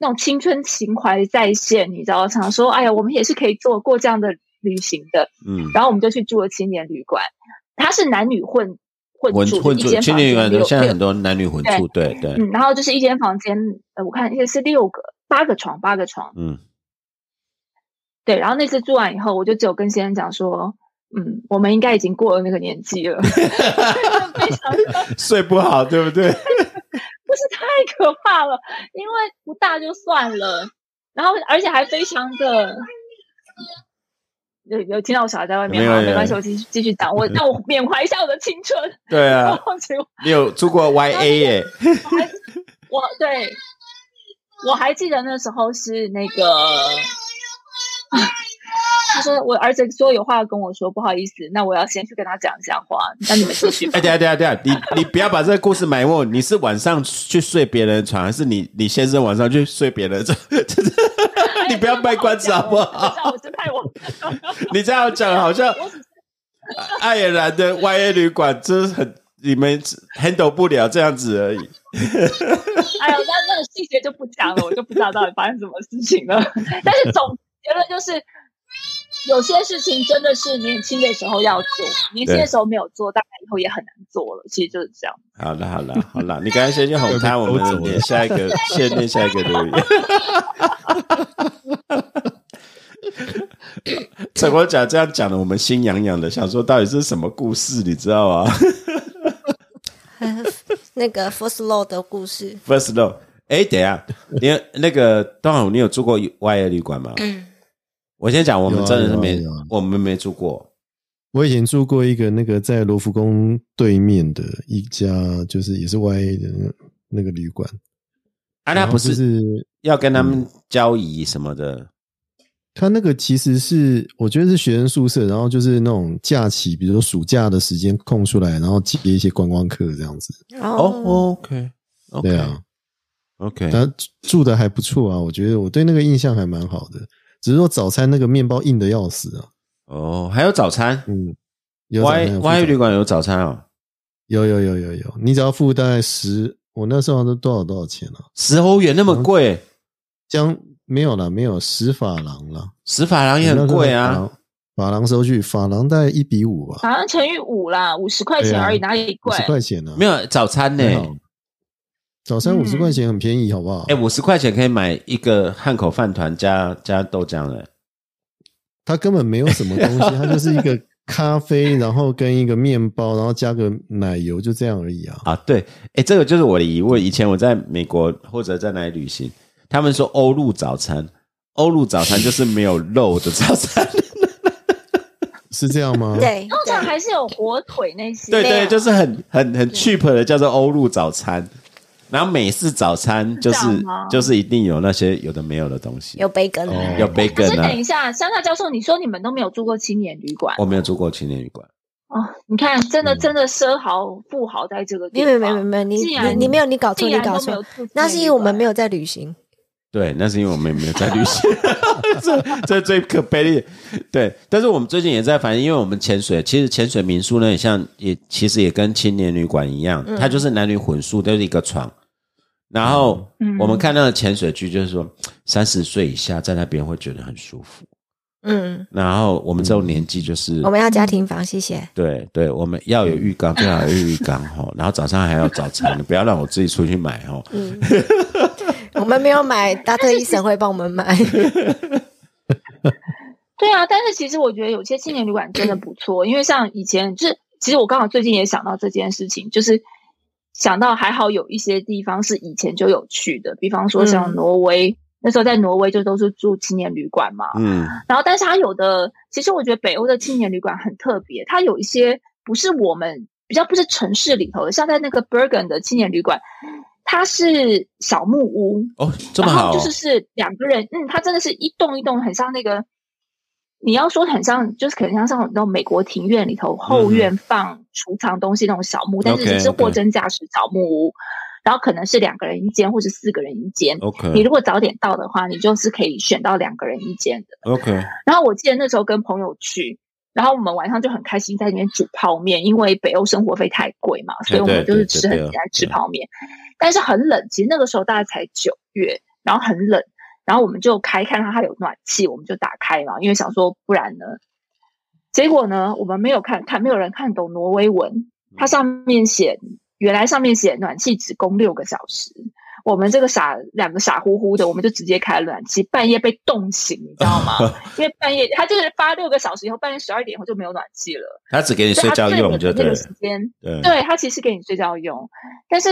[SPEAKER 5] 那种青春情怀再现，你知道，想说，哎呀，我们也是可以做过这样的旅行的。
[SPEAKER 2] 嗯，
[SPEAKER 5] 然后我们就去住了青年旅馆，它是男女混混
[SPEAKER 2] 混
[SPEAKER 5] 住的，
[SPEAKER 2] 混
[SPEAKER 5] 一
[SPEAKER 2] 住
[SPEAKER 5] 间
[SPEAKER 2] 青
[SPEAKER 5] 房
[SPEAKER 2] 年旅
[SPEAKER 5] 间
[SPEAKER 2] 馆
[SPEAKER 5] 六
[SPEAKER 2] 的现在
[SPEAKER 5] 六
[SPEAKER 2] 很多男女混住，对对，
[SPEAKER 5] 嗯，然后就是一间房间，呃，我看应该是六个八个床，八个床。
[SPEAKER 2] 嗯
[SPEAKER 5] 对，然后那次住完以后，我就只有跟先生讲说，嗯，我们应该已经过了那个年纪了， 非常的
[SPEAKER 2] 睡不好，对不对？
[SPEAKER 5] 不是太可怕了，因为不大就算了，然后而且还非常的。有有听到我小孩在外面
[SPEAKER 2] 没有
[SPEAKER 5] 吗？
[SPEAKER 2] 没有
[SPEAKER 5] 没关系，我继续继续讲。我让我缅怀一下我的青春。
[SPEAKER 2] 对
[SPEAKER 5] 然
[SPEAKER 2] 啊，
[SPEAKER 5] 后结果
[SPEAKER 2] 你有住 过 YA 耶？
[SPEAKER 5] 我对，我还记得那时候是那个，他说我儿子说有话要跟我说，不好意思，那我要先去跟他讲一下话，那你们继续吧
[SPEAKER 2] 哎，。等一下等一下等一下，你你不要把这个故事埋没。你是晚上去睡别人的床，还是你你先生晚上去睡别人的床？ 你不要卖关子好不好？
[SPEAKER 5] 哎我知道？我知道我知道我知道
[SPEAKER 2] 你这样讲好像爱尔兰的 YA 旅馆，就是很你们 handle 不了这样子而已。
[SPEAKER 5] 哎呦，那那个细节就不讲了，我就不知道到底发生什么事情了。但是总结论就是，有些事情真的是年轻的时候要做，年轻的时候没有做，大概以后也很难做了。其实就是这样。
[SPEAKER 2] 好了好了好了，你刚才先去哄他，我们念下一个，先念下一个留言。陈国甲这样讲的，我们心痒痒的，想说到底是什么故事，你知道吗
[SPEAKER 3] 那个 First Law 的故事，
[SPEAKER 2] ？First Love，哎，等一下，你那个段好，你有住过 YA 旅馆吗？我先讲，我们
[SPEAKER 4] 有啊
[SPEAKER 2] 真的是
[SPEAKER 4] 有啊
[SPEAKER 2] 没
[SPEAKER 4] 有啊，
[SPEAKER 2] 我们没住过。
[SPEAKER 4] 我以前住过一个那个在罗浮宫对面的一家，就是也是 YA 的那个旅馆。
[SPEAKER 2] 啊，那
[SPEAKER 4] 然后
[SPEAKER 2] 不
[SPEAKER 4] 就是是
[SPEAKER 2] 要跟他
[SPEAKER 4] 嗯
[SPEAKER 2] 们交易什么的，
[SPEAKER 4] 他那个其实是我觉得是学生宿舍，然后就是那种假期，比如说暑假的时间空出来，然后接一些观光客这样子。
[SPEAKER 3] 然
[SPEAKER 2] 哦
[SPEAKER 3] 后
[SPEAKER 2] ，OK，
[SPEAKER 4] 对啊，
[SPEAKER 2] ，OK，
[SPEAKER 4] 他住的还不错啊，我觉得我对那个印象还蛮好的。只是说早餐那个面包硬的要死啊，
[SPEAKER 2] 哦，还有早餐
[SPEAKER 4] 嗯，有早餐
[SPEAKER 2] ，Y
[SPEAKER 4] 有
[SPEAKER 2] Y 旅
[SPEAKER 4] 有
[SPEAKER 2] 馆有早餐哦，
[SPEAKER 4] 有有有有有，你只要付大概十，我那时候好像多少多少钱啊？
[SPEAKER 2] 十欧元那么
[SPEAKER 4] 嗯
[SPEAKER 2] 贵，
[SPEAKER 4] 将没有啦，没有十法郎啦，
[SPEAKER 2] 十法郎也很贵啊，
[SPEAKER 4] 法郎收据，法郎大概一比五吧，
[SPEAKER 5] 好像乘以五啦，五十块
[SPEAKER 4] 对
[SPEAKER 5] 钱
[SPEAKER 4] 啊
[SPEAKER 5] 而已，哪里
[SPEAKER 4] 五
[SPEAKER 5] 贵？
[SPEAKER 4] 十块钱呢、啊，
[SPEAKER 2] 没有早餐呢、
[SPEAKER 4] 还好早餐五十块钱很便宜，好不好？
[SPEAKER 2] 哎，五十块钱可以买一个汉口饭团加加豆浆了。
[SPEAKER 4] 它根本没有什么东西，它就是一个咖啡，然后跟一个面包，然后加个奶油，就这样而已啊。
[SPEAKER 2] 啊，对，哎，这个就是我的疑问。以前我在美国或者在哪里旅行，他们说欧陆早餐，欧陆早餐就是没有肉的早餐，
[SPEAKER 4] 是这样吗？
[SPEAKER 2] 哦
[SPEAKER 3] 对，
[SPEAKER 5] 通常
[SPEAKER 3] 对
[SPEAKER 5] 还是有火腿那些。啊
[SPEAKER 2] 对
[SPEAKER 3] 没
[SPEAKER 2] 对，
[SPEAKER 3] 有
[SPEAKER 2] 就是很很很 cheap 的叫做欧陆早餐，然后美式早餐就是
[SPEAKER 5] 是这样吗
[SPEAKER 2] 就是一定有那些有的没有的东西，
[SPEAKER 3] 有培根，
[SPEAKER 4] 哦
[SPEAKER 2] 有
[SPEAKER 5] 可是
[SPEAKER 2] bacon
[SPEAKER 5] 等
[SPEAKER 2] 啊
[SPEAKER 5] 一，下，香娜教授，你说你们都没有住过青年旅馆
[SPEAKER 2] 我没有住过青年旅馆，
[SPEAKER 5] 哦？你看，真
[SPEAKER 2] 嗯
[SPEAKER 5] 的真的奢豪富豪在这个地
[SPEAKER 3] 没
[SPEAKER 5] 方，
[SPEAKER 3] 有没有没有没有，你
[SPEAKER 5] 既然
[SPEAKER 3] 你你没有你搞错，
[SPEAKER 5] 竟
[SPEAKER 3] 你
[SPEAKER 5] 然
[SPEAKER 3] 搞
[SPEAKER 5] 都没
[SPEAKER 3] 错
[SPEAKER 5] 有，住青年旅馆，
[SPEAKER 3] 那是因为我们没有在旅行。
[SPEAKER 2] 对，那是因为我们没有在旅行， 这这最可悲的。对，但是我们最近也在反映，因为我们潜水，其实潜水民宿呢，也像也其实也跟青年旅馆一样，它就是男女混宿，都是一个床。然后我们看到的潜水区，就是说三十岁以下在那边会觉得很舒服，
[SPEAKER 3] 嗯，
[SPEAKER 2] 然后我们这种年纪就是嗯
[SPEAKER 3] 我们要家庭房，谢谢。
[SPEAKER 2] 对对，我们要有浴缸，最好有浴缸吼， 然后早上还要早餐，你不要让我自己出去买吼。
[SPEAKER 3] 嗯，我们没有 买，大特医生会帮我们 买。
[SPEAKER 5] 对啊，但是其实我觉得有些青年旅馆真的不错，因为像以前就是，其实我刚好最近也想到这件事情，就是想到还好有一些地方是以前就有去的，比方说像
[SPEAKER 3] 嗯
[SPEAKER 5] 挪威，那时候在挪威就都是住青年旅馆嘛，
[SPEAKER 2] 嗯，
[SPEAKER 5] 然后，但是它有的，其实我觉得北欧的青年旅馆很特别，它有一些不是我们比较不是城市里头的，像在那个 Bergen 的青年旅馆，它是小木屋，
[SPEAKER 2] 哦，这么
[SPEAKER 5] 然
[SPEAKER 2] 好哦、
[SPEAKER 5] 后就是是两个人，嗯，它真的是一栋一栋，很像那个，你要说很像，就是可能像像那种美国庭院里头后院放储藏东西那种小木屋，但是只是
[SPEAKER 2] 嗯 OK，OK
[SPEAKER 5] 货真价实小木屋，然后可能是两个人一间或者四个人一间。
[SPEAKER 2] OK
[SPEAKER 5] 你如果早点到的话，你就是可以选到两个人一间的。
[SPEAKER 2] OK，
[SPEAKER 5] 然后我记得那时候跟朋友去，然后我们晚上就很开心在里面煮泡面，因为北欧生活费太贵嘛，所以
[SPEAKER 2] 哎
[SPEAKER 5] 我
[SPEAKER 2] 对
[SPEAKER 5] 们就
[SPEAKER 2] 对对
[SPEAKER 5] 是吃很
[SPEAKER 2] 对
[SPEAKER 5] 简单吃
[SPEAKER 2] 对
[SPEAKER 5] 泡面。但是很冷，其实那个时候大概才九月，然后很冷，然后我们就开看到它有暖气，我们就打开嘛，因为想说不然呢。结果呢，我们没有看看，没有人看懂挪威文，
[SPEAKER 2] 嗯
[SPEAKER 5] 它上面写原来上面写暖气只供六个小时。我们这个傻两个傻乎乎的，我们就直接开了暖气，半夜被冻醒，你知道吗？因为半夜他就是发六个小时以后，半夜十二点以后就没有暖气了，
[SPEAKER 2] 他只给你
[SPEAKER 5] 所以
[SPEAKER 2] 睡
[SPEAKER 5] 他
[SPEAKER 2] 觉
[SPEAKER 5] 最
[SPEAKER 2] 用
[SPEAKER 5] 冷
[SPEAKER 2] 就对
[SPEAKER 5] 的那
[SPEAKER 2] 了嗯
[SPEAKER 5] 个时间，
[SPEAKER 2] 对
[SPEAKER 5] 对他其实给你睡觉用，但是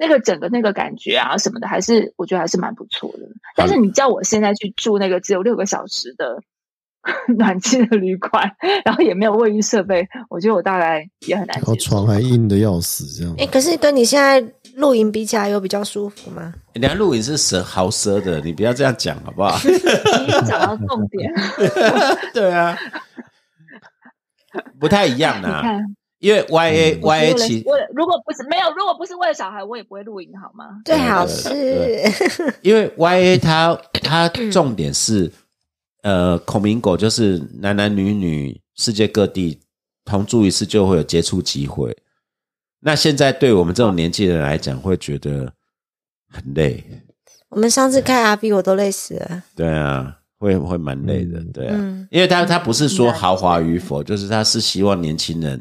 [SPEAKER 5] 那个整个那个感觉啊什么的，还是我觉得还是蛮不错的。但是你叫我现在去住那个只有六个小时的 暖气的旅馆，然后也没有卫浴设备，我觉得我大概也很难
[SPEAKER 4] 然后
[SPEAKER 5] 接受。
[SPEAKER 4] 床还硬的要死，这样
[SPEAKER 3] 哎、可是跟你现在露营比起来，有比较舒服吗？
[SPEAKER 2] 人家露营是蛇豪奢的，你不要这样讲好不 好？
[SPEAKER 5] 你有讲到重 点，
[SPEAKER 2] 对啊，不太一样
[SPEAKER 5] 你
[SPEAKER 2] 啊，
[SPEAKER 5] 看，
[SPEAKER 2] 因为 Y A
[SPEAKER 5] 我
[SPEAKER 2] Y
[SPEAKER 5] 为
[SPEAKER 2] A
[SPEAKER 5] 了
[SPEAKER 2] 其
[SPEAKER 5] 为了如果不是没有，如果不是为了小孩，我也不会露营，好吗？
[SPEAKER 3] 最
[SPEAKER 2] 对
[SPEAKER 3] 好
[SPEAKER 2] 对
[SPEAKER 3] 是
[SPEAKER 2] 对因为 Y A 它它重点是呃，孔明狗就是男男女女世界各地同住一次就会有接触机会。那现在对我们这种年纪的人来讲，会觉得很累，
[SPEAKER 3] 我们上次开 RV 我都累死了。
[SPEAKER 2] 对啊，会会蛮累的，
[SPEAKER 4] 嗯
[SPEAKER 2] 对啊，
[SPEAKER 3] 嗯，
[SPEAKER 2] 因为他他不是说豪华与否，就是他是希望年轻人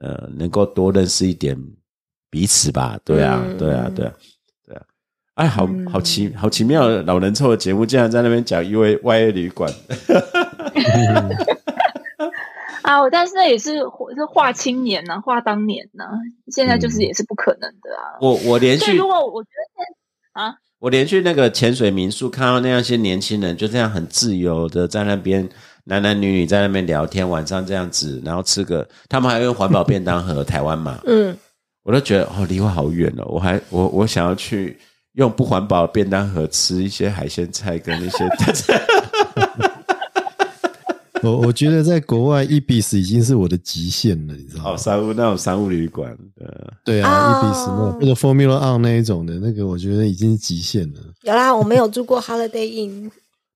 [SPEAKER 2] 呃能够多认识一点彼此吧，对啊，
[SPEAKER 3] 嗯
[SPEAKER 2] 对啊，对啊，对啊，哎，好
[SPEAKER 5] 嗯
[SPEAKER 2] 好奇好奇妙，老人臭的节目竟然在那边讲因为外业旅馆，
[SPEAKER 5] 啊，我但是那也是活是画青年呐、画当年呐、现在就是
[SPEAKER 4] 嗯
[SPEAKER 5] 也是不可能的啊。
[SPEAKER 2] 我我连
[SPEAKER 5] 所以
[SPEAKER 2] 续
[SPEAKER 5] 如果我觉得现在
[SPEAKER 2] 我连去那个潜水民宿，看到那样一些年轻人就这样很自由的在那边男男女女在那边聊天，晚上这样子，然后吃个，他们还用环保便当盒台湾嘛，
[SPEAKER 3] 嗯，
[SPEAKER 2] 我都觉得哦，离我好远哦，我还我我想要去用不环保的便当盒吃一些海鲜菜跟那 些，
[SPEAKER 4] 我我觉得在国外一比十已经是我的极限了，你知道
[SPEAKER 2] 哦，
[SPEAKER 4] 吗？
[SPEAKER 2] 商务那种商务旅馆，呃，
[SPEAKER 4] 对
[SPEAKER 3] 哦
[SPEAKER 4] 啊，一比十那那个 Formula On 那一种的那个，我觉得已经是极限了。
[SPEAKER 3] 有啦，我们有住过 Holiday Inn，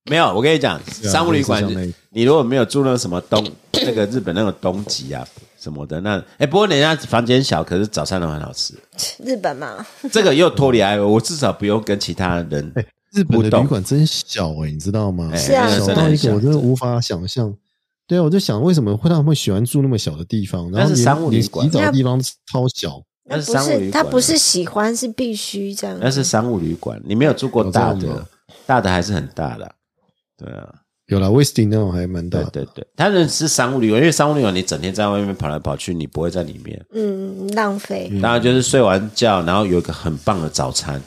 [SPEAKER 2] 没有，我跟你讲，
[SPEAKER 4] 对啊
[SPEAKER 2] 商务旅馆
[SPEAKER 4] 就是像那一，
[SPEAKER 2] 你如果没有住那个什么东，那个日本那种东极啊什么的，那哎，不过人家房间小，可是早餐都很好 吃。
[SPEAKER 3] 日本嘛，
[SPEAKER 2] 这个又脱离 I O，我至少不用跟其他人。
[SPEAKER 4] 日本
[SPEAKER 2] 互
[SPEAKER 4] 的
[SPEAKER 2] 动
[SPEAKER 4] 旅馆真小哎、你知道吗？
[SPEAKER 2] 哎
[SPEAKER 3] 是啊
[SPEAKER 4] 小
[SPEAKER 3] 真的
[SPEAKER 4] 到
[SPEAKER 2] 很
[SPEAKER 4] 一个我
[SPEAKER 2] 小
[SPEAKER 4] 真的无法想象。对啊，我就想为什么会他们会喜欢住那么小的地方，然
[SPEAKER 2] 但
[SPEAKER 4] 后
[SPEAKER 2] 是
[SPEAKER 4] 连
[SPEAKER 2] 商务旅
[SPEAKER 4] 连洗
[SPEAKER 2] 馆
[SPEAKER 4] 澡的地方超小。
[SPEAKER 2] 那是
[SPEAKER 3] 不
[SPEAKER 2] 商务旅
[SPEAKER 3] 是他
[SPEAKER 2] 馆，啊
[SPEAKER 3] 不是，喜欢，是必须这样。
[SPEAKER 2] 那是商务旅馆。你没有住过大
[SPEAKER 4] 有这样
[SPEAKER 2] 的
[SPEAKER 4] 吗，
[SPEAKER 2] 大的还是很大的啊。对啊，
[SPEAKER 4] 有啦 w e s t i n 那种还蛮大
[SPEAKER 2] 对
[SPEAKER 4] 的，
[SPEAKER 2] 对对，他们是商务旅馆，因为商务旅馆你整天在外面跑来跑去，你不会在里面。
[SPEAKER 3] 嗯，浪费，
[SPEAKER 2] 当然就是睡完觉，然后有一个很棒的早餐，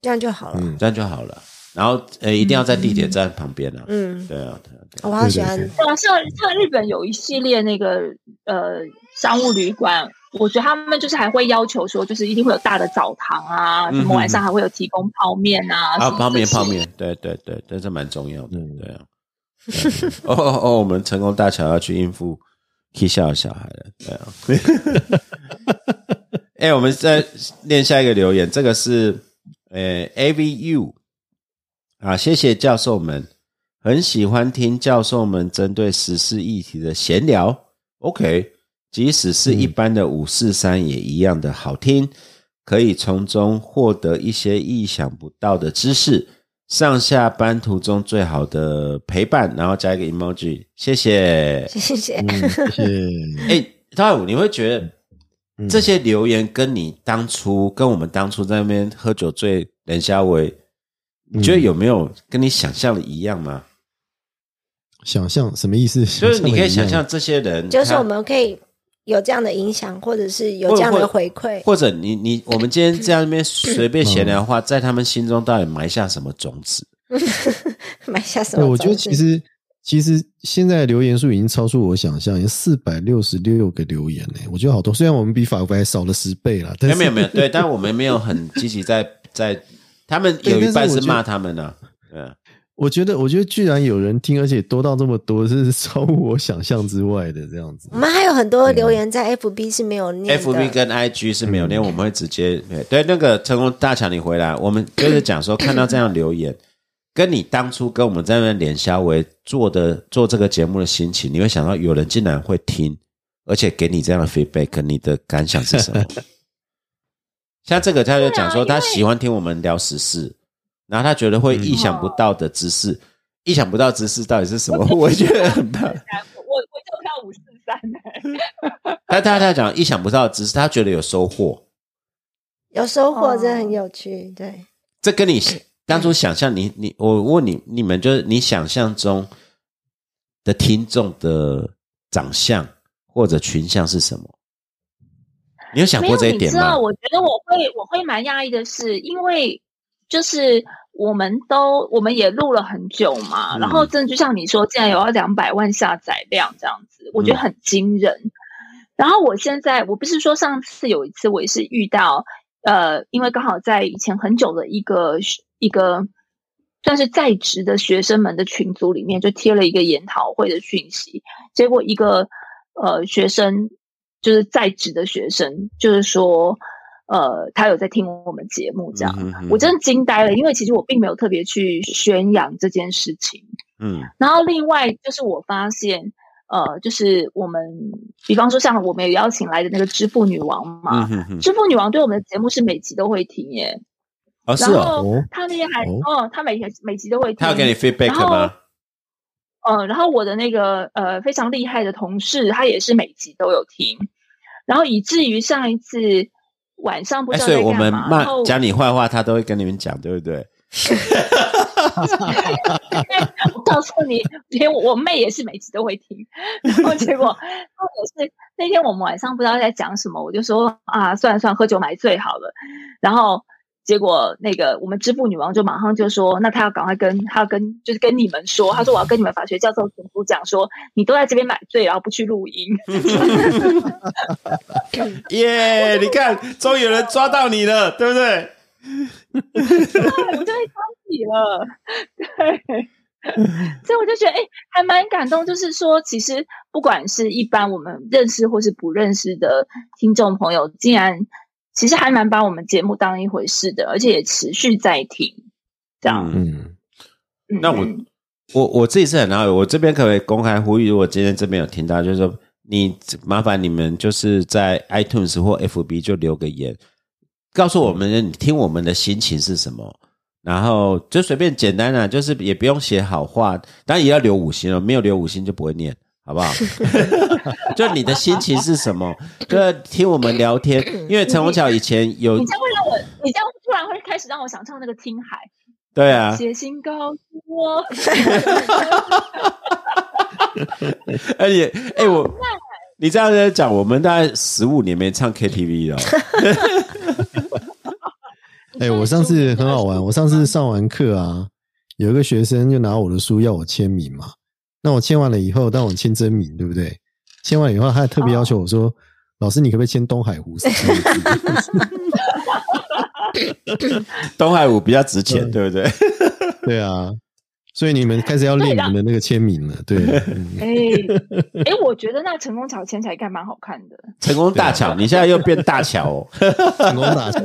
[SPEAKER 3] 这样就好了。
[SPEAKER 4] 嗯
[SPEAKER 2] 这样就好了。然后呃，一定要在地铁站旁边啊。
[SPEAKER 3] 嗯，
[SPEAKER 2] 对啊，对啊，对啊
[SPEAKER 3] 我好喜欢
[SPEAKER 4] 对对
[SPEAKER 5] 对啊，像像日本有一系列那个呃商务旅馆，我觉得他们就是还会要求说，就是一定会有大的澡堂啊，
[SPEAKER 2] 嗯
[SPEAKER 5] 什么晚上还会有提供泡面啊，
[SPEAKER 2] 啊，
[SPEAKER 5] 什么
[SPEAKER 2] 泡面
[SPEAKER 5] 这些
[SPEAKER 2] 泡。面，对对对，这是蛮重要的，
[SPEAKER 4] 嗯
[SPEAKER 2] 对啊。对啊哦哦哦，我们成功大桥要去应付 K 笑的小孩了，对啊。 哎、我们再念下一个留言，这个是呃 AVU 啊，谢谢教授们，很喜欢听教授们针对时事议题的闲聊。OK，即使是
[SPEAKER 4] 嗯
[SPEAKER 2] 一般的五四三也一样的好听，可以从中获得一些意想不到的知识。上下班途中最好的陪伴，然后加一个 emoji，谢谢。
[SPEAKER 3] 谢谢。
[SPEAKER 4] 嗯，谢谢。
[SPEAKER 2] 哎，大武，你会觉得
[SPEAKER 4] 嗯
[SPEAKER 2] 这些留言跟你当初跟我们当初在那边喝酒醉冷下围，你觉得有没有跟你想象的一样吗？
[SPEAKER 4] 想象什么意思？
[SPEAKER 2] 就是你可以
[SPEAKER 4] 的
[SPEAKER 2] 想
[SPEAKER 4] 一样
[SPEAKER 2] 象这些人，
[SPEAKER 3] 就是
[SPEAKER 2] 他
[SPEAKER 3] 我们可以有这样的影响，或者是有这样的回馈。
[SPEAKER 2] 或者你你我们今天在那边随便闲聊的话，在他们心中到底埋下什么种子？
[SPEAKER 3] 买下什
[SPEAKER 4] 对，
[SPEAKER 3] 么？
[SPEAKER 4] 我觉得其，实其实现在的留言数已经超出我想象，有四百六十六个留言呢、我觉得好多。虽然我们比法国还少了十倍啦，但
[SPEAKER 2] 哎，
[SPEAKER 4] 是
[SPEAKER 2] 没有没有，对，但我们没有很积极在在，他们有一半是骂他们呢，嗯，
[SPEAKER 4] 我觉得我觉得居然有人听，而且多到这么多，是超乎我想象之外的这样子
[SPEAKER 3] 我。们还有很多留言在 FB 是没有念的。
[SPEAKER 2] F B 跟 I G 是没有，连我们会直接对对那个成功大强，你回来，我们就是讲说看到这样留言，跟你当初跟我们在那边连销为做的做这个节目的心情，你会想到有人竟然会听，而且给你这样的 feedback，你的感想是什么？像这个他就讲说
[SPEAKER 5] 对啊
[SPEAKER 2] 他
[SPEAKER 5] 因为
[SPEAKER 2] 喜欢听我们聊时事，然后他觉得会意想不到的知识，意想不到知识到底是什么？我觉得很大。
[SPEAKER 5] 我我就跳五四三哎，
[SPEAKER 2] 他他他讲意想不到的知识，他觉得有收获。
[SPEAKER 3] 有收获，
[SPEAKER 5] 哦
[SPEAKER 3] 真的很有趣。对，
[SPEAKER 2] 这跟你当初想象你你我问你，你们就是你想象中的听众的长相或者群像是什么？你有想
[SPEAKER 5] 没
[SPEAKER 2] 过
[SPEAKER 5] 有
[SPEAKER 2] 这一
[SPEAKER 5] 你
[SPEAKER 2] 点
[SPEAKER 5] 知道，
[SPEAKER 2] 吗？
[SPEAKER 5] 我觉得我会我会蛮讶异的是，因为就是我们都我们也录了很久嘛，
[SPEAKER 2] 嗯
[SPEAKER 5] 然后真的就像你说，竟然有要两百万下载量这样子，
[SPEAKER 2] 嗯
[SPEAKER 5] 我觉得很惊人。然后我现在我不是说上次有一次我也是遇到，呃，因为刚好在以前很久的一个一个算是在职的学生们的群组里面，就贴了一个研讨会的讯息，结果一个呃学生就是在职的学生，就是说呃他有在听我们节目这样，
[SPEAKER 2] 嗯哼
[SPEAKER 5] 我真的惊呆了，因为其实我并没有特别去宣扬这件事情。
[SPEAKER 2] 嗯
[SPEAKER 5] 然后另外就是我发现，呃，就是我们，比方说像我们有邀请来的那个支付女王嘛，
[SPEAKER 2] 嗯哼哼，
[SPEAKER 5] 支付女王对我们的节目是每集都会听耶，
[SPEAKER 2] 哦是
[SPEAKER 5] 然
[SPEAKER 2] 哦，
[SPEAKER 5] 后
[SPEAKER 4] 哦
[SPEAKER 5] 她那天还，
[SPEAKER 4] 哦
[SPEAKER 5] 哦，她每天每集都会听，
[SPEAKER 2] 他要给你 feedback
[SPEAKER 5] 然
[SPEAKER 2] 吗
[SPEAKER 5] 后？呃，然后我的那个呃非常厉害的同事，他也是每集都有听，然后以至于上一次晚上不
[SPEAKER 2] 哎，
[SPEAKER 5] 知道
[SPEAKER 2] 所以
[SPEAKER 5] 在
[SPEAKER 2] 我
[SPEAKER 5] 干
[SPEAKER 2] 们
[SPEAKER 5] 嘛，然
[SPEAKER 2] 骂
[SPEAKER 5] 后
[SPEAKER 2] 讲你坏话，他都会跟你们讲，对不对？
[SPEAKER 5] 我告诉你，连我我妹也是每集都会听，然后结果或者是那天我们晚上不知道在讲什么，我就说啊，算了算了，喝酒买醉好了。然后结果那个我们支付女王就马上就说，那她要赶快跟她要跟就是跟你们说，她说我要跟你们法学教授群组讲说，你都在这边买醉，然后不去录音。
[SPEAKER 2] 耶！你看，终于有人抓到你了，对不对？
[SPEAKER 5] 我就被恭喜了， 对。所以我就觉得，哎、还蛮感动。就是说，其实不管是一般我们认识或是不认识的听众朋友，竟然其实还蛮把我们节目当一回事的，而且也持续在听。这样，
[SPEAKER 2] 嗯
[SPEAKER 4] 嗯，
[SPEAKER 5] 嗯、
[SPEAKER 2] 那我
[SPEAKER 5] 嗯
[SPEAKER 2] 我我自己是很好友，我这边可不可以公开呼吁？如果今天这边有听到，就是说你麻烦你们就是在 iTunes 或 FB 就留个言，告诉我们你听我们的心情是什么。然后就随便简单啊，就是也不用写好话，当然也要留五星哦，没有留五星就不会念，好不好？ 就你的心情是什么？就是听我们聊天，因为陈宏桥以前有
[SPEAKER 5] 你这样会让我，你这样突然会开始让我想唱那个《听海
[SPEAKER 2] 对啊》，，
[SPEAKER 5] 写信告诉 我，
[SPEAKER 2] 而且，哎、我你这样在讲，我们大概十五年没唱 KTV 了哦。
[SPEAKER 4] 哎、我上次很好玩，我上
[SPEAKER 5] 嗯
[SPEAKER 4] 次上完课啊，有一个学生就拿我的书要我签名嘛，那我签完了以后，但我签真名对不对？签完以后，他还特别要求我说：“老师，你可不可以签东海湖四个字
[SPEAKER 2] 东海舞比较值钱，
[SPEAKER 4] 嗯
[SPEAKER 2] 对不对？
[SPEAKER 4] 对啊，所以你们开始要练你们的那个签名了，对，嗯
[SPEAKER 5] 哎、哎、我觉得那成功桥牵起来应该蛮好看的。
[SPEAKER 2] 成功大桥，你现在又变大桥哦。
[SPEAKER 4] 成功打成。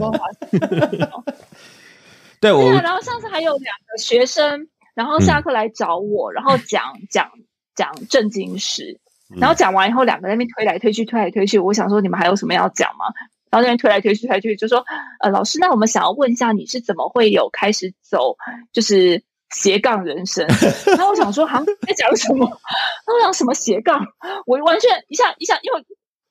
[SPEAKER 2] 对我
[SPEAKER 5] 对啊，然后上次还有两个学生，然后下课来找
[SPEAKER 2] 嗯
[SPEAKER 5] 我，然后讲讲讲正经事，
[SPEAKER 2] 嗯
[SPEAKER 5] 然后讲完以后，两个在那边推来推去，推来推去。我想说，你们还有什么要讲吗？然后那边推来推去，推来推去，就说，呃，老师，那我们想要问一下，你是怎么会有开始走就是斜杠人 生？然后我想说，哈，在讲什么？ 然后我想什么斜杠？我完全一下一下，因为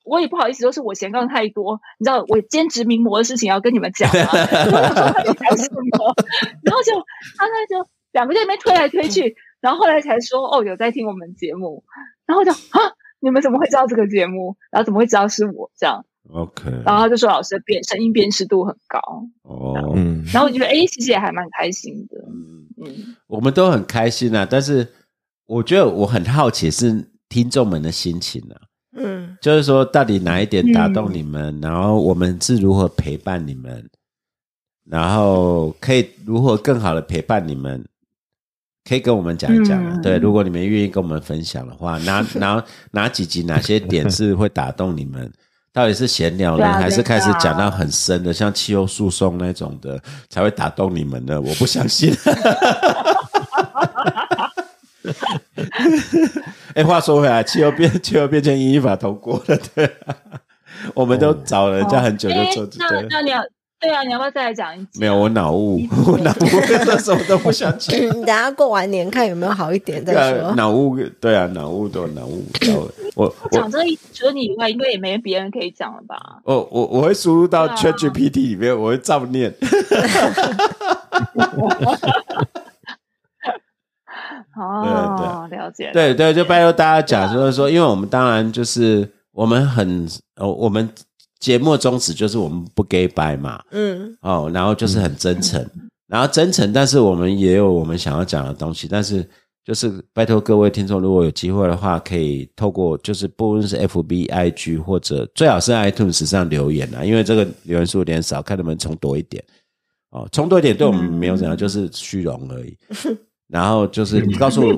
[SPEAKER 5] 我也不好意思说是我斜杠太多，你知道我兼职名模的事情要跟你们讲吗？ 然后我想说到底讲什么？ 然后就他那就两个在那边推来推去，然后后来才说哦有在听我们节目，然后我就啊你们怎么会知道这个节目？然后怎么会知道是我这样？
[SPEAKER 2] OK
[SPEAKER 5] 然后他就说老师的辨声音辨识度很高，
[SPEAKER 2] 哦，
[SPEAKER 4] 嗯，
[SPEAKER 5] 然后我就觉得哎其实也还蛮开心的，
[SPEAKER 2] 嗯
[SPEAKER 5] 嗯，
[SPEAKER 2] 我们都很开心啊。但是我觉得我很好奇是听众们的心情啊，
[SPEAKER 3] 嗯，
[SPEAKER 2] 就是说到底哪一点打动你们，然后我们是如何陪伴你们，然后可以如何更好的陪伴你们，可以跟我们讲一讲啊、
[SPEAKER 5] 嗯
[SPEAKER 2] 对，如果你们愿意跟我们分享的 话，哪哪哪几集哪些点是会打动你们？到底是闲聊呢，
[SPEAKER 5] 对啊
[SPEAKER 2] 还是开始
[SPEAKER 5] 对啊
[SPEAKER 2] 讲到很深的，像气候诉讼那种的，才会打动你们呢？我不相 信。哎、话说回来，气候变气候变迁英译法通过了，对、啊我们都找了人家很久就
[SPEAKER 5] 哦哎
[SPEAKER 2] 做，
[SPEAKER 5] 那
[SPEAKER 2] 对，
[SPEAKER 5] 那你要对啊你要不要再来讲一集？
[SPEAKER 2] 没有我脑雾， 我脑雾，这什么都不想 讲。
[SPEAKER 3] 你等下过完年看有没有好一点再
[SPEAKER 2] 对啊，
[SPEAKER 3] 说。
[SPEAKER 2] 脑雾，对啊，脑雾都有脑雾。我我
[SPEAKER 5] 讲这一除了你以外，应该也没别人可以讲了吧？
[SPEAKER 2] 我我我会输入到
[SPEAKER 5] 对啊
[SPEAKER 2] ChatGPT 里面，我会照念。
[SPEAKER 5] 哦，了解了，
[SPEAKER 2] 对对，就拜托大家讲，就是说，因为我们当然就是我们很，呃，我们节目宗旨就是我们不 gay 白嘛，
[SPEAKER 3] 嗯
[SPEAKER 2] 哦，然后就是很真诚，然后真诚，但是我们也有我们想要讲的东西，但是就是拜托各位听众，如果有机会的话，可以透过就是不论是 FB、IG 或者最好是 iTunes 上留言啊，因为这个留言数有点少，看能不能冲多一点哦，冲多一点对我们没有怎样，就是虚荣而已。然后就是告诉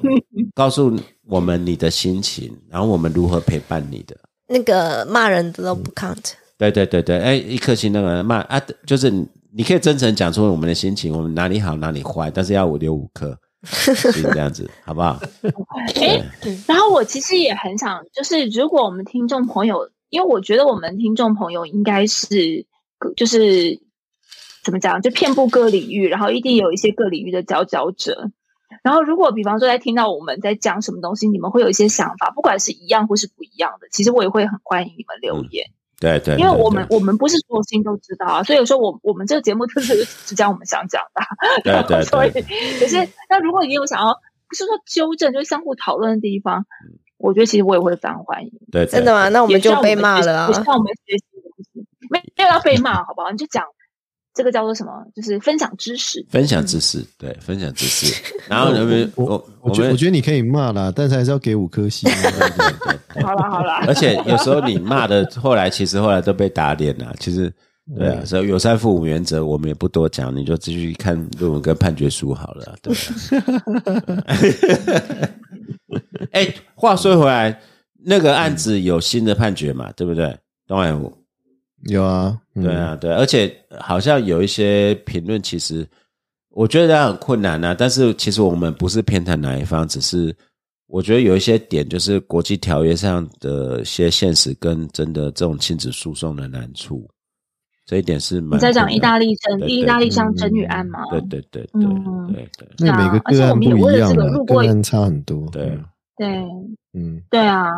[SPEAKER 2] 告诉我们你的心情，然后我们如何陪伴你的。
[SPEAKER 3] 那个骂人的都不 count。
[SPEAKER 2] 对对对对，哎，一颗星那个骂啊，就是你你可以真诚讲出我们的心情，我们哪里好哪里坏，但是要我留五颗，就是这样子，好不 好？
[SPEAKER 5] 哎，然后我其实也很想，就是如果我们听众朋友，因为我觉得我们听众朋友应该是就是怎么讲，就遍布各领域，然后一定有一些各领域的佼佼者。然后，如果比方说在听到我们在讲什么东西，你们会有一些想法，不管是一样或是不一样的，其实我也会很欢迎你们留言。
[SPEAKER 2] 对对，
[SPEAKER 5] 因为我们
[SPEAKER 2] 对
[SPEAKER 5] 我们不是所有事情都知道啊，所以有时候我我们这个节目就是只讲我们想讲的啊，
[SPEAKER 2] 对对
[SPEAKER 5] 所以
[SPEAKER 2] 对，
[SPEAKER 5] 可是那如果你有想要不是说纠正，就是相互讨论的地方，
[SPEAKER 2] 嗯
[SPEAKER 5] 我觉得其实我也会非常欢迎。
[SPEAKER 2] 对
[SPEAKER 3] 真的？吗？那我
[SPEAKER 5] 我
[SPEAKER 3] 们就被骂了
[SPEAKER 5] 也
[SPEAKER 3] 啊
[SPEAKER 5] 希！望我们学习的东西，没没有要被骂，好不好？你就讲这个叫做什么，就是分享知识。
[SPEAKER 2] 分享知识，对，分享知识。然后我们
[SPEAKER 4] 我
[SPEAKER 2] 我
[SPEAKER 4] 我觉得
[SPEAKER 2] 们
[SPEAKER 4] 我觉得你可以骂啦，但是还是要给五颗星啊。
[SPEAKER 5] 好啦好 啦，
[SPEAKER 2] 而且有时候你骂的，后来其实后来都被打脸了、其实，对啊，所以友善父母原则我们也不多讲，你就继续看论文跟判决书好了啊、对啊。 哎、话说回来，那个案子有新的判决嘛？对不对？东海湖。
[SPEAKER 4] 有啊，嗯
[SPEAKER 2] 对啊，对啊，而且好像有一些评论，其实我觉得很困难啊。但是其实我们不是偏袒哪一方，只是我觉得有一些点，就是国际条约上的一些现实跟真的这种亲子诉讼的难处，这一点是蛮。
[SPEAKER 5] 你在讲意大利争
[SPEAKER 2] 对对嗯
[SPEAKER 5] 意大利像真女案吗？
[SPEAKER 2] 对对对对
[SPEAKER 5] 嗯
[SPEAKER 2] 对对
[SPEAKER 4] 那每个个案不
[SPEAKER 5] 而且我们
[SPEAKER 4] 一
[SPEAKER 5] 也为了
[SPEAKER 4] 样
[SPEAKER 5] 这个
[SPEAKER 4] 啦
[SPEAKER 5] 路，过
[SPEAKER 4] 个案差很多。
[SPEAKER 2] 对，
[SPEAKER 5] 对
[SPEAKER 4] 嗯，
[SPEAKER 5] 对啊，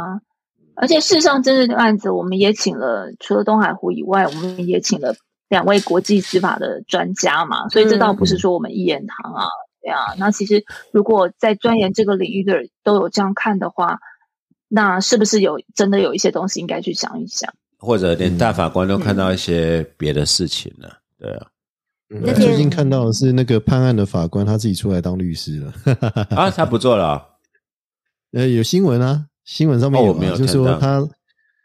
[SPEAKER 5] 而且事实上，真正的案子，我们也请了除了东海湖以外，我们也请了两位国际司法的专家嘛，所以这倒不是说我们一言堂啊，对啊。那其实如果在钻研这个领域的人都有这样看的话，那是不是有真的有一些东西应该去想一想？
[SPEAKER 2] 或者连大法官都看到一些别的事情 了、对啊。
[SPEAKER 4] 嗯
[SPEAKER 3] 那天
[SPEAKER 4] 最近看到的是那个判案的法官他自己出来当律师了。
[SPEAKER 2] 啊，他不做了哦、
[SPEAKER 4] 呃，有新闻啊，新闻上面
[SPEAKER 2] 哦
[SPEAKER 4] 有
[SPEAKER 2] 我没
[SPEAKER 4] 啊、
[SPEAKER 2] 有
[SPEAKER 4] 就
[SPEAKER 2] 看
[SPEAKER 4] 说
[SPEAKER 2] 到
[SPEAKER 4] 他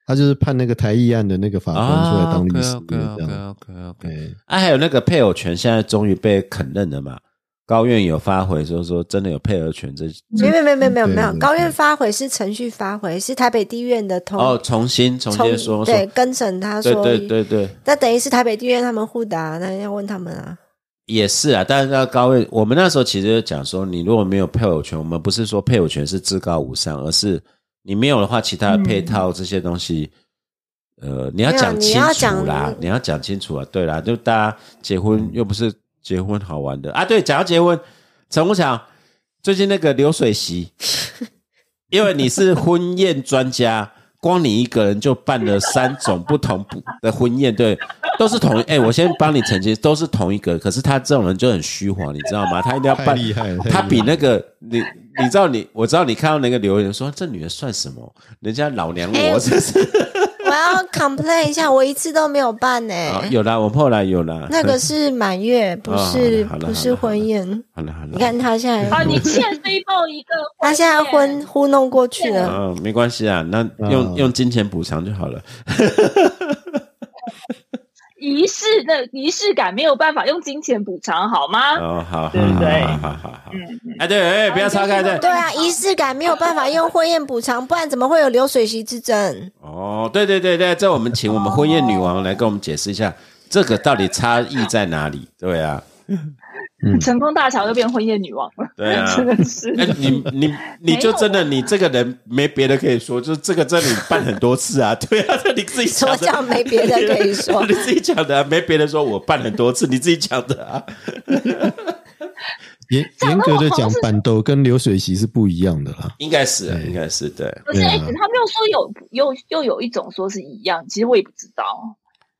[SPEAKER 4] 他就是判那个台议案的那个法官出来
[SPEAKER 2] 啊
[SPEAKER 4] 当律师，
[SPEAKER 2] ，OK
[SPEAKER 4] 这
[SPEAKER 2] OK
[SPEAKER 4] 样。哎
[SPEAKER 2] OK OK
[SPEAKER 4] 对，
[SPEAKER 2] 啊，还有那个配偶权，现在终于被肯认了嘛？高院有发回说说真的有配偶权这
[SPEAKER 3] 没有没有没有没有没有，
[SPEAKER 4] 对
[SPEAKER 3] 高院发回是程序发回，是台北地院的通
[SPEAKER 2] 哦，重新重新说说，
[SPEAKER 3] 对跟审他
[SPEAKER 2] 对
[SPEAKER 3] 说，
[SPEAKER 2] 对对对，
[SPEAKER 3] 那等于是台北地院他们互打，那要问他们啊。
[SPEAKER 2] 也是啊。但是那高院，我们那时候其实就讲说，你如果没有配偶权，我们不是说配偶权是至高无上，而是你没有的话，其他的配套这些东西，呃，你要讲清
[SPEAKER 3] 嗯没有你要嗯
[SPEAKER 2] 楚啦，
[SPEAKER 3] 讲
[SPEAKER 2] 你要讲清楚啊。对啦，就大家结婚又不是结婚好玩的啊。对，讲到结婚，陈武强最近那个流水席。因为你是婚宴专家，光你一个人就办了三种不同不的婚宴，对，都是同。哎、我先帮你澄清，都是同一个。可是他这种人就很虚晃，你知道吗？他一定要
[SPEAKER 4] 太
[SPEAKER 2] 办，
[SPEAKER 4] 厉害了，太
[SPEAKER 2] 他
[SPEAKER 4] 厉
[SPEAKER 2] 比
[SPEAKER 4] 害
[SPEAKER 2] 那个你，你知道你，我知道你看到那个留言说这女的算什么？人家老娘
[SPEAKER 3] 哎
[SPEAKER 2] 我这是、
[SPEAKER 3] 我要 complain 一下，我一次都没有办呢、欸
[SPEAKER 2] 啊有啦，我们后来有啦，
[SPEAKER 3] 哎那个是满月，不是、
[SPEAKER 2] 啊好了好了
[SPEAKER 3] 不是婚宴。
[SPEAKER 2] 好了好了，
[SPEAKER 3] 你看他现在，，
[SPEAKER 5] 啊，你欠飞豹一个
[SPEAKER 3] 他现在昏糊弄过去了。
[SPEAKER 2] 嗯，没关系啊，那用、
[SPEAKER 4] 嗯
[SPEAKER 2] 用金钱补偿就好了。
[SPEAKER 5] 仪式，那仪式感没有办法用金钱补偿，好吗？
[SPEAKER 2] 哦，好，好
[SPEAKER 5] 对不对
[SPEAKER 2] 好好好好好，哎对，哎不要岔开，对
[SPEAKER 3] 对，啊，仪式感没有办法用婚宴补偿，不然怎么会有流水席之争？
[SPEAKER 2] 哦，对对对对，这我们请我们婚宴女王来跟我们解释一下，这个到底差异在哪里？对啊，
[SPEAKER 5] 成功大桥又变婚宴女王了，
[SPEAKER 2] 对 啊
[SPEAKER 5] 真的是。
[SPEAKER 2] 哎，你你
[SPEAKER 3] 啊
[SPEAKER 2] 你就真的你这个人没别的可以说，就是这个真的你办很多次啊， 对啊，这你自己
[SPEAKER 3] 什
[SPEAKER 2] 讲
[SPEAKER 3] 么
[SPEAKER 2] 的，
[SPEAKER 3] 叫没别的可以 说
[SPEAKER 2] 你？自己讲的、啊，没别的说我办很多次，你自己讲的啊，
[SPEAKER 4] 严
[SPEAKER 5] 讲
[SPEAKER 4] 严
[SPEAKER 5] 到
[SPEAKER 4] 格
[SPEAKER 5] 我
[SPEAKER 4] 的
[SPEAKER 5] 好像
[SPEAKER 4] 讲
[SPEAKER 5] 是，
[SPEAKER 4] 板斗跟流水席是不一样的啦。
[SPEAKER 2] 应该是啊、
[SPEAKER 4] 对
[SPEAKER 2] 应该是对，
[SPEAKER 5] 可是
[SPEAKER 4] 对
[SPEAKER 5] 哎、
[SPEAKER 4] 啊
[SPEAKER 5] 他们又说有又又有一种说是一样，其实我也不知道，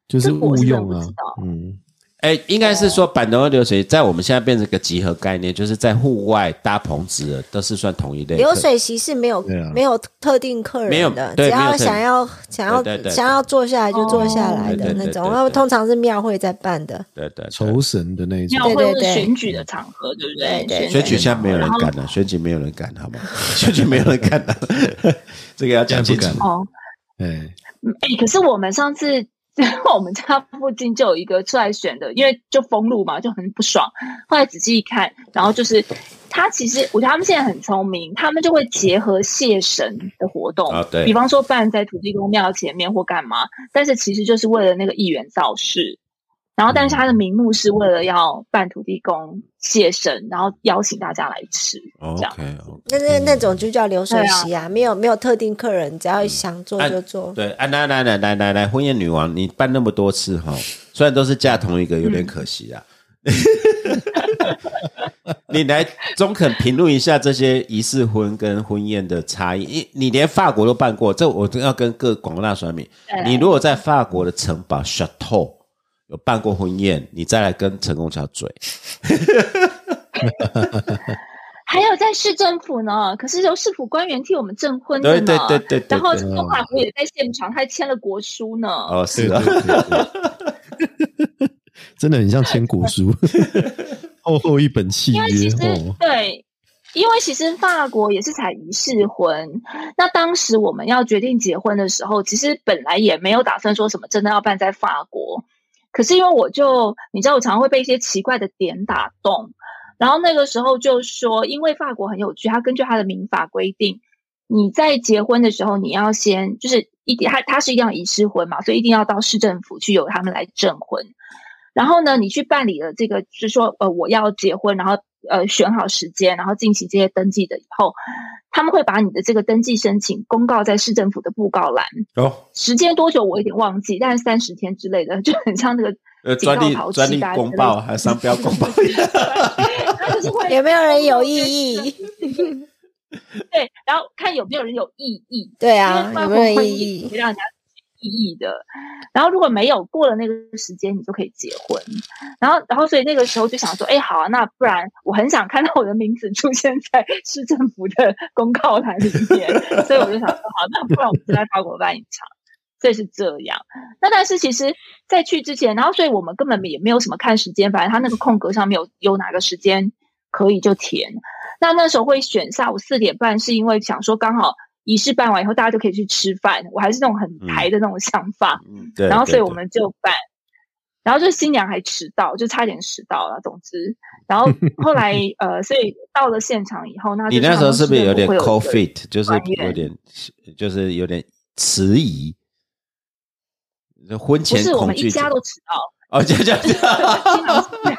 [SPEAKER 4] 就是
[SPEAKER 5] 这个我
[SPEAKER 4] 误
[SPEAKER 5] 是真的
[SPEAKER 4] 用
[SPEAKER 5] 不
[SPEAKER 4] 啊
[SPEAKER 5] 知道，
[SPEAKER 4] 嗯，
[SPEAKER 2] 哎、哎，应该是说板凳和流水，在我们现在变成一个集合概念，就是在户外搭棚子的都是算同一类。
[SPEAKER 3] 流水席是没有、
[SPEAKER 4] 对啊
[SPEAKER 3] 没有特定客
[SPEAKER 2] 没有
[SPEAKER 3] 人的，
[SPEAKER 2] 对
[SPEAKER 3] 只
[SPEAKER 2] 没有
[SPEAKER 3] 要
[SPEAKER 2] 特定
[SPEAKER 3] 想要想要
[SPEAKER 2] 对对对
[SPEAKER 3] 想要坐下来就坐下来
[SPEAKER 2] 哦
[SPEAKER 3] 的
[SPEAKER 2] 对
[SPEAKER 3] 那
[SPEAKER 2] 对对
[SPEAKER 3] 种，
[SPEAKER 2] 对
[SPEAKER 3] 然后
[SPEAKER 2] 对
[SPEAKER 3] 通常是庙会在办的。
[SPEAKER 2] 对对对
[SPEAKER 4] 酬神的那一种
[SPEAKER 5] 庙，会
[SPEAKER 3] 对
[SPEAKER 5] 或
[SPEAKER 3] 对
[SPEAKER 5] 是
[SPEAKER 3] 对
[SPEAKER 5] 选举的场合，对不对？
[SPEAKER 3] 对对
[SPEAKER 2] 选举现在没有人
[SPEAKER 5] 然后
[SPEAKER 2] 敢了、选举没有人敢，好 吗？选举没有人敢了、 这个要讲清楚
[SPEAKER 4] 现在不敢。
[SPEAKER 5] 哦，
[SPEAKER 4] 哎，
[SPEAKER 5] 哎、可是我们上次 我们家附近就有一个出来选的，因为就封路嘛，就很不爽。后来仔细一看，然后就是他其实，我觉得他们现在很聪明，他们就会结合谢神的活动，
[SPEAKER 2] 啊对
[SPEAKER 5] 比方说办在土地公庙前面或干嘛，但是其实就是为了那个议员造势。然后，但是他的名目是为了要办土地公谢神，然后邀请大家来吃，这样。
[SPEAKER 2] OK，
[SPEAKER 3] 那那
[SPEAKER 2] 嗯
[SPEAKER 3] 那种就叫流水席啊，没有没有特定客人，只
[SPEAKER 2] 哎
[SPEAKER 3] 要想坐就坐。
[SPEAKER 2] 对，啊，来来来来来来，婚宴女王，你办那么多次哈，虽然都是嫁同一个，有
[SPEAKER 5] 嗯
[SPEAKER 2] 点可惜啊。 你来中肯评论一下这些仪式婚跟婚宴的差异。你你连法国都办过，这我都要跟各广大选民，你如果在法国的城堡 Chateau 有办过婚宴，你再来跟陈功桥嘴。
[SPEAKER 5] 还有在市政府呢，可是由市府官员替我们证婚的
[SPEAKER 2] 对
[SPEAKER 5] 呢。
[SPEAKER 2] 对对对对，
[SPEAKER 5] 然后
[SPEAKER 2] 对嗯
[SPEAKER 5] 中华府也在现场，他还签了国书呢。
[SPEAKER 2] 哦是
[SPEAKER 4] 对
[SPEAKER 2] 啊
[SPEAKER 4] 对，对对真的很像千古书， 厚厚一本契
[SPEAKER 5] 因为其
[SPEAKER 4] 约
[SPEAKER 5] 实、
[SPEAKER 4] 哦，
[SPEAKER 5] 对，因为其实法国也是采仪式婚。那当时我们要决定结婚的时候，其实本来也没有打算说什么真的要办在法国，可是因为我就你知道，我常常会被一些奇怪的点打动。然后那个时候就说，因为法国很有趣，它根据它的民法规定，你在结婚的时候，你要先就是一定，它它是一定要仪式婚嘛，所以一定要到市政府去由他们来证婚。然后呢，你去办理了这个，就是说呃我要结婚，然后呃选好时间，然后进行这些登记的以后，他们会把你的这个登记申请公告在市政府的布告栏，
[SPEAKER 2] 哦，
[SPEAKER 5] 时间多久我有点忘记，但是三十天之类的， 就很像那个
[SPEAKER 2] 呃，
[SPEAKER 5] 警
[SPEAKER 2] 专
[SPEAKER 5] 告
[SPEAKER 2] 利
[SPEAKER 5] 淘气
[SPEAKER 2] 专利
[SPEAKER 5] 大家
[SPEAKER 2] 公
[SPEAKER 5] 之类
[SPEAKER 2] 报
[SPEAKER 5] 的
[SPEAKER 2] 还有商标公报，
[SPEAKER 5] 他 就是会
[SPEAKER 3] 有没有人有异议？
[SPEAKER 5] 对，然后看有没有人有异议，
[SPEAKER 3] 对
[SPEAKER 5] 因
[SPEAKER 3] 啊
[SPEAKER 5] 为，
[SPEAKER 3] 有
[SPEAKER 5] 办
[SPEAKER 3] 没有
[SPEAKER 5] 婚
[SPEAKER 3] 人
[SPEAKER 5] 会
[SPEAKER 3] 异
[SPEAKER 5] 议
[SPEAKER 3] 议？
[SPEAKER 5] 会让人家异议的。然后如果没有过了那个时间，你就可以结婚。然后，然后所以那个时候就想说，哎，好啊，那不然我很想看到我的名字出现在市政府的公告栏里面， 所以我就想说，好，那不然我们就在法国办一场。所以是这样，那但是其实，在去之前，然后所以我们根本也没有什么看时间，反正他那个空格上面有有哪个时间可以就填，那那时候会选下午四点半，是因为想说刚好仪式办完以后，大家就可以去吃饭。我还是那种很台的那种想法，
[SPEAKER 2] 嗯对
[SPEAKER 5] 然后
[SPEAKER 2] 对
[SPEAKER 5] 所以我
[SPEAKER 2] 对
[SPEAKER 5] 们就办，然后就新娘还迟到，就差点迟到了。总之，然后 后来呃，所以到了现场以后，那
[SPEAKER 2] 你
[SPEAKER 5] 就
[SPEAKER 2] 那时候是不是
[SPEAKER 5] 市
[SPEAKER 2] 有
[SPEAKER 5] 政
[SPEAKER 2] 点
[SPEAKER 5] 府会一个
[SPEAKER 2] COVID，就是
[SPEAKER 5] 官员
[SPEAKER 2] 有点就是有点迟疑，就婚
[SPEAKER 5] 不
[SPEAKER 2] 前
[SPEAKER 5] 是我
[SPEAKER 2] 恐
[SPEAKER 5] 们一
[SPEAKER 2] 惧
[SPEAKER 5] 家
[SPEAKER 2] 症
[SPEAKER 5] 都迟到，
[SPEAKER 2] 哦，这样 这样
[SPEAKER 5] 新郎新娘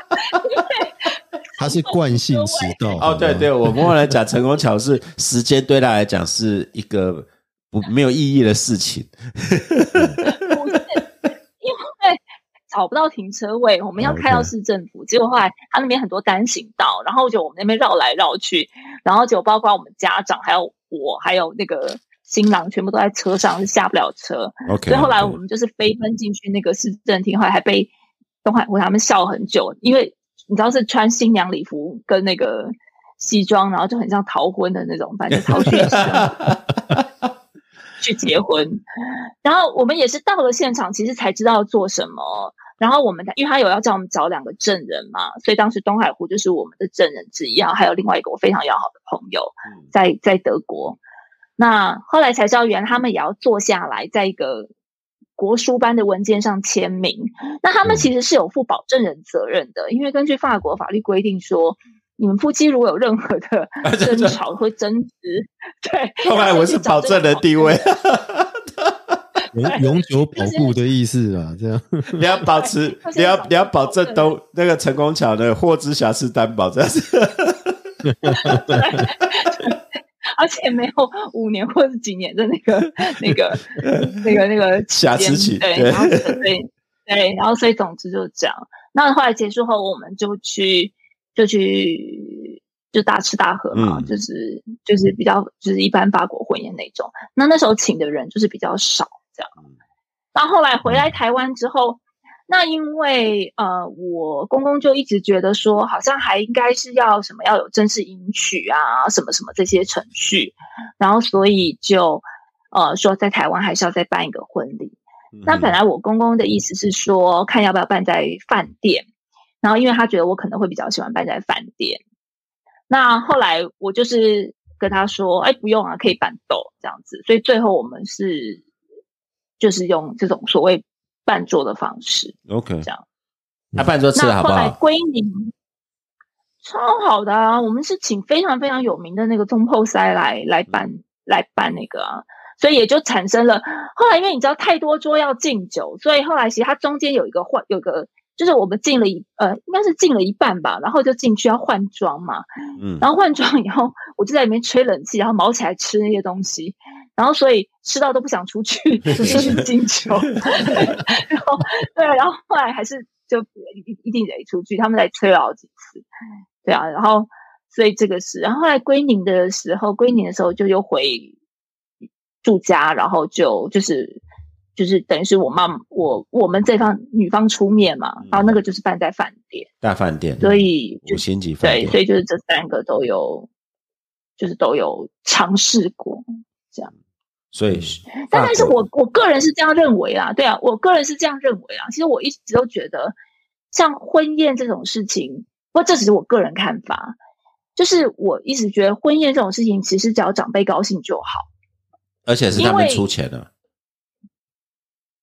[SPEAKER 4] 他是惯性迟到。
[SPEAKER 2] 哦，对对，我们忘了讲成功桥是时间对他来讲是一个不没有意义的事情，
[SPEAKER 5] 不是 因为找不到停车位，我们要开到
[SPEAKER 2] OK
[SPEAKER 5] 市政府。结果后来他那边很多单行道，然后就我们那边绕来绕去，然后就包括我们家长还有我，还有那个新郎，全部都在车上，就下不了车。
[SPEAKER 2] OK，
[SPEAKER 5] 所以后来
[SPEAKER 2] OK
[SPEAKER 5] 我们就是飞奔进去那个市政厅，后来还被东海湖他们笑很久，因为你知道是穿新娘礼服跟那个西装，然后就很像逃婚的那种，反正就逃去西装去结婚。然后我们也是到了现场，其实才知道做什么。然后我们才，因为他有要叫我们找两个证人嘛，所以当时东海湖就是我们的证人之一，然后还有另外一个我非常要好的朋友，
[SPEAKER 2] 嗯
[SPEAKER 5] 在在德国。那后来才知道，原来他们也要坐下来，在一个国书般的文件上签名。那他
[SPEAKER 2] 嗯
[SPEAKER 5] 们其实是有负保证人责任的，因为根据法国法律规定说，你们夫妻如果有任何的争吵或争执， 对，
[SPEAKER 2] 啊后来我是保证的地位，
[SPEAKER 4] 永永久保护的意思啦，这样
[SPEAKER 2] 你要保 持，你要你要保证都那个成功桥的货之瑕疵担保，这样 子。
[SPEAKER 5] 而且没有五年或者几年的那个那个那个那个期
[SPEAKER 2] 瑕
[SPEAKER 5] 间
[SPEAKER 2] 疵期
[SPEAKER 5] 对，
[SPEAKER 2] 对
[SPEAKER 5] 然后对对，然后所以总之就是这样。那后来结束后，我们就去就去就大吃大喝嘛，
[SPEAKER 2] 嗯
[SPEAKER 5] 就是就是比较就是一般法国婚宴那种。那那时候请的人就是比较少这样。然后后来回来台湾之后，那因为呃，我公公就一直觉得说，好像还应该是要什么要有正式迎娶啊，什么什么这些程序，然后所以就呃说在台湾还是要再办一个婚礼。
[SPEAKER 2] 嗯
[SPEAKER 5] 那本来我公公的意思是说，看要不要办在饭店，然后因为他觉得我可能会比较喜欢办在饭店。那后来我就是跟他说，哎，不用啊，可以办斗这样子。所以最后我们是就是用这种所谓办桌的方式。
[SPEAKER 2] 嗯 OK，嗯
[SPEAKER 5] 这样
[SPEAKER 2] 那伴奏吃了
[SPEAKER 5] 那
[SPEAKER 2] 好
[SPEAKER 5] 后
[SPEAKER 2] 不
[SPEAKER 5] 来
[SPEAKER 2] 好？
[SPEAKER 5] 归宁超好的啊，我们是请非常非常有名的那个中后塞来来办
[SPEAKER 2] 嗯
[SPEAKER 5] 来办那个啊，所以也就产生了后来，因为你知道太多桌要敬酒，所以后来其实它中间有一个换有一个。就是我们进了一呃，应该是进了一半吧，然后就进去要换装嘛，
[SPEAKER 2] 嗯，
[SPEAKER 5] 然后换装以后，我就在里面吹冷气，然后毛起来吃那些东西，然后所以吃到都不想出去， 就是去进球。 然后对，啊然后后来还是就一一定得出去，他们来催了好几次。对啊，然后所以这个是，然后后来归宁的时候，归宁的时候就又回住家，然后就就是。就是等于是我妈我我们这方女方出面嘛，然后那个就是办在饭店，
[SPEAKER 2] 大饭店，
[SPEAKER 5] 所以就
[SPEAKER 2] 五星级饭
[SPEAKER 5] 对，所
[SPEAKER 2] 店，
[SPEAKER 5] 以就是这三个都有，就是都有尝试过。
[SPEAKER 2] 所以
[SPEAKER 5] 嗯但但是
[SPEAKER 2] 法国
[SPEAKER 5] 我我个人是这样认为啦，对啊，我个人是这样认为啦。其实我一直都觉得，像婚宴这种事情，不过这只是我个人看法，就是我一直觉得婚宴这种事情，其实只要长辈高兴就好。
[SPEAKER 2] 而且是他们
[SPEAKER 5] 因为
[SPEAKER 2] 出钱的，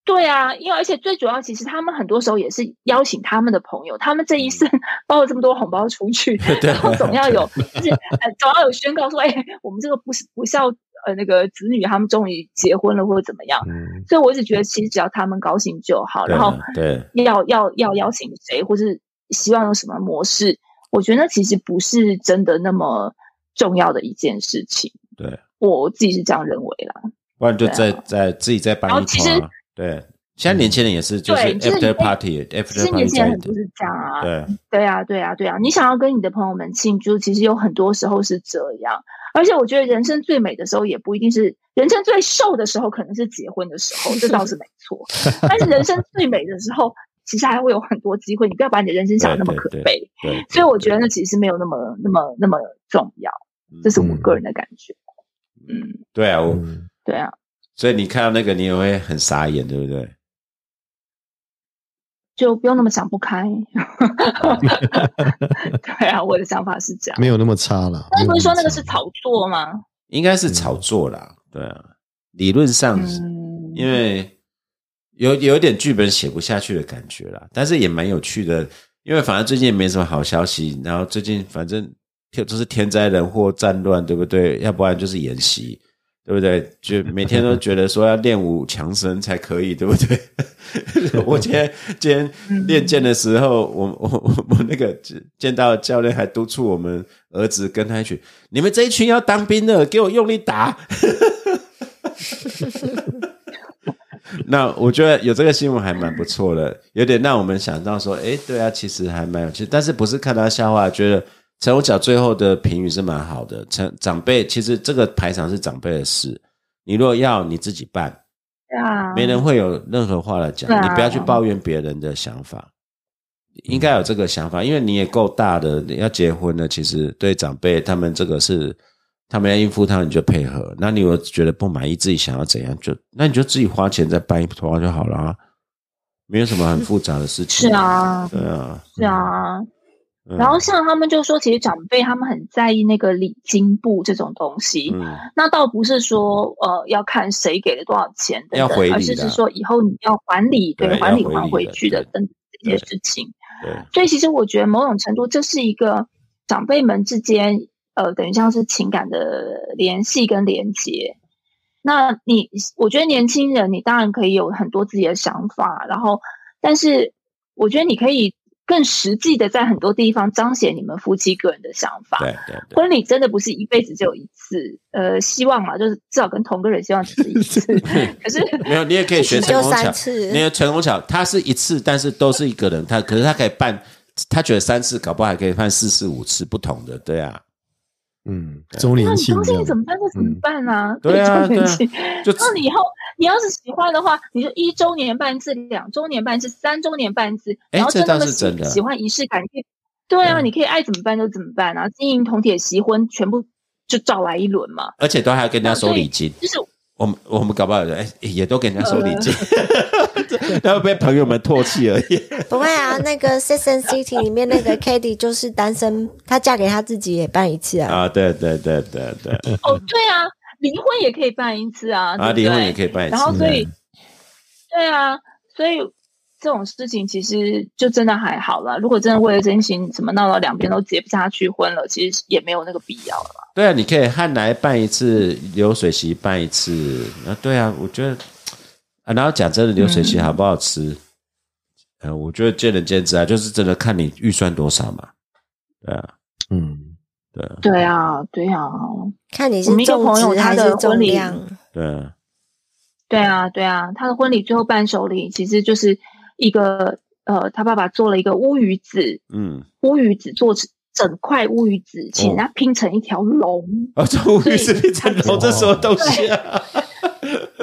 [SPEAKER 5] 对啊，因为而且最主要，其实他们很多时候也是邀请他们的朋友，他们这一生 包了这么多红包出去，
[SPEAKER 2] 嗯对啊
[SPEAKER 5] 然后总要有，就是呃，总要有宣告说，哎，我们这个不是不孝呃那个子女，他们终于结婚了或者怎么样。
[SPEAKER 2] 嗯，
[SPEAKER 5] 所以我一直觉得，其实只要他们高兴就好，
[SPEAKER 2] 对
[SPEAKER 5] 然后
[SPEAKER 2] 对，啊
[SPEAKER 5] 要要要邀请谁，或是希望用什么模式，我觉得那其实不是真的那么重要的一件事情。
[SPEAKER 2] 对，
[SPEAKER 5] 我自己是这样认为啦。
[SPEAKER 2] 不然就再
[SPEAKER 5] 对啊
[SPEAKER 2] 再自己再办
[SPEAKER 5] 然后
[SPEAKER 2] 一
[SPEAKER 5] 其实
[SPEAKER 2] 桌啊，对。现在年轻人也是，就是
[SPEAKER 5] 对其实
[SPEAKER 2] after
[SPEAKER 5] 你可以
[SPEAKER 2] party，after
[SPEAKER 5] 其实
[SPEAKER 2] party
[SPEAKER 5] 年轻
[SPEAKER 2] 在
[SPEAKER 5] 人很多是这样啊，
[SPEAKER 2] 对，
[SPEAKER 5] 对啊，对啊，对啊！你想要跟你的朋友们庆祝，其实有很多时候是这样。而且我觉得人生最美的时候，也不一定是人生最瘦的时候，可能是结婚的时候，这倒是没 错。但是人生最美的时候，其实还会有很多机会。你不要把你的人生想的那么可
[SPEAKER 2] 对对
[SPEAKER 5] 悲。
[SPEAKER 2] 对，嗯
[SPEAKER 5] 所以我觉得那其实没有那么、那么、那么重要。这是我个人的感觉。嗯，
[SPEAKER 2] 对啊，我
[SPEAKER 4] 嗯
[SPEAKER 5] 对啊，
[SPEAKER 2] 所以你看到那个，你也会很傻眼，对不对？
[SPEAKER 5] 就不用那么想 不开。对啊，我的想法是这样。
[SPEAKER 4] 没有那么差啦。
[SPEAKER 5] 但是不是说那个是
[SPEAKER 4] 草？
[SPEAKER 5] 炒作吗？
[SPEAKER 2] 应该是炒作啦，对啊，理论上是
[SPEAKER 5] 嗯，
[SPEAKER 2] 因为有有点剧本写不下去的感觉啦，但是也蛮有趣的，因为反正最近也没什么好消息，然后最近反正天就是天灾人祸、战乱，对不对？要不然就是演习，对不对？就每天都觉得说要练武强身才可以，对不 对？我今天今天练剑的时候，我 我我我那个见到教练还督促我们儿子跟他一起，你们这一群要当兵的，给我用力打。 那我觉得有这个新闻还蛮不错的，有点让我们想到说，诶，对啊，其实还蛮有趣，但是不是看他笑话，觉得陈武角最后的评语是蛮好的。陈长辈其实这个排场是长辈的事，你若要你自己办，
[SPEAKER 5] 对啊，
[SPEAKER 2] 没人会有任何话来讲，
[SPEAKER 5] 对啊
[SPEAKER 2] 你不要去抱怨别人的想法，应该有这个想法，因为你也够大的，你要结婚了，其实对长辈他们这个是。他们要应付他，你就配合。那你如果觉得不满意，自己想要怎样就，那你就自己花钱再办一桌就好了啊，没有什么很复杂的事情。
[SPEAKER 5] 是，啊，
[SPEAKER 2] 对啊。
[SPEAKER 5] 是啊。
[SPEAKER 2] 嗯
[SPEAKER 5] 然后像他们就说，其实长辈他们很在意那个礼金簿这种东西，
[SPEAKER 2] 嗯，
[SPEAKER 5] 那倒不是说呃要看谁给了多少钱等
[SPEAKER 2] 要
[SPEAKER 5] 等
[SPEAKER 2] 回，礼
[SPEAKER 5] 而是
[SPEAKER 2] 的
[SPEAKER 5] 是说以后你要还礼，
[SPEAKER 2] 对
[SPEAKER 5] 还
[SPEAKER 2] 要
[SPEAKER 5] 礼
[SPEAKER 2] 回
[SPEAKER 5] 还
[SPEAKER 2] 礼
[SPEAKER 5] 回
[SPEAKER 2] 的
[SPEAKER 5] 去的
[SPEAKER 2] 对
[SPEAKER 5] 等等这些
[SPEAKER 2] 对
[SPEAKER 5] 事情。
[SPEAKER 2] 对，
[SPEAKER 5] 所以其实我觉得某种程度这是一个长辈们之间，呃，等于像是情感的联系跟连接。那你，我觉得年轻人你当然可以有很多自己的想法，然后，但是我觉得你可以更实际的在很多地方彰显你们夫妻个人的想法。
[SPEAKER 2] 对对对，
[SPEAKER 5] 婚礼真的不是一辈子只有一次，呃，希望嘛，就是至少跟同个人希望只是一次。 可是
[SPEAKER 2] 没有，你也可以学陈
[SPEAKER 3] 就
[SPEAKER 2] 功
[SPEAKER 3] 三
[SPEAKER 2] 巧。
[SPEAKER 3] 次，
[SPEAKER 2] 那个陈功巧，他是一次，但是都是一个人，他可是他可以办，他觉得三次，搞不好还可以办四次、五次不同的，对啊，
[SPEAKER 4] 嗯，周
[SPEAKER 5] 那
[SPEAKER 4] 年
[SPEAKER 5] 你
[SPEAKER 4] 庆
[SPEAKER 5] 高
[SPEAKER 4] 这样
[SPEAKER 5] 兴怎么办？那怎么
[SPEAKER 4] 嗯
[SPEAKER 5] 办呢？
[SPEAKER 2] 对 啊
[SPEAKER 5] 周
[SPEAKER 2] 对
[SPEAKER 5] 年
[SPEAKER 2] 啊
[SPEAKER 5] 庆
[SPEAKER 2] 就
[SPEAKER 5] 那哦你以后你要是喜欢的话，你就一周年办一次，两周年办一次，三周年办一次，
[SPEAKER 2] 哎
[SPEAKER 5] 然后
[SPEAKER 2] 这
[SPEAKER 5] 真
[SPEAKER 2] 倒
[SPEAKER 5] 的
[SPEAKER 2] 是
[SPEAKER 5] 喜
[SPEAKER 2] 真的
[SPEAKER 5] 喜欢仪式感，你可以对啊，
[SPEAKER 2] 嗯
[SPEAKER 5] 你可以爱怎么办就怎么办啊，金银铜铁锡婚全部就找来一轮嘛，
[SPEAKER 2] 而且都还要跟人家收礼金。
[SPEAKER 5] 就是
[SPEAKER 2] 我们我们搞不好哎、也都给人家收礼金， 然后被朋友们唾弃而已。
[SPEAKER 3] 不会啊，那 个《Sex and City》里面那个 k a t i e 就是单身，她嫁给她自己也办一次啊。
[SPEAKER 2] 啊，对对对对对，
[SPEAKER 5] 哦，对啊，离婚也可以办一次啊，
[SPEAKER 2] 啊，离
[SPEAKER 5] 对不
[SPEAKER 2] 婚
[SPEAKER 5] 对
[SPEAKER 2] 也可以办一次，嗯
[SPEAKER 5] 然后所以
[SPEAKER 2] 对，
[SPEAKER 5] 对啊，所以这种事情其实就真的还好了。如果真的为了真情什么闹到两边都结不下去婚了，其实也没有那个必要了。
[SPEAKER 2] 对啊，你可以汉来办一次，流水席办一次，啊，对啊，我觉得，啊，然后讲真的，流水席好不好吃，呃，我觉得见仁见智啊，就是真的看你预算多少嘛，对啊，
[SPEAKER 4] 嗯，
[SPEAKER 2] 对啊，
[SPEAKER 5] 对啊，对啊，
[SPEAKER 3] 看你是
[SPEAKER 5] 我们一个
[SPEAKER 3] 种
[SPEAKER 5] 朋友
[SPEAKER 3] 植还
[SPEAKER 5] 他
[SPEAKER 3] 是
[SPEAKER 5] 的
[SPEAKER 3] 重
[SPEAKER 5] 婚礼
[SPEAKER 3] 量，
[SPEAKER 2] 对啊，
[SPEAKER 5] 对啊，对啊。他的婚礼最后伴手礼其实就是一个呃，他爸爸做了一个乌鱼子，
[SPEAKER 2] 嗯，
[SPEAKER 5] 乌鱼子做成整块乌鱼子，
[SPEAKER 2] 哦
[SPEAKER 5] 请他拼成一条龙。
[SPEAKER 2] 啊，这无语是变成龙，这什么东西啊？
[SPEAKER 5] 你知道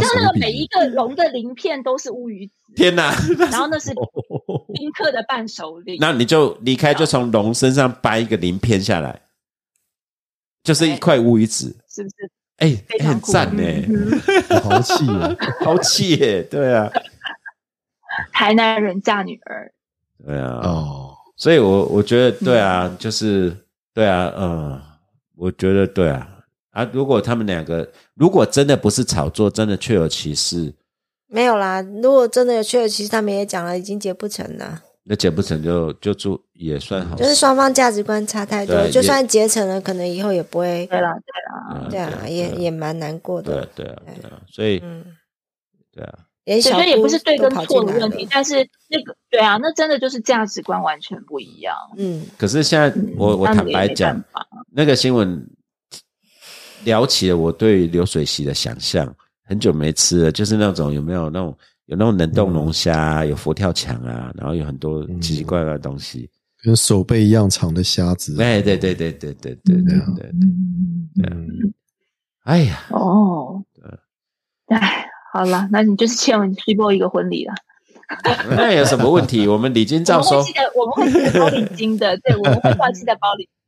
[SPEAKER 4] 大手
[SPEAKER 5] 个
[SPEAKER 4] 笔
[SPEAKER 5] 每一个龙的鳞片都是乌鱼子，
[SPEAKER 2] 天哪，
[SPEAKER 5] 然后那是宾客的伴手礼。
[SPEAKER 2] 那你就离开，就从龙身上掰一个鳞片下来，就是一块乌鱼子，
[SPEAKER 5] 是不是
[SPEAKER 2] 哎、哎
[SPEAKER 5] 非常
[SPEAKER 2] 很
[SPEAKER 5] 酷？
[SPEAKER 2] 赞呢、
[SPEAKER 5] 嗯嗯
[SPEAKER 4] 豪气 啊！
[SPEAKER 2] 好气耶、 对啊，
[SPEAKER 5] 台南人嫁女儿，
[SPEAKER 2] 对啊，
[SPEAKER 4] 哦，
[SPEAKER 2] 所以我我觉得对啊，就是对啊，嗯，我觉得对啊。啊，如果他们两个如果真的不是炒作，真的确有其事，
[SPEAKER 3] 没有啦。如果真的有确实，其实他们也讲了，已经结不成了，
[SPEAKER 2] 那结不成就就祝也算
[SPEAKER 5] 嗯
[SPEAKER 2] 好事，
[SPEAKER 3] 就是双方价值观差太多，
[SPEAKER 2] 对
[SPEAKER 3] 就
[SPEAKER 2] 也
[SPEAKER 3] 算结成了，可能以后也不会。
[SPEAKER 5] 对啦，
[SPEAKER 2] 啊
[SPEAKER 3] 对啊，也也蛮难过
[SPEAKER 2] 对
[SPEAKER 3] 的
[SPEAKER 2] 啊。对啊对啊，所以
[SPEAKER 3] 嗯，
[SPEAKER 2] 对啊，
[SPEAKER 3] 连
[SPEAKER 5] 对
[SPEAKER 3] 小
[SPEAKER 5] 所以也
[SPEAKER 3] 姑
[SPEAKER 5] 不是对
[SPEAKER 3] 都
[SPEAKER 5] 跟
[SPEAKER 3] 跑
[SPEAKER 5] 错
[SPEAKER 3] 进
[SPEAKER 5] 的
[SPEAKER 3] 来
[SPEAKER 5] 问
[SPEAKER 3] 了
[SPEAKER 5] 题，但是那个对啊，那真的就是价值观完全不一样。
[SPEAKER 3] 嗯，
[SPEAKER 2] 可是现在我我
[SPEAKER 5] 那
[SPEAKER 2] 坦
[SPEAKER 5] 也
[SPEAKER 2] 白
[SPEAKER 5] 没
[SPEAKER 2] 讲
[SPEAKER 5] 办，法，
[SPEAKER 2] 那个新闻聊起了我对流水席的想象，很久没吃了，就是那种有没有那种有那种冷冻龙虾、有佛跳墙啊，然后有很多奇奇怪怪的东西。
[SPEAKER 4] 跟手背一样长的虾子，
[SPEAKER 2] 哎，对对对对对对对对对，
[SPEAKER 3] 嗯
[SPEAKER 4] 嗯，
[SPEAKER 2] 哎呀，
[SPEAKER 5] 哦，哎，好了，那你就是欠我们 s b 一个婚 礼了。
[SPEAKER 2] 那有什么问题？我们礼金
[SPEAKER 5] 我
[SPEAKER 2] 照
[SPEAKER 5] 们会
[SPEAKER 2] 收
[SPEAKER 5] 记。得，我们会记得包礼 金的，对，我们会忘记得包礼。
[SPEAKER 3] 嗯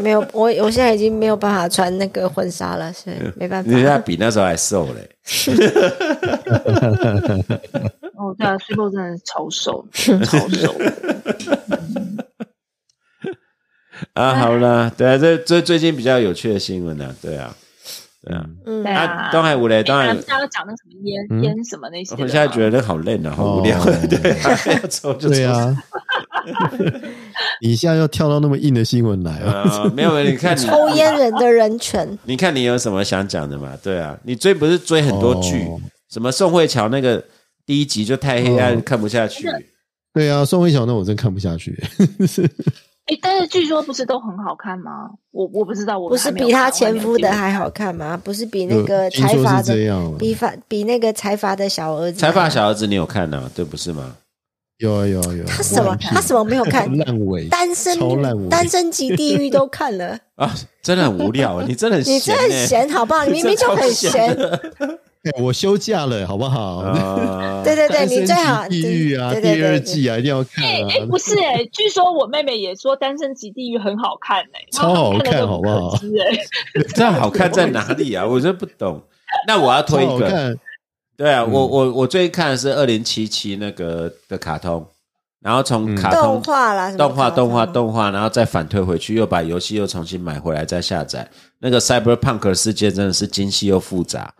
[SPEAKER 3] 没有，我我现在已经没有办法穿那个婚纱了，所以没办
[SPEAKER 2] 人家
[SPEAKER 3] 法。
[SPEAKER 2] 比那时候还瘦嘞，
[SPEAKER 5] 哦，对啊 s b 真的是超 瘦，超瘦。
[SPEAKER 2] 啊！好啦，对啊，这这最近比较有趣的新闻啊，对啊，对啊，
[SPEAKER 3] 嗯
[SPEAKER 5] 对，
[SPEAKER 2] 啊，
[SPEAKER 5] 啊，
[SPEAKER 2] 东海无嘞，东海
[SPEAKER 5] 哎大家要讲那什么
[SPEAKER 4] 嗯
[SPEAKER 5] 烟烟什么那些
[SPEAKER 2] 我
[SPEAKER 5] 的吗，
[SPEAKER 2] 现在觉得好累啊，好无聊，
[SPEAKER 4] 哦
[SPEAKER 2] 对啊，要抽就抽
[SPEAKER 4] 对啊，你现在要跳到那么硬的新闻来啊？
[SPEAKER 2] 啊，没有，你看你
[SPEAKER 3] 抽烟人的人权，
[SPEAKER 2] 你看你有什么想讲的嘛？对啊，你追不是追很多剧，
[SPEAKER 4] 哦
[SPEAKER 2] 什么宋慧乔那个第一集就太黑暗，看不下去。
[SPEAKER 4] 对啊，宋慧乔那我真看不下去，
[SPEAKER 5] 哎，但是据说不是都很好看吗？我我不知道，我
[SPEAKER 3] 不是
[SPEAKER 5] 还没有
[SPEAKER 3] 比她
[SPEAKER 5] 看
[SPEAKER 3] 前夫的。
[SPEAKER 5] 我没有
[SPEAKER 3] 还好看吗？不是比那个
[SPEAKER 4] 听
[SPEAKER 3] 财
[SPEAKER 4] 说
[SPEAKER 3] 阀
[SPEAKER 4] 是这
[SPEAKER 3] 的，
[SPEAKER 4] 样啊，
[SPEAKER 3] 比法比那个财阀的小儿子
[SPEAKER 2] 财
[SPEAKER 3] 还
[SPEAKER 2] 阀
[SPEAKER 3] 好
[SPEAKER 2] 小儿子你有看啊？对，不是吗？
[SPEAKER 4] 有啊有啊有啊，
[SPEAKER 3] 他什么他什么没有看？
[SPEAKER 4] 烂尾，
[SPEAKER 3] 单身
[SPEAKER 4] 超烂尾，
[SPEAKER 3] 单身级地狱都看 了，
[SPEAKER 2] 啊，真的很无聊啊！你真的很
[SPEAKER 3] 你
[SPEAKER 2] 闲
[SPEAKER 3] 真
[SPEAKER 2] 欸、
[SPEAKER 3] 的很闲好不好？你明明就很闲，
[SPEAKER 4] 哎我休假了，好不好？
[SPEAKER 2] 啊！
[SPEAKER 3] 对对对，
[SPEAKER 4] 单身
[SPEAKER 3] 哎你最好
[SPEAKER 4] 级地狱啊，
[SPEAKER 3] 对对
[SPEAKER 4] 第二
[SPEAKER 3] 对对，
[SPEAKER 4] 季啊，一定要看
[SPEAKER 5] 哎
[SPEAKER 4] 啊
[SPEAKER 5] 哎，，不是哎，据说我妹妹也说《单身即地狱》很好看哎，
[SPEAKER 4] 超好
[SPEAKER 5] 她
[SPEAKER 4] 看
[SPEAKER 5] 得
[SPEAKER 4] 好不好
[SPEAKER 5] 很可惜哎，
[SPEAKER 2] 这样好看在哪里啊？我真不懂。那我要推
[SPEAKER 4] 超
[SPEAKER 2] 一
[SPEAKER 4] 好
[SPEAKER 2] 个，
[SPEAKER 4] 看，嗯
[SPEAKER 2] 对啊，我我我最近看的是二零七七那个的卡通，然后从
[SPEAKER 4] 嗯
[SPEAKER 2] 卡通、
[SPEAKER 3] 动画
[SPEAKER 5] 啊
[SPEAKER 3] 啦，什么嗯
[SPEAKER 2] 动画、
[SPEAKER 3] 卡
[SPEAKER 2] 动画、
[SPEAKER 3] 通
[SPEAKER 2] 动画，然后再反推回去，又把游戏又重新买回来再下载。那个 Cyberpunk 的世界真的是精细又复杂，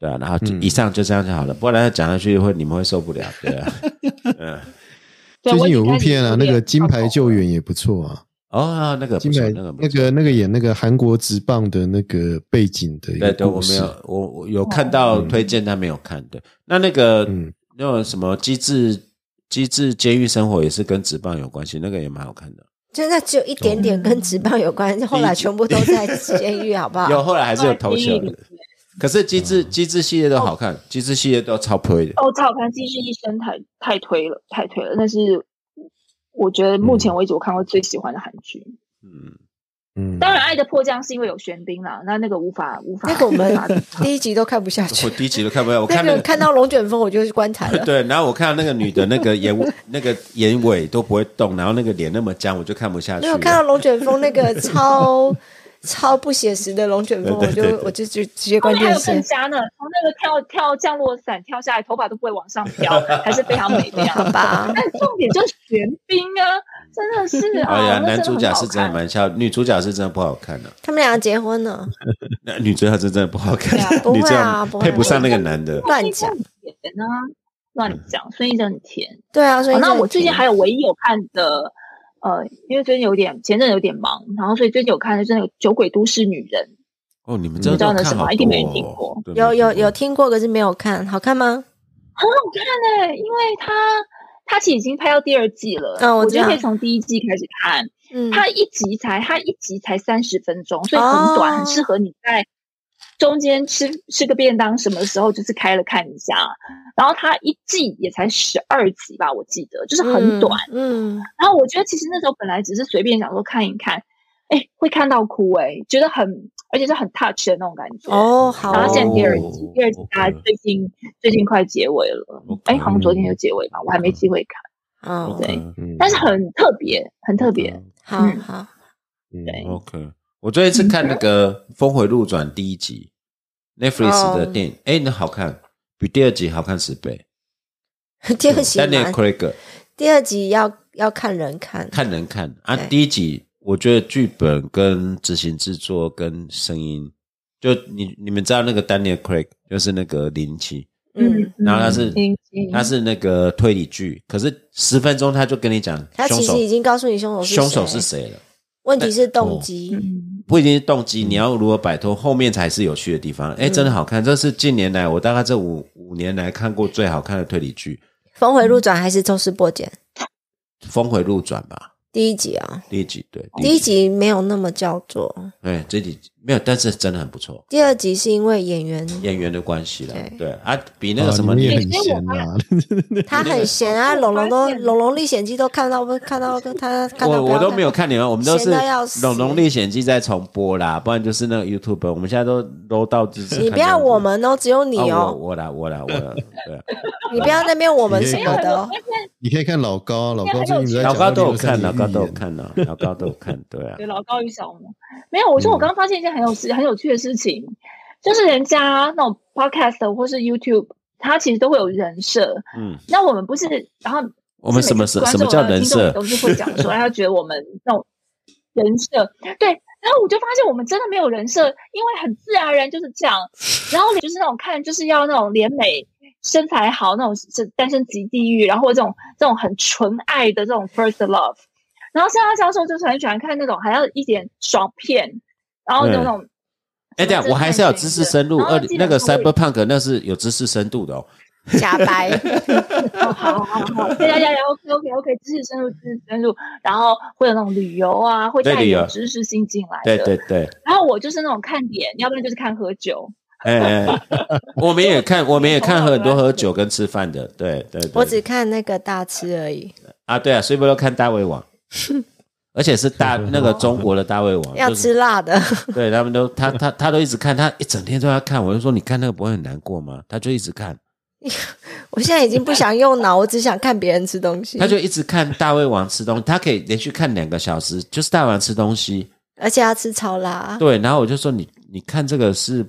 [SPEAKER 2] 对啊。然后就
[SPEAKER 4] 嗯
[SPEAKER 2] 以上就这样就好了，不然讲下去会你们会受不 了，对啊。嗯，
[SPEAKER 4] 最
[SPEAKER 5] 对我
[SPEAKER 4] 近
[SPEAKER 5] 已
[SPEAKER 4] 有
[SPEAKER 5] 经
[SPEAKER 4] 部
[SPEAKER 5] 开始
[SPEAKER 4] 片啊，
[SPEAKER 5] 有
[SPEAKER 4] 那
[SPEAKER 5] 点
[SPEAKER 4] 个《金牌
[SPEAKER 5] 上头
[SPEAKER 4] 救援》也不错啊，
[SPEAKER 2] 哦，那个不
[SPEAKER 4] 金
[SPEAKER 2] 错
[SPEAKER 4] 牌，
[SPEAKER 2] 那个不
[SPEAKER 4] 那
[SPEAKER 2] 错。
[SPEAKER 4] 个那个演那个韩国职棒的那个背景的一
[SPEAKER 2] 对
[SPEAKER 4] 个
[SPEAKER 2] 对，我
[SPEAKER 4] 故
[SPEAKER 2] 没
[SPEAKER 4] 事，
[SPEAKER 2] 有，我我有看到
[SPEAKER 5] 嗯
[SPEAKER 2] 推荐，但没有看。对，那那个
[SPEAKER 4] 嗯
[SPEAKER 2] 那种什么机制机制监狱生活也是跟职棒有关系，那个也蛮好看的。
[SPEAKER 3] 真的只有一点
[SPEAKER 2] 哦
[SPEAKER 3] 点跟职棒有关，后来全部都在监狱，好不好？
[SPEAKER 2] 有后来还是有投球
[SPEAKER 5] 啊哦对
[SPEAKER 2] 的，可是机
[SPEAKER 4] 嗯
[SPEAKER 2] 制机制系列都好看，机制系列都超推的。
[SPEAKER 5] 哦，超好看，《机智医生》太太推了，太推了，那是我觉得目前
[SPEAKER 4] 嗯
[SPEAKER 5] 为止我看过最喜欢的韩剧。
[SPEAKER 2] 嗯，
[SPEAKER 4] 嗯，
[SPEAKER 5] 当然，《爱的迫降》是因为有玄彬啦，那那个无法无法
[SPEAKER 3] 那个我们
[SPEAKER 5] 无法
[SPEAKER 3] 第一集都看不 下
[SPEAKER 2] 我
[SPEAKER 3] 去。
[SPEAKER 2] 第一集都看不到，我
[SPEAKER 3] 那
[SPEAKER 2] 看那
[SPEAKER 3] 个
[SPEAKER 2] 个
[SPEAKER 3] 看到龙卷风我就关台了。
[SPEAKER 2] 对，然后我看到那个女的那个眼那个眼尾都不会动，然后那个脸那么僵，我就看不下去
[SPEAKER 3] 没
[SPEAKER 2] 了。
[SPEAKER 3] 有看到龙卷风那个超超不写实的龙卷风，我就我就就直接
[SPEAKER 5] 后
[SPEAKER 3] 关
[SPEAKER 5] 面还
[SPEAKER 3] 电
[SPEAKER 5] 有
[SPEAKER 3] 视。
[SPEAKER 5] 更加呢，从那个跳跳降落伞跳下来，头发都不会往上飘，还是非常美的样
[SPEAKER 3] 好
[SPEAKER 5] 子。
[SPEAKER 3] 吧，
[SPEAKER 5] 但重点就是玄彬啊，真的是啊，
[SPEAKER 2] 哎
[SPEAKER 3] 哦
[SPEAKER 2] 呀，
[SPEAKER 5] 那
[SPEAKER 2] 男主角
[SPEAKER 5] 很好
[SPEAKER 2] 是真的
[SPEAKER 5] 看
[SPEAKER 2] 蛮笑，啊女主角是真的不好看的、
[SPEAKER 3] 他们俩结婚了， 啊
[SPEAKER 2] 那女主角是真的不好看，
[SPEAKER 5] 对啊
[SPEAKER 3] 不会啊
[SPEAKER 2] 女主角
[SPEAKER 3] 不会
[SPEAKER 2] 配不上那个男的。
[SPEAKER 3] 乱讲。
[SPEAKER 5] 甜啊，乱讲，孙艺珍很甜。
[SPEAKER 3] 对啊，所以
[SPEAKER 5] 好，
[SPEAKER 3] 这
[SPEAKER 5] 哦那
[SPEAKER 3] 个
[SPEAKER 5] 我最近还有唯一有看的，呃，因为最近有点前阵有点忙，然后所以最近有看的是那个《酒鬼都市女人
[SPEAKER 2] 哦，你们
[SPEAKER 4] 真
[SPEAKER 2] 真
[SPEAKER 4] 的
[SPEAKER 2] 的
[SPEAKER 5] 都
[SPEAKER 2] 都
[SPEAKER 5] 看
[SPEAKER 2] 看
[SPEAKER 5] 好
[SPEAKER 2] 好多、
[SPEAKER 5] 多哦一定没人听过
[SPEAKER 3] 有有有听过，可是没有看，好看吗？》，
[SPEAKER 5] 很好看哎、因为它它其实已经拍到第二季了，
[SPEAKER 3] 嗯我
[SPEAKER 5] 我觉
[SPEAKER 3] 知
[SPEAKER 5] 得
[SPEAKER 3] 道
[SPEAKER 5] 可以从第一季开始看。
[SPEAKER 3] 嗯，
[SPEAKER 5] 它一集才它一集才三十分钟，所以很短，
[SPEAKER 3] 哦
[SPEAKER 5] 很适合你在中间吃吃个便当，什么时候就是开了看一下。然后它一季也才十二集吧，我记得就是很短。
[SPEAKER 3] 嗯，嗯，
[SPEAKER 5] 然后我觉得其实那时候本来只是随便想说看一看，哎，会看到哭哎、觉得很而且是很 touch 的那种感觉。
[SPEAKER 3] 哦，好
[SPEAKER 5] 然后现在第二
[SPEAKER 2] 哦
[SPEAKER 5] 集，第二集大家
[SPEAKER 2] OK
[SPEAKER 5] 最近最近快结尾了，哎，好像昨天就结尾吧，我还没机会看，
[SPEAKER 3] 哦，
[SPEAKER 5] 对
[SPEAKER 4] 嗯
[SPEAKER 5] 但是很特别，很特别。
[SPEAKER 3] 好
[SPEAKER 5] 嗯
[SPEAKER 3] 好，
[SPEAKER 4] 嗯
[SPEAKER 5] 对
[SPEAKER 2] OK，我最后一次看那个《峰回路转》第一集 Netflix
[SPEAKER 3] 哦
[SPEAKER 2] 的电影，哎、那好看，比第二集好看十倍。
[SPEAKER 3] 第二集
[SPEAKER 2] 但那
[SPEAKER 3] 蛮
[SPEAKER 2] 个 Craig
[SPEAKER 3] 第二集要要看人看，
[SPEAKER 2] 看人看啊，
[SPEAKER 3] 对
[SPEAKER 2] 第一集我觉得剧本跟执行制作跟声音，就你你们知道那个 Daniel Craig 就是那个林奇，
[SPEAKER 3] 嗯，
[SPEAKER 2] 然后他是、
[SPEAKER 5] 嗯嗯
[SPEAKER 2] 他是那个推理剧，可是十分钟他就跟你讲
[SPEAKER 3] 他
[SPEAKER 2] 凶
[SPEAKER 3] 其
[SPEAKER 2] 手
[SPEAKER 3] 实已经告诉你凶手是
[SPEAKER 2] 凶手是
[SPEAKER 3] 谁，
[SPEAKER 2] 谁哎了。
[SPEAKER 3] 问题是动机，
[SPEAKER 5] 嗯
[SPEAKER 2] 不一定是动机，你要如何摆脱，后面才是有趣的地方。
[SPEAKER 3] 嗯
[SPEAKER 2] 哎，真的好看，这是近年来我大概这五五年来看过最好看的推理剧，
[SPEAKER 3] 峰回路转还是抽丝剥茧？
[SPEAKER 2] 《峰回路转》吧，
[SPEAKER 3] 第一集啊，
[SPEAKER 2] 第一集对，
[SPEAKER 3] 第一集没有那么叫座，
[SPEAKER 2] 对，这集没有，但是真的很不错，
[SPEAKER 3] 第二集是因为演 员
[SPEAKER 2] 演员的关系啦，
[SPEAKER 3] 对
[SPEAKER 2] 对啊，比那个
[SPEAKER 4] 啊
[SPEAKER 2] 什么
[SPEAKER 4] 你们也
[SPEAKER 2] 年
[SPEAKER 4] 很闲啊啦，
[SPEAKER 3] 他很 闲啊，
[SPEAKER 5] 那个
[SPEAKER 3] 龙龙都
[SPEAKER 5] 我发
[SPEAKER 3] 《
[SPEAKER 5] 现
[SPEAKER 3] 龙龙历险记》都看到不看到他看到
[SPEAKER 2] 我
[SPEAKER 3] 不要
[SPEAKER 2] 我都没有
[SPEAKER 3] 看
[SPEAKER 2] 看你们，我们都是
[SPEAKER 3] 闲到要死
[SPEAKER 2] 《龙龙历险记》在重播啦，不然就是那个 YouTube，我们现在都搂到就是
[SPEAKER 3] 你
[SPEAKER 2] 看
[SPEAKER 3] 不要
[SPEAKER 2] 这样子
[SPEAKER 3] 我们哦，只有你
[SPEAKER 2] 啊我
[SPEAKER 3] 哦，
[SPEAKER 2] 我啦我啦我 啦，对，
[SPEAKER 3] 你不要那边我们什么的哦。
[SPEAKER 4] 你可以看老高啊，老高最近一直在
[SPEAKER 2] 老
[SPEAKER 4] 讲
[SPEAKER 2] 高都有
[SPEAKER 4] 六三
[SPEAKER 2] 看，
[SPEAKER 4] 零啊
[SPEAKER 2] 老高都有
[SPEAKER 4] 预言，
[SPEAKER 2] 看呢，老高都有看，对啊
[SPEAKER 5] 对，，老高与小魔没有。我
[SPEAKER 2] 嗯
[SPEAKER 5] 说我刚刚发现一件很有事、很有趣的事情，就是人家那种 podcast 或是 YouTube，它其实都会有人设。
[SPEAKER 2] 嗯。
[SPEAKER 5] 那我们不是，然后
[SPEAKER 2] 我们什么
[SPEAKER 5] 是
[SPEAKER 2] 什
[SPEAKER 5] 每次
[SPEAKER 2] 什么叫人设
[SPEAKER 5] 观众？都是会讲说，哎他觉得我们那种人设对。然后我就发现我们真的没有人设，因为很自然而然就是这样。然后就是那种看就是要那种脸美、身材好那种是单身即地狱，然后这种这种很纯爱的这种 first love。然后像他教授就是很喜欢看那种还要一点爽片，然后那种。
[SPEAKER 2] 哎，等一下我还是要有知识深入。
[SPEAKER 5] 然后
[SPEAKER 2] 二
[SPEAKER 5] 记得
[SPEAKER 2] 那个
[SPEAKER 5] 他会
[SPEAKER 2] Cyberpunk 那是有知识深度的哦。
[SPEAKER 3] 假白，
[SPEAKER 5] 哦，好好好，对大家聊 OK OK OK，知识深入，知识深入，然后会有那种旅游啊，会
[SPEAKER 2] 对
[SPEAKER 5] 带一
[SPEAKER 2] 旅游
[SPEAKER 5] 点知识性进来
[SPEAKER 2] 对
[SPEAKER 5] 的。
[SPEAKER 2] 对对，
[SPEAKER 5] 然后我就是那种看点，要不然就是看喝酒。
[SPEAKER 2] 哎哎， 哎我们也看，我们也看很多喝酒跟吃饭的。对对对，
[SPEAKER 3] 我只看那个大吃而已，
[SPEAKER 2] 啊对啊，所以不都看大胃 王，而且是大那个中国的大胃王，
[SPEAKER 3] 要
[SPEAKER 2] 啊就是
[SPEAKER 3] 吃辣的。
[SPEAKER 2] 对他们都他他他都一直看，他一整天都要看。我就说你看那个不会很难过吗？他就一直看，
[SPEAKER 3] 我现在已经不想用脑，我只想看别人吃东西
[SPEAKER 2] 他，就一直看大胃王吃东西，他可以连续看两个小时，就是大胃王吃东西。
[SPEAKER 3] 而且要吃超辣，啊
[SPEAKER 2] 对，然后我就说你你看这个是，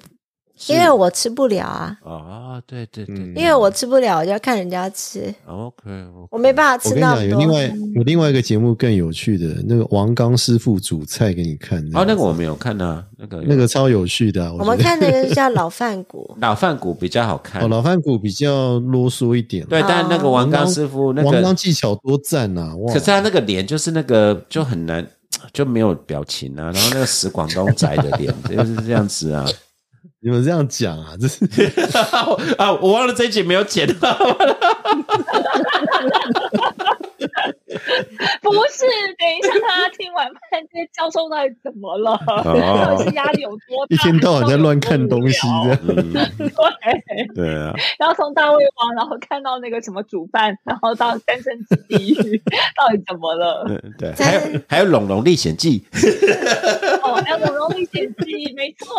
[SPEAKER 2] 是
[SPEAKER 3] 因为我吃不了啊，
[SPEAKER 2] 哦，对对对，
[SPEAKER 4] 嗯
[SPEAKER 3] 因为我吃不了，我就要看人家吃，
[SPEAKER 2] OK，
[SPEAKER 3] 我没办法吃
[SPEAKER 4] 我跟你
[SPEAKER 3] 那么
[SPEAKER 4] 讲，有另
[SPEAKER 3] 多。
[SPEAKER 4] 外有另外一个节目更有趣的，那个王刚师傅煮菜给你看。
[SPEAKER 2] 哦，那个我没有看啊，那个，
[SPEAKER 4] 嗯那个超有趣的啊，我
[SPEAKER 3] 我们
[SPEAKER 4] 觉得
[SPEAKER 3] 看那个叫老饭骨
[SPEAKER 2] 老饭骨比较好看，
[SPEAKER 4] 哦，老饭骨比较啰嗦一点。
[SPEAKER 2] 对，但
[SPEAKER 3] 啊
[SPEAKER 2] 那个王刚师傅那
[SPEAKER 4] 王
[SPEAKER 2] 个
[SPEAKER 4] 刚，技巧多赞呐！哇，
[SPEAKER 2] 可是他那个脸就是那个就很难，就没有表情啊，然后那个死广东仔的 脸就是这样子啊
[SPEAKER 4] 你们这样讲啊， 这是
[SPEAKER 2] 啊，我忘了这一集没有剪到，
[SPEAKER 5] 反不是，等一下 大家听完看这些教授到底怎么了，到底是压力有多大？
[SPEAKER 4] 哦一天到晚在乱看东西，
[SPEAKER 5] 到底
[SPEAKER 4] 这
[SPEAKER 5] 有
[SPEAKER 4] 样
[SPEAKER 2] 嗯，
[SPEAKER 5] 多无聊对，
[SPEAKER 2] 对啊，
[SPEAKER 5] 然后从大胃王，然后看到那个什么煮饭，然后到单身级地狱， 到底怎么了？
[SPEAKER 2] 嗯对，
[SPEAKER 3] 在
[SPEAKER 2] 还有还有《龙龙历险记》，
[SPEAKER 5] 哦，还有《龙龙历险记》，没错，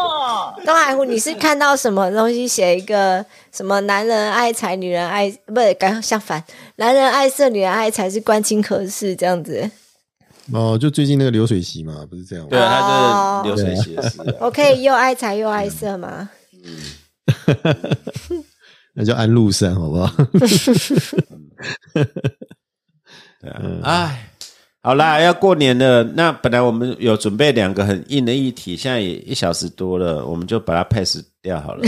[SPEAKER 3] 东海湖，你是看到什么东西写一个什么男人爱财，女人爱不是刚相反，男人爱色，女人爱财是关清可视这样子。
[SPEAKER 4] 哦，就最近那个流水席嘛，不是这样吗？
[SPEAKER 2] 对啊，他就是流水席的事啊。
[SPEAKER 3] 我可以又爱财又爱色吗？
[SPEAKER 4] 那就安禄山，好不 好？
[SPEAKER 2] 对啊，哎，好啦，要过年了。那本来我们有准备两个很硬的议题，现在也一小时多了，我们就把它 pass 掉好了。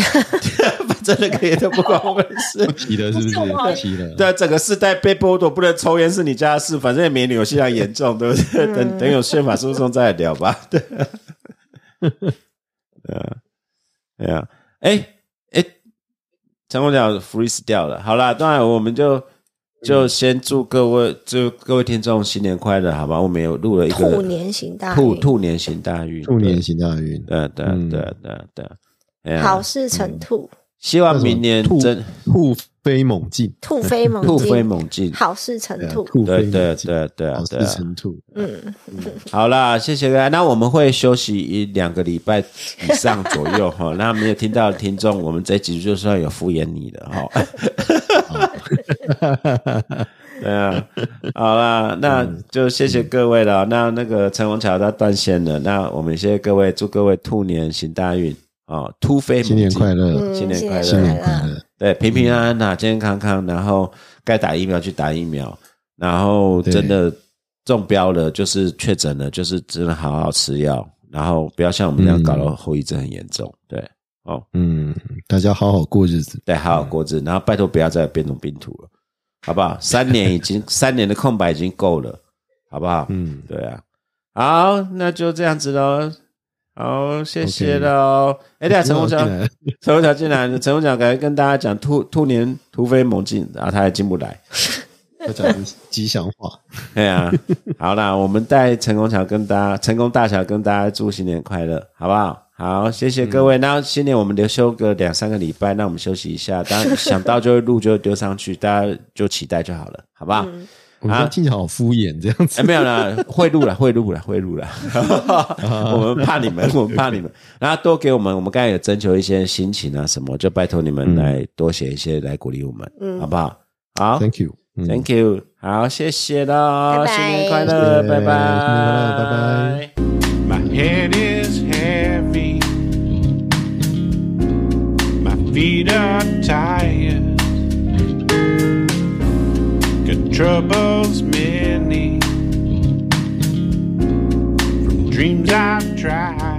[SPEAKER 2] 反正那个也都不关我们的事。
[SPEAKER 4] 提了是不是
[SPEAKER 5] 不是我？
[SPEAKER 4] 提了。
[SPEAKER 2] 对啊，整个世代被剥夺，不能抽烟是你家的事，反正也没纽西兰严重，对不对？等等有宪法诉讼再来聊吧。对 啊，对啊，哎哎，陈国讲 freeze 掉了，好啦，当然我们就就先祝各位祝各位听众新年快乐，好吧？我们有录嗯了一个
[SPEAKER 3] 兔年行大
[SPEAKER 2] 兔
[SPEAKER 3] 运，
[SPEAKER 2] 兔年行大运，
[SPEAKER 4] 兔年行大运，
[SPEAKER 2] 对，啊对对
[SPEAKER 4] 嗯
[SPEAKER 2] 对对对，哎呀
[SPEAKER 3] 好，事成兔，
[SPEAKER 2] 希望明年
[SPEAKER 4] 兔
[SPEAKER 2] 真
[SPEAKER 4] 兔飞猛进，
[SPEAKER 3] 兔飞 猛
[SPEAKER 2] 兔飞
[SPEAKER 3] 进，
[SPEAKER 2] 猛进。
[SPEAKER 3] 好事成
[SPEAKER 4] 对啊
[SPEAKER 3] 兔。
[SPEAKER 4] 兔飞
[SPEAKER 2] 对
[SPEAKER 4] 猛
[SPEAKER 2] 对
[SPEAKER 4] 进，
[SPEAKER 2] 对对
[SPEAKER 4] 好
[SPEAKER 2] 对
[SPEAKER 4] 事
[SPEAKER 2] 啊！
[SPEAKER 4] 成兔。
[SPEAKER 3] 嗯，
[SPEAKER 2] 好啦，谢谢各位。那我们会休息一两个礼拜以上左右哈。那没有听到的听众，我们这一集就算有敷衍你的哈。对啊，好啦，那就谢谢各位了。那那个陈宏桥他断线了，那我们谢谢各位，祝各位兔年行大运哦，突飞猛进
[SPEAKER 4] 新年快乐，
[SPEAKER 3] 嗯
[SPEAKER 2] 新年快乐
[SPEAKER 4] 新年快乐，
[SPEAKER 2] 对，平平安安呐、健健康康，然后该打疫苗去打疫苗，然后
[SPEAKER 4] 对
[SPEAKER 2] 真的中标了，就是确诊了，就是真的好好吃药，然后不要像我们这样
[SPEAKER 4] 嗯
[SPEAKER 2] 搞到后遗症很严重。对，哦，
[SPEAKER 4] 嗯，大家好好过日子。
[SPEAKER 2] 对，好好过日，然后拜托不要再有变种病毒了，好不好？三年已经 三年的空白已经够了，好不好？
[SPEAKER 4] 嗯，
[SPEAKER 2] 对啊，好，那就这样子喽。好，谢谢喽。哎，对啊，陈
[SPEAKER 4] 不
[SPEAKER 2] 红
[SPEAKER 4] 要进
[SPEAKER 2] 桥，
[SPEAKER 4] 来
[SPEAKER 2] 陈文强进来，陈文强赶快跟大家讲兔兔年突飞猛进，然、后他还进不来。
[SPEAKER 4] 要讲吉祥话，
[SPEAKER 2] 哎呀、好啦，我们带成功桥跟大家成功大桥跟大家祝新年快乐，好不好？好，谢谢各位。那新年我们留休个两三个礼拜，那我们休息一下。当然想到就会录就丢上去，大家就期待就好了，好不好？
[SPEAKER 4] 我们听起来好敷衍这样
[SPEAKER 2] 啊哎，
[SPEAKER 4] 子。
[SPEAKER 2] 没有啦，会录了，会录了，会 录了。我们怕你们，我们怕你们。然后多给我们，我们刚才有征求一些心情啊什么，就拜托你
[SPEAKER 4] 嗯
[SPEAKER 2] 们来多写一些来鼓励我们，
[SPEAKER 3] 嗯
[SPEAKER 2] 好不好？好
[SPEAKER 4] Thank you，嗯
[SPEAKER 2] ，Thank you，好，谢谢喽，
[SPEAKER 3] 拜拜
[SPEAKER 2] 新年快乐，
[SPEAKER 4] 谢
[SPEAKER 2] 拜
[SPEAKER 4] 谢新年快乐拜
[SPEAKER 2] 拜
[SPEAKER 4] 拜。
[SPEAKER 7] My head is heavy. My feet are tired. Got troubles many from dreams I've tried.